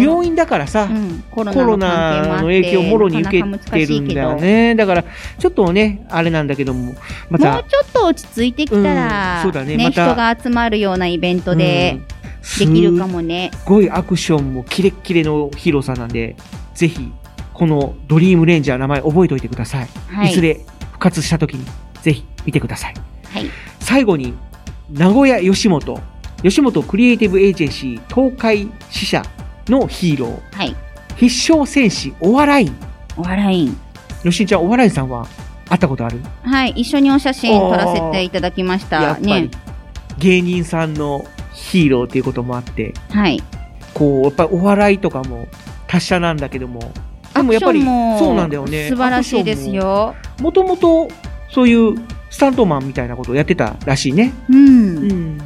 [SPEAKER 4] 病院だからさ、
[SPEAKER 5] コロ
[SPEAKER 4] コロ
[SPEAKER 5] ナの関
[SPEAKER 4] ナ
[SPEAKER 5] 係もあって
[SPEAKER 4] の影響をもろに受けてるんだよね。だから、ちょっとね、あれなんだけども、ま
[SPEAKER 5] も
[SPEAKER 4] た
[SPEAKER 5] う、ちょっと落ち着いてきたら、
[SPEAKER 4] うんそうだね
[SPEAKER 5] ね
[SPEAKER 4] また
[SPEAKER 5] 人が集まるようなイベント
[SPEAKER 4] う
[SPEAKER 5] で
[SPEAKER 4] ん
[SPEAKER 5] できるかもね。
[SPEAKER 4] すっごいアクションもキレッキレのヒーローさんなんで、ぜひ、このドリームレンジャー名前覚えておいてください。
[SPEAKER 5] はい
[SPEAKER 4] い、ずれ復活した時に、ぜひ見てください。
[SPEAKER 5] はい。
[SPEAKER 4] 最後に、名古屋吉本、吉本クリエイティブエージェンシー東海支社のヒーロー、
[SPEAKER 5] はい。
[SPEAKER 4] 必勝戦士お笑い。
[SPEAKER 5] お笑い。
[SPEAKER 4] 吉井ちゃん、お笑いさんは会ったことある
[SPEAKER 5] はい、一緒にお写真撮らせていただきまし。
[SPEAKER 4] やったぱり
[SPEAKER 5] ね。
[SPEAKER 4] 芸人さんのヒーローっていうこともあって、
[SPEAKER 5] はい。
[SPEAKER 4] こう、やっぱりお笑いとかも達者なんだけども、でもやっぱり、
[SPEAKER 5] アクションも
[SPEAKER 4] そうなんだよね。
[SPEAKER 5] 素晴らしいですよ。
[SPEAKER 4] もともと、そういうスタントマンみたいなことをやってたらしいね。
[SPEAKER 5] うん。
[SPEAKER 4] うん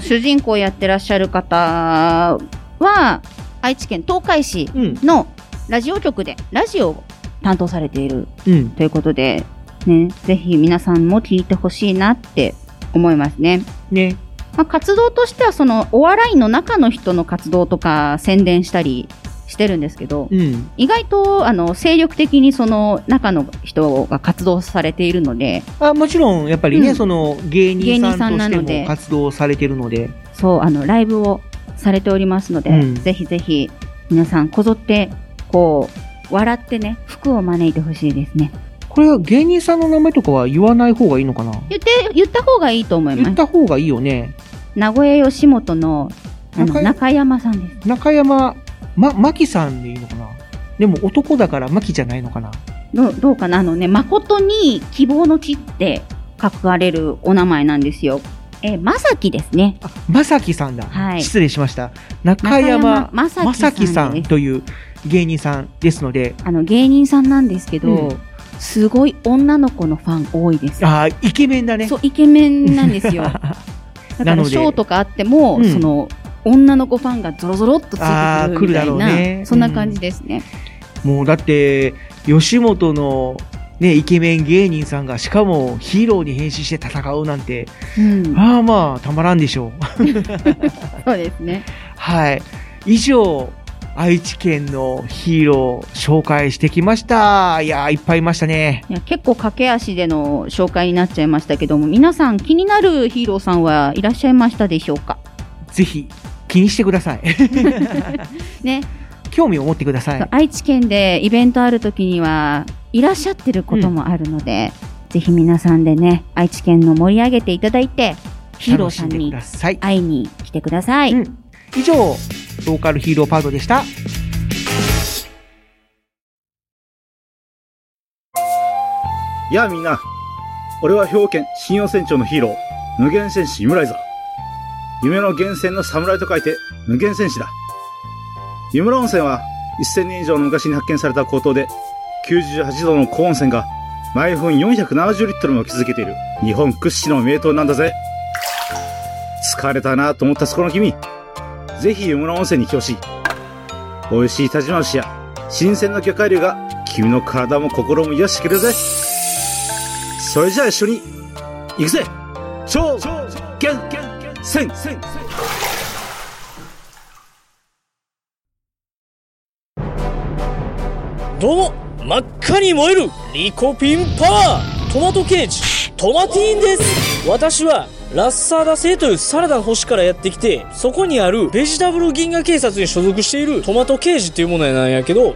[SPEAKER 5] 主人公やってらっしゃる方は、愛知県東海市のラジオ局で、ラジオを担当されている
[SPEAKER 4] うん
[SPEAKER 5] ということで、ね、ぜひ皆さんも聞いてほしいなって思いますね。
[SPEAKER 4] ね。
[SPEAKER 5] まあ、活動としては、その、お笑いの中の人の活動とか宣伝したりしてるんですけど、
[SPEAKER 4] うん。
[SPEAKER 5] 意外と、あの、精力的にその中の人が活動されているので、
[SPEAKER 4] あもちろん、やっぱりね、
[SPEAKER 5] うん
[SPEAKER 4] その芸人さんと
[SPEAKER 5] 芸人さんな
[SPEAKER 4] し
[SPEAKER 5] の
[SPEAKER 4] て
[SPEAKER 5] で
[SPEAKER 4] も活動されてるので、
[SPEAKER 5] そう、あの、ライブをされておりますので、
[SPEAKER 4] うん
[SPEAKER 5] ぜひぜひ皆さんこぞってこう笑ってね服を招いてほしいですね
[SPEAKER 4] これは芸人さんの名前とかは言わない方がいいのかな
[SPEAKER 5] 言って言った方がいいと思います
[SPEAKER 4] 言った方がいいよね
[SPEAKER 5] 名古屋吉本のあの中山さんです
[SPEAKER 4] 中山ま牧さんでいいのかなでも男だから牧じゃないのかな
[SPEAKER 5] どうどうかなあのね誠に希望の地って書かれるお名前なんですよえー、まさきですね
[SPEAKER 4] まさきさんだ、
[SPEAKER 5] はい
[SPEAKER 4] 失礼しました中山
[SPEAKER 5] 中山まさきさん
[SPEAKER 4] まさきさんという芸人さんですので
[SPEAKER 5] あの芸人さんなんですけど、
[SPEAKER 4] うん
[SPEAKER 5] すごい女の子のファン多いです
[SPEAKER 4] ああイケメンだね
[SPEAKER 5] そうイケメンなんですよだか
[SPEAKER 4] なの
[SPEAKER 5] ら
[SPEAKER 4] で
[SPEAKER 5] ショーとかあっても、
[SPEAKER 4] うん
[SPEAKER 5] その女の子ファンがゾロゾロっとつ
[SPEAKER 4] あ
[SPEAKER 5] いて
[SPEAKER 4] ー
[SPEAKER 5] く
[SPEAKER 4] 来る
[SPEAKER 5] るみ
[SPEAKER 4] だ
[SPEAKER 5] た
[SPEAKER 4] ろ
[SPEAKER 5] いうな、
[SPEAKER 4] ね
[SPEAKER 5] そんな感じですね、
[SPEAKER 4] もうだって吉本のねイケメン芸人さんがしかもヒーローに変身して戦うなんて
[SPEAKER 5] うん
[SPEAKER 4] ああまあたまらんでしょう
[SPEAKER 5] そうですね
[SPEAKER 4] はい以上愛知県のヒーロー紹介してきましたいやーいっぱいいましたね
[SPEAKER 5] いや結構駆け足での紹介になっちゃいましたけども皆さん気になるヒーローさんはいらっしゃいましたでしょうか
[SPEAKER 4] ぜひ気にしてください
[SPEAKER 5] ね
[SPEAKER 4] 興味を持ってください
[SPEAKER 5] 愛知県でイベントある時にはいらっしゃってることもあるので、ぜひ皆さんでね愛知県の盛り上げていただいてヒーローさんに会いに来てください、
[SPEAKER 4] 以上ローカルヒーローパートでした
[SPEAKER 13] やあみんな。俺は兵庫県信用船長のヒーロー、無限戦士イムライザー。夢の源泉の侍と書いて、無限戦士だ。湯村温泉は、1000年以上の昔に発見された高騰で、98度の高温泉が、毎分470リットルも築けている、日本屈指の名湯なんだぜ。疲れたなと思ったそこの君、ぜひ湯村温泉に来てほしい。美味しい田島牛や、新鮮な魚介類が、君の体も心も癒してくれるぜ。それじゃあ一緒に行くぜ超限戦
[SPEAKER 14] どうも真っ赤に燃えるリコピンパワートマトケージトマティーンです私はラッサーダ星というサラダの星からやってきてそこにあるベジタブル銀河警察に所属しているトマトケージっていうものなんやけど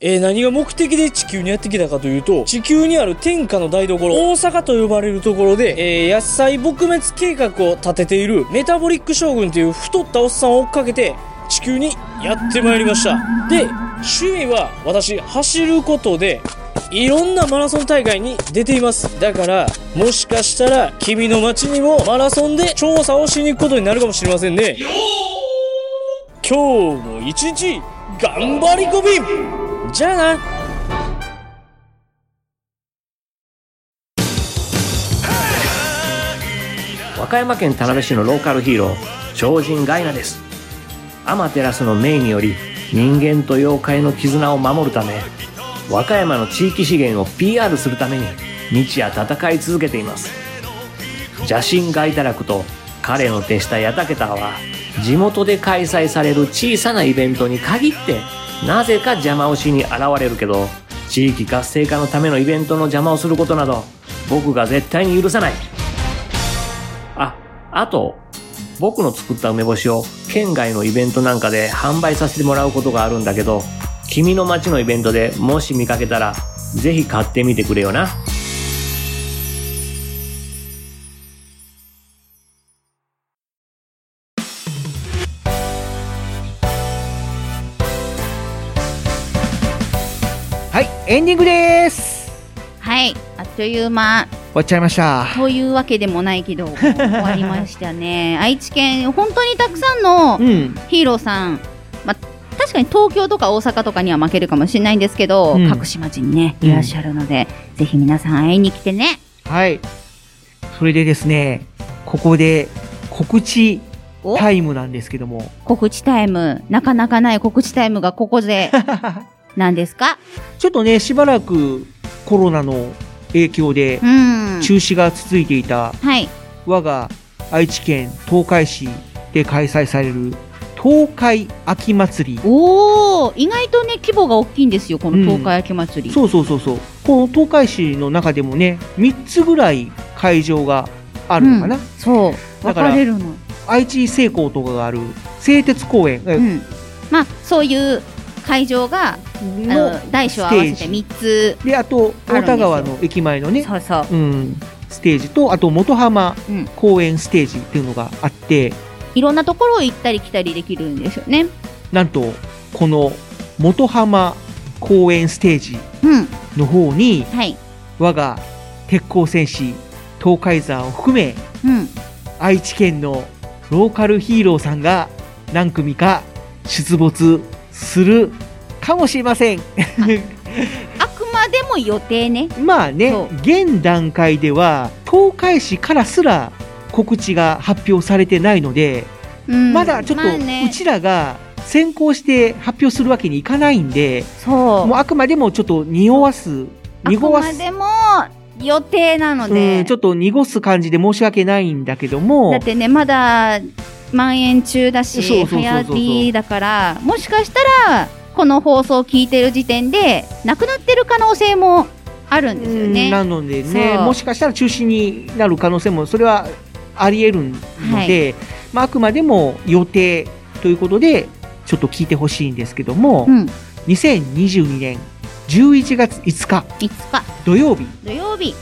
[SPEAKER 14] えー何が目的で地球にやってきたかというと、地球にある天下の台所、大阪と呼ばれるところで、えー野菜撲滅計画を立てているメタボリック将軍という太ったおっさんを追っかけて、地球にやってまいりました。で、趣味は私、走ることで、いろんなマラソン大会に出ています。だから、もしかしたら、君の街にもマラソンで調査をしに行くことになるかもしれませんね。今日も一日、頑張り込みじゃあな
[SPEAKER 15] 和歌山県田辺市のローカルヒーロー超人ガイナですアマテラスの命により人間と妖怪の絆を守るため和歌山の地域資源を PR するために日夜戦い続けています邪神ガイタラクと彼の手下ヤタケタは地元で開催される小さなイベントに限ってなぜか邪魔をしに現れるけど地域活性化のためのイベントの邪魔をすることなど僕が絶対に許さないあ、あと、僕の作った梅干しを県外のイベントなんかで販売させてもらうことがあるんだけど、君の街のイベントでもし見かけたら、ぜひ買ってみてくれよな。
[SPEAKER 4] はいエンディングです
[SPEAKER 5] はいあっという間
[SPEAKER 4] 終わっちゃいました
[SPEAKER 5] というわけでもない けど終わりましたね愛知県本当にたくさんの
[SPEAKER 4] うん
[SPEAKER 5] ヒーローさん、まあ、確かに東京とか大阪とかには負けるかもしれないんですけど、
[SPEAKER 4] うん
[SPEAKER 5] 各島地にねいらっしゃるので、ぜひ皆さん会いに来てね
[SPEAKER 4] はいそれでですねここで告知タイムなんですけども
[SPEAKER 5] 告知タイムなかなかない告知タイムがここで なんですか
[SPEAKER 4] ちょっとねしばらくコロナの影響で
[SPEAKER 5] うん
[SPEAKER 4] 中止が続いていた
[SPEAKER 5] はい
[SPEAKER 4] 我が愛知県東海市で開催される東海秋祭り
[SPEAKER 5] おお意外とね規模が大きいんですよこの東海秋祭り、
[SPEAKER 4] そうそうそうそうこの東海市の中でもね3つぐらい会場があるのかな、
[SPEAKER 5] そう分
[SPEAKER 4] だから
[SPEAKER 5] かれるの
[SPEAKER 4] 愛知製鋼とかがある製鉄公園、
[SPEAKER 5] まあそういう会場があの大小合わせて3つ
[SPEAKER 4] であと大田川の駅前のねうん、ステージとあと元浜公園ステージっていうのがあって、
[SPEAKER 5] いろんなところを行ったり来たりできるんですよね
[SPEAKER 4] なんとこの元浜公園ステージ
[SPEAKER 5] うん
[SPEAKER 4] の方に、
[SPEAKER 5] はい
[SPEAKER 4] 我が鉄鋼戦士東海山を含め
[SPEAKER 5] うん
[SPEAKER 4] 愛知県のローカルヒーローさんが何組か出没するかもしれません。
[SPEAKER 5] あくまでも予定ね
[SPEAKER 4] まあね現段階では東海市からすら告知が発表されてないので、
[SPEAKER 5] うん
[SPEAKER 4] まだちょっと
[SPEAKER 5] まあね
[SPEAKER 4] うちらが先行して発表するわけにいかないんでもうあくまでもちょっと匂わす
[SPEAKER 5] あく
[SPEAKER 4] 濁わ、
[SPEAKER 5] ますでも予定なので、
[SPEAKER 4] うん、ちょっと濁す感じで申し訳ないんだけども
[SPEAKER 5] だってねまだ蔓延中だ
[SPEAKER 4] そう
[SPEAKER 5] し
[SPEAKER 4] そうそうそう
[SPEAKER 5] 早りだからもしかしたらこの放送を聞いてる時点でなくなってる可能性もあるんですよね。
[SPEAKER 4] なのでね
[SPEAKER 5] そう
[SPEAKER 4] もしかしたら中止になる可能性もそれはあり得るので、まあ、あくまでも予定ということでちょっと聞いてほしいんですけども、
[SPEAKER 5] うん
[SPEAKER 4] 2022年11月5日土曜日
[SPEAKER 5] 土曜日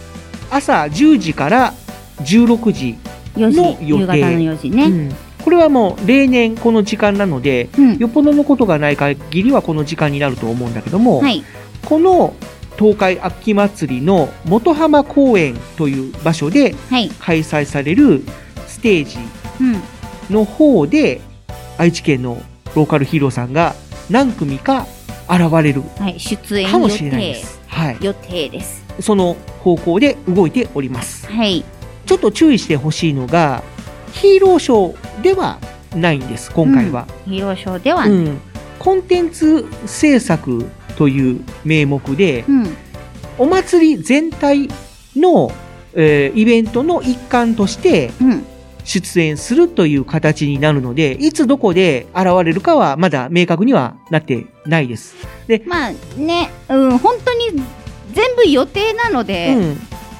[SPEAKER 4] 朝10時から16時
[SPEAKER 5] 4時
[SPEAKER 4] の予定
[SPEAKER 5] 夕方の4時ね
[SPEAKER 4] うんこれはもう例年この時間なので、よっぽどのことがない限りはこの時間になると思うんだけども、
[SPEAKER 5] はい
[SPEAKER 4] この東海秋祭りの元浜公園という場所で
[SPEAKER 5] はい
[SPEAKER 4] 開催されるステージ
[SPEAKER 5] うん
[SPEAKER 4] の方で愛知県のローカルヒーローさんが何組か現れる
[SPEAKER 5] はい、出演
[SPEAKER 4] か
[SPEAKER 5] 予
[SPEAKER 4] もしれないで
[SPEAKER 5] 定
[SPEAKER 4] す。はい、
[SPEAKER 5] 予定です。
[SPEAKER 4] その方向で動いております。
[SPEAKER 5] はい、
[SPEAKER 4] ちょっと注意してほしいのがヒーローショーではないんです今回は。
[SPEAKER 5] ヒーローショーでは、
[SPEAKER 4] うんコンテンツ制作という名目で、
[SPEAKER 5] うん
[SPEAKER 4] お祭り全体の、えーイベントの一環として出演するという形になるので、いつどこで現れるかはまだ明確にはなってないです。で
[SPEAKER 5] まあね、うん、本当に全部予定なので、
[SPEAKER 4] うん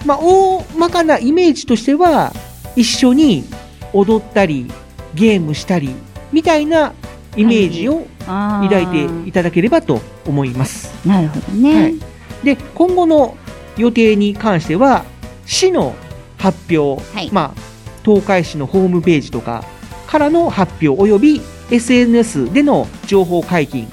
[SPEAKER 4] まあ、大まかなイメージとしては一緒に踊ったりゲームしたりみたいなイメージを
[SPEAKER 5] あー
[SPEAKER 4] 抱いていただければと思います。
[SPEAKER 5] なるほどね、
[SPEAKER 4] はいで今後の予定に関しては市の発表、まあ、東海市のホームページとかからの発表および SNS での情報解禁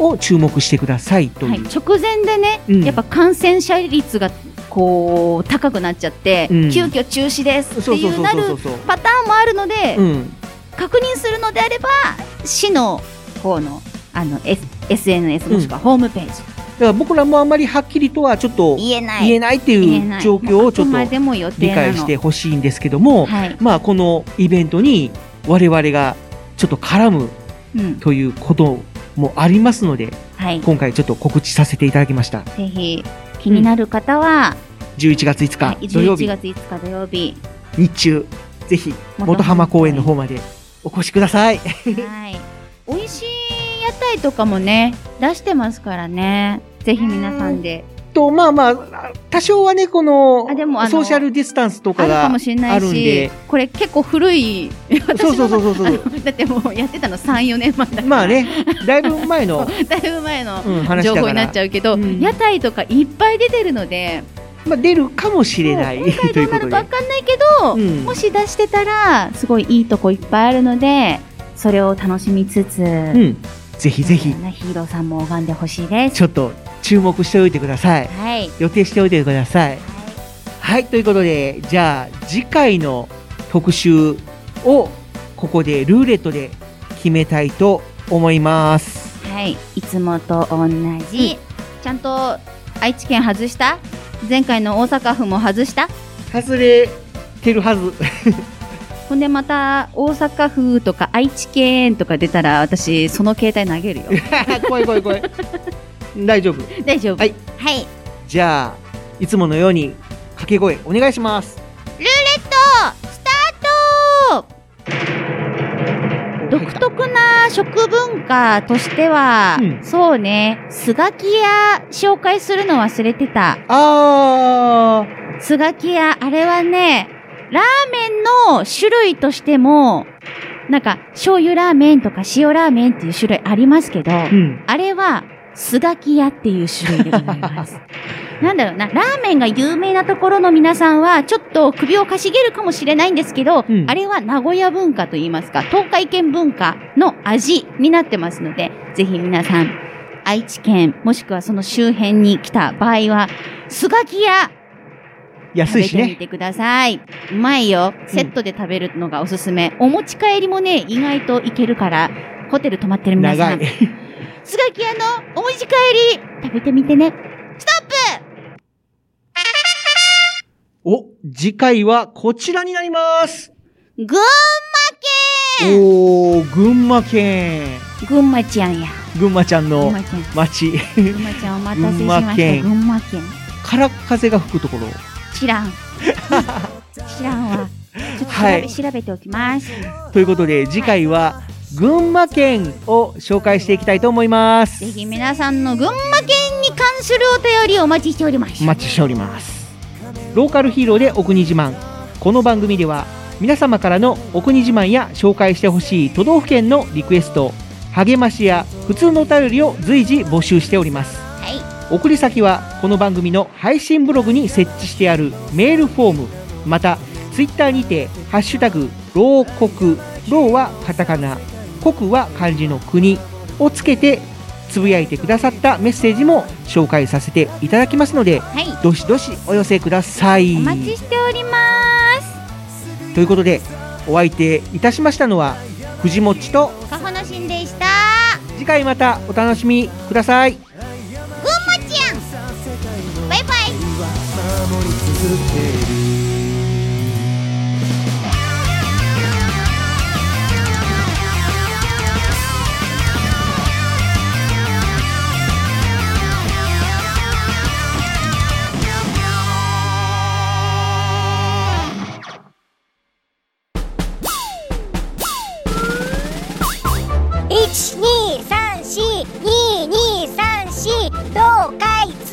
[SPEAKER 4] を注目してくださいという、
[SPEAKER 5] はい、直前でね、
[SPEAKER 4] うん
[SPEAKER 5] やっぱ感染者率がこう高くなっちゃって、
[SPEAKER 4] うん
[SPEAKER 5] 急遽中止ですって
[SPEAKER 4] そうそうそう
[SPEAKER 5] いう
[SPEAKER 4] そう
[SPEAKER 5] なる
[SPEAKER 4] そう
[SPEAKER 5] パターンもあるので、
[SPEAKER 4] うん
[SPEAKER 5] 確認するのであれば市の方のあの、S、SNS もしくは
[SPEAKER 4] うん
[SPEAKER 5] ホームページ、
[SPEAKER 4] だから僕らもあんまりはっきりとはちょっと
[SPEAKER 5] 言えない
[SPEAKER 4] って
[SPEAKER 5] 言え
[SPEAKER 4] い
[SPEAKER 5] な
[SPEAKER 4] う
[SPEAKER 5] い
[SPEAKER 4] 状況をちょっと
[SPEAKER 5] あくまでも予定
[SPEAKER 4] 理
[SPEAKER 5] なの
[SPEAKER 4] 解してほしいんですけども、
[SPEAKER 5] はい
[SPEAKER 4] まあこのイベントに我々がちょっと絡む
[SPEAKER 5] うん
[SPEAKER 4] ということもありますので、
[SPEAKER 5] はい
[SPEAKER 4] 今回ちょっと告知させていただきました
[SPEAKER 5] ぜひ気になる方は、
[SPEAKER 4] 11月5日土曜
[SPEAKER 5] 11
[SPEAKER 4] 日
[SPEAKER 5] 月5日土 曜日
[SPEAKER 4] 日中ぜひ元浜公園の方までお越しください
[SPEAKER 5] はい美味しい屋台とかもね出してますからねぜひ皆さんで
[SPEAKER 4] とまあまあ多少はねこの
[SPEAKER 5] あの
[SPEAKER 4] ソーシャルディスタンスと
[SPEAKER 5] あ
[SPEAKER 4] か
[SPEAKER 5] る
[SPEAKER 4] が
[SPEAKER 5] かもしれな
[SPEAKER 4] あ
[SPEAKER 5] い
[SPEAKER 4] るん
[SPEAKER 5] し
[SPEAKER 4] で
[SPEAKER 5] これ結構古い
[SPEAKER 4] そうそうそうそうそう
[SPEAKER 5] あのだってもうやってたの34年 前だから
[SPEAKER 4] まあねだいぶ前 の
[SPEAKER 5] だいぶ前の
[SPEAKER 4] うん話だ
[SPEAKER 5] 情
[SPEAKER 4] から
[SPEAKER 5] 報になっちゃうけど、屋台とかいっぱい出てるので
[SPEAKER 4] まあ、出るかもしれないということで。
[SPEAKER 5] わかんないけど、
[SPEAKER 4] うん
[SPEAKER 5] もし出してたらすごいいいとこいっぱいあるのでそれを楽しみつつ、
[SPEAKER 4] うん、ぜひぜひ
[SPEAKER 5] ヒーローさんも拝んでほしいです
[SPEAKER 4] ちょっと注目しておいてください。
[SPEAKER 5] はい
[SPEAKER 4] 予定しておいてください。はい、ということで、じゃあ次回の特集をここでルーレットで決めたいと思います。
[SPEAKER 5] はい、いつもと同じ、ちゃんと愛知県外した前回の大阪府も外した
[SPEAKER 4] 外れてるはず。
[SPEAKER 5] ほんでまた大阪府とか愛知県とか出たら私その携帯投げるよ
[SPEAKER 4] 怖い怖い怖い 大丈夫。
[SPEAKER 5] 大丈夫
[SPEAKER 4] はい、
[SPEAKER 5] はい、
[SPEAKER 4] じゃあ、いつものように掛け声お願いします。
[SPEAKER 5] ルーレットスタート独特な食文化としては、そうね、スガキ屋紹介するの忘れてた。
[SPEAKER 4] あ
[SPEAKER 5] ー。スガキ屋、あれはね、ラーメンの種類としても、なんか、醤油ラーメンとか塩ラーメンっていう種類ありますけど、
[SPEAKER 16] ん
[SPEAKER 5] あれは、すがき屋っていう種類でございます。なんだろうな、ラーメンが有名なところの皆さんは、ちょっと首をかしげるかもしれないんですけど、あれは名古屋文化といいますか、東海圏文化の味になってますので、ぜひ皆さん、愛知県、もしくはその周辺に来た場合は、すがき屋
[SPEAKER 4] 安いし
[SPEAKER 5] 食べてみ
[SPEAKER 4] ね。
[SPEAKER 5] てください。うまいよ。セットで食べるのがおすすめ。お持ち帰りもね、意外といけるから、ホテル泊まってる皆さん。
[SPEAKER 4] 長い。
[SPEAKER 5] スガキ屋のお持ち帰り食べ てみてね。
[SPEAKER 4] お、次回はこちらになります。
[SPEAKER 5] 群馬
[SPEAKER 4] おー、群馬県。
[SPEAKER 5] 群馬ちゃんや。
[SPEAKER 4] 群馬ちゃんの
[SPEAKER 5] 群馬ちゃん
[SPEAKER 4] 町。
[SPEAKER 5] 群馬ちゃんお待たせし
[SPEAKER 4] 群馬
[SPEAKER 5] ました。
[SPEAKER 4] 県
[SPEAKER 5] 群馬県。
[SPEAKER 4] から風が吹くところ。
[SPEAKER 5] 知 らん。知らんわ。ちょっと調べ、
[SPEAKER 4] はい
[SPEAKER 5] 調べておきます。
[SPEAKER 4] ということで、次回は群馬県を紹介していきたいと思います。
[SPEAKER 5] ぜひ皆さんの群馬県に関するお便りをお待ちしております。
[SPEAKER 4] お待ちしておりますローカルヒーローでお国自慢この番組では皆様からのお国自慢や紹介してほしい都道府県のリクエスト励ましや普通のお便りを随時募集しております、送り先はこの番組の配信ブログに設置してあるメールフォームまたツイッターにて「ハッシュタグ牢国」「牢」はカタカナ「国」は漢字の「国」をつけてつぶやいてくださったメッセージも紹介させていただきますので、
[SPEAKER 5] はい
[SPEAKER 4] どしどしお寄せください。
[SPEAKER 5] お待ちしております。
[SPEAKER 4] ということでお相手いたしましたのは藤もっちと
[SPEAKER 5] カホのしんでした。
[SPEAKER 4] 次回またお楽しみください。
[SPEAKER 5] 群馬ちゃんバイバイ
[SPEAKER 12] 守り続ける
[SPEAKER 2] 一二三四二二三四東海つ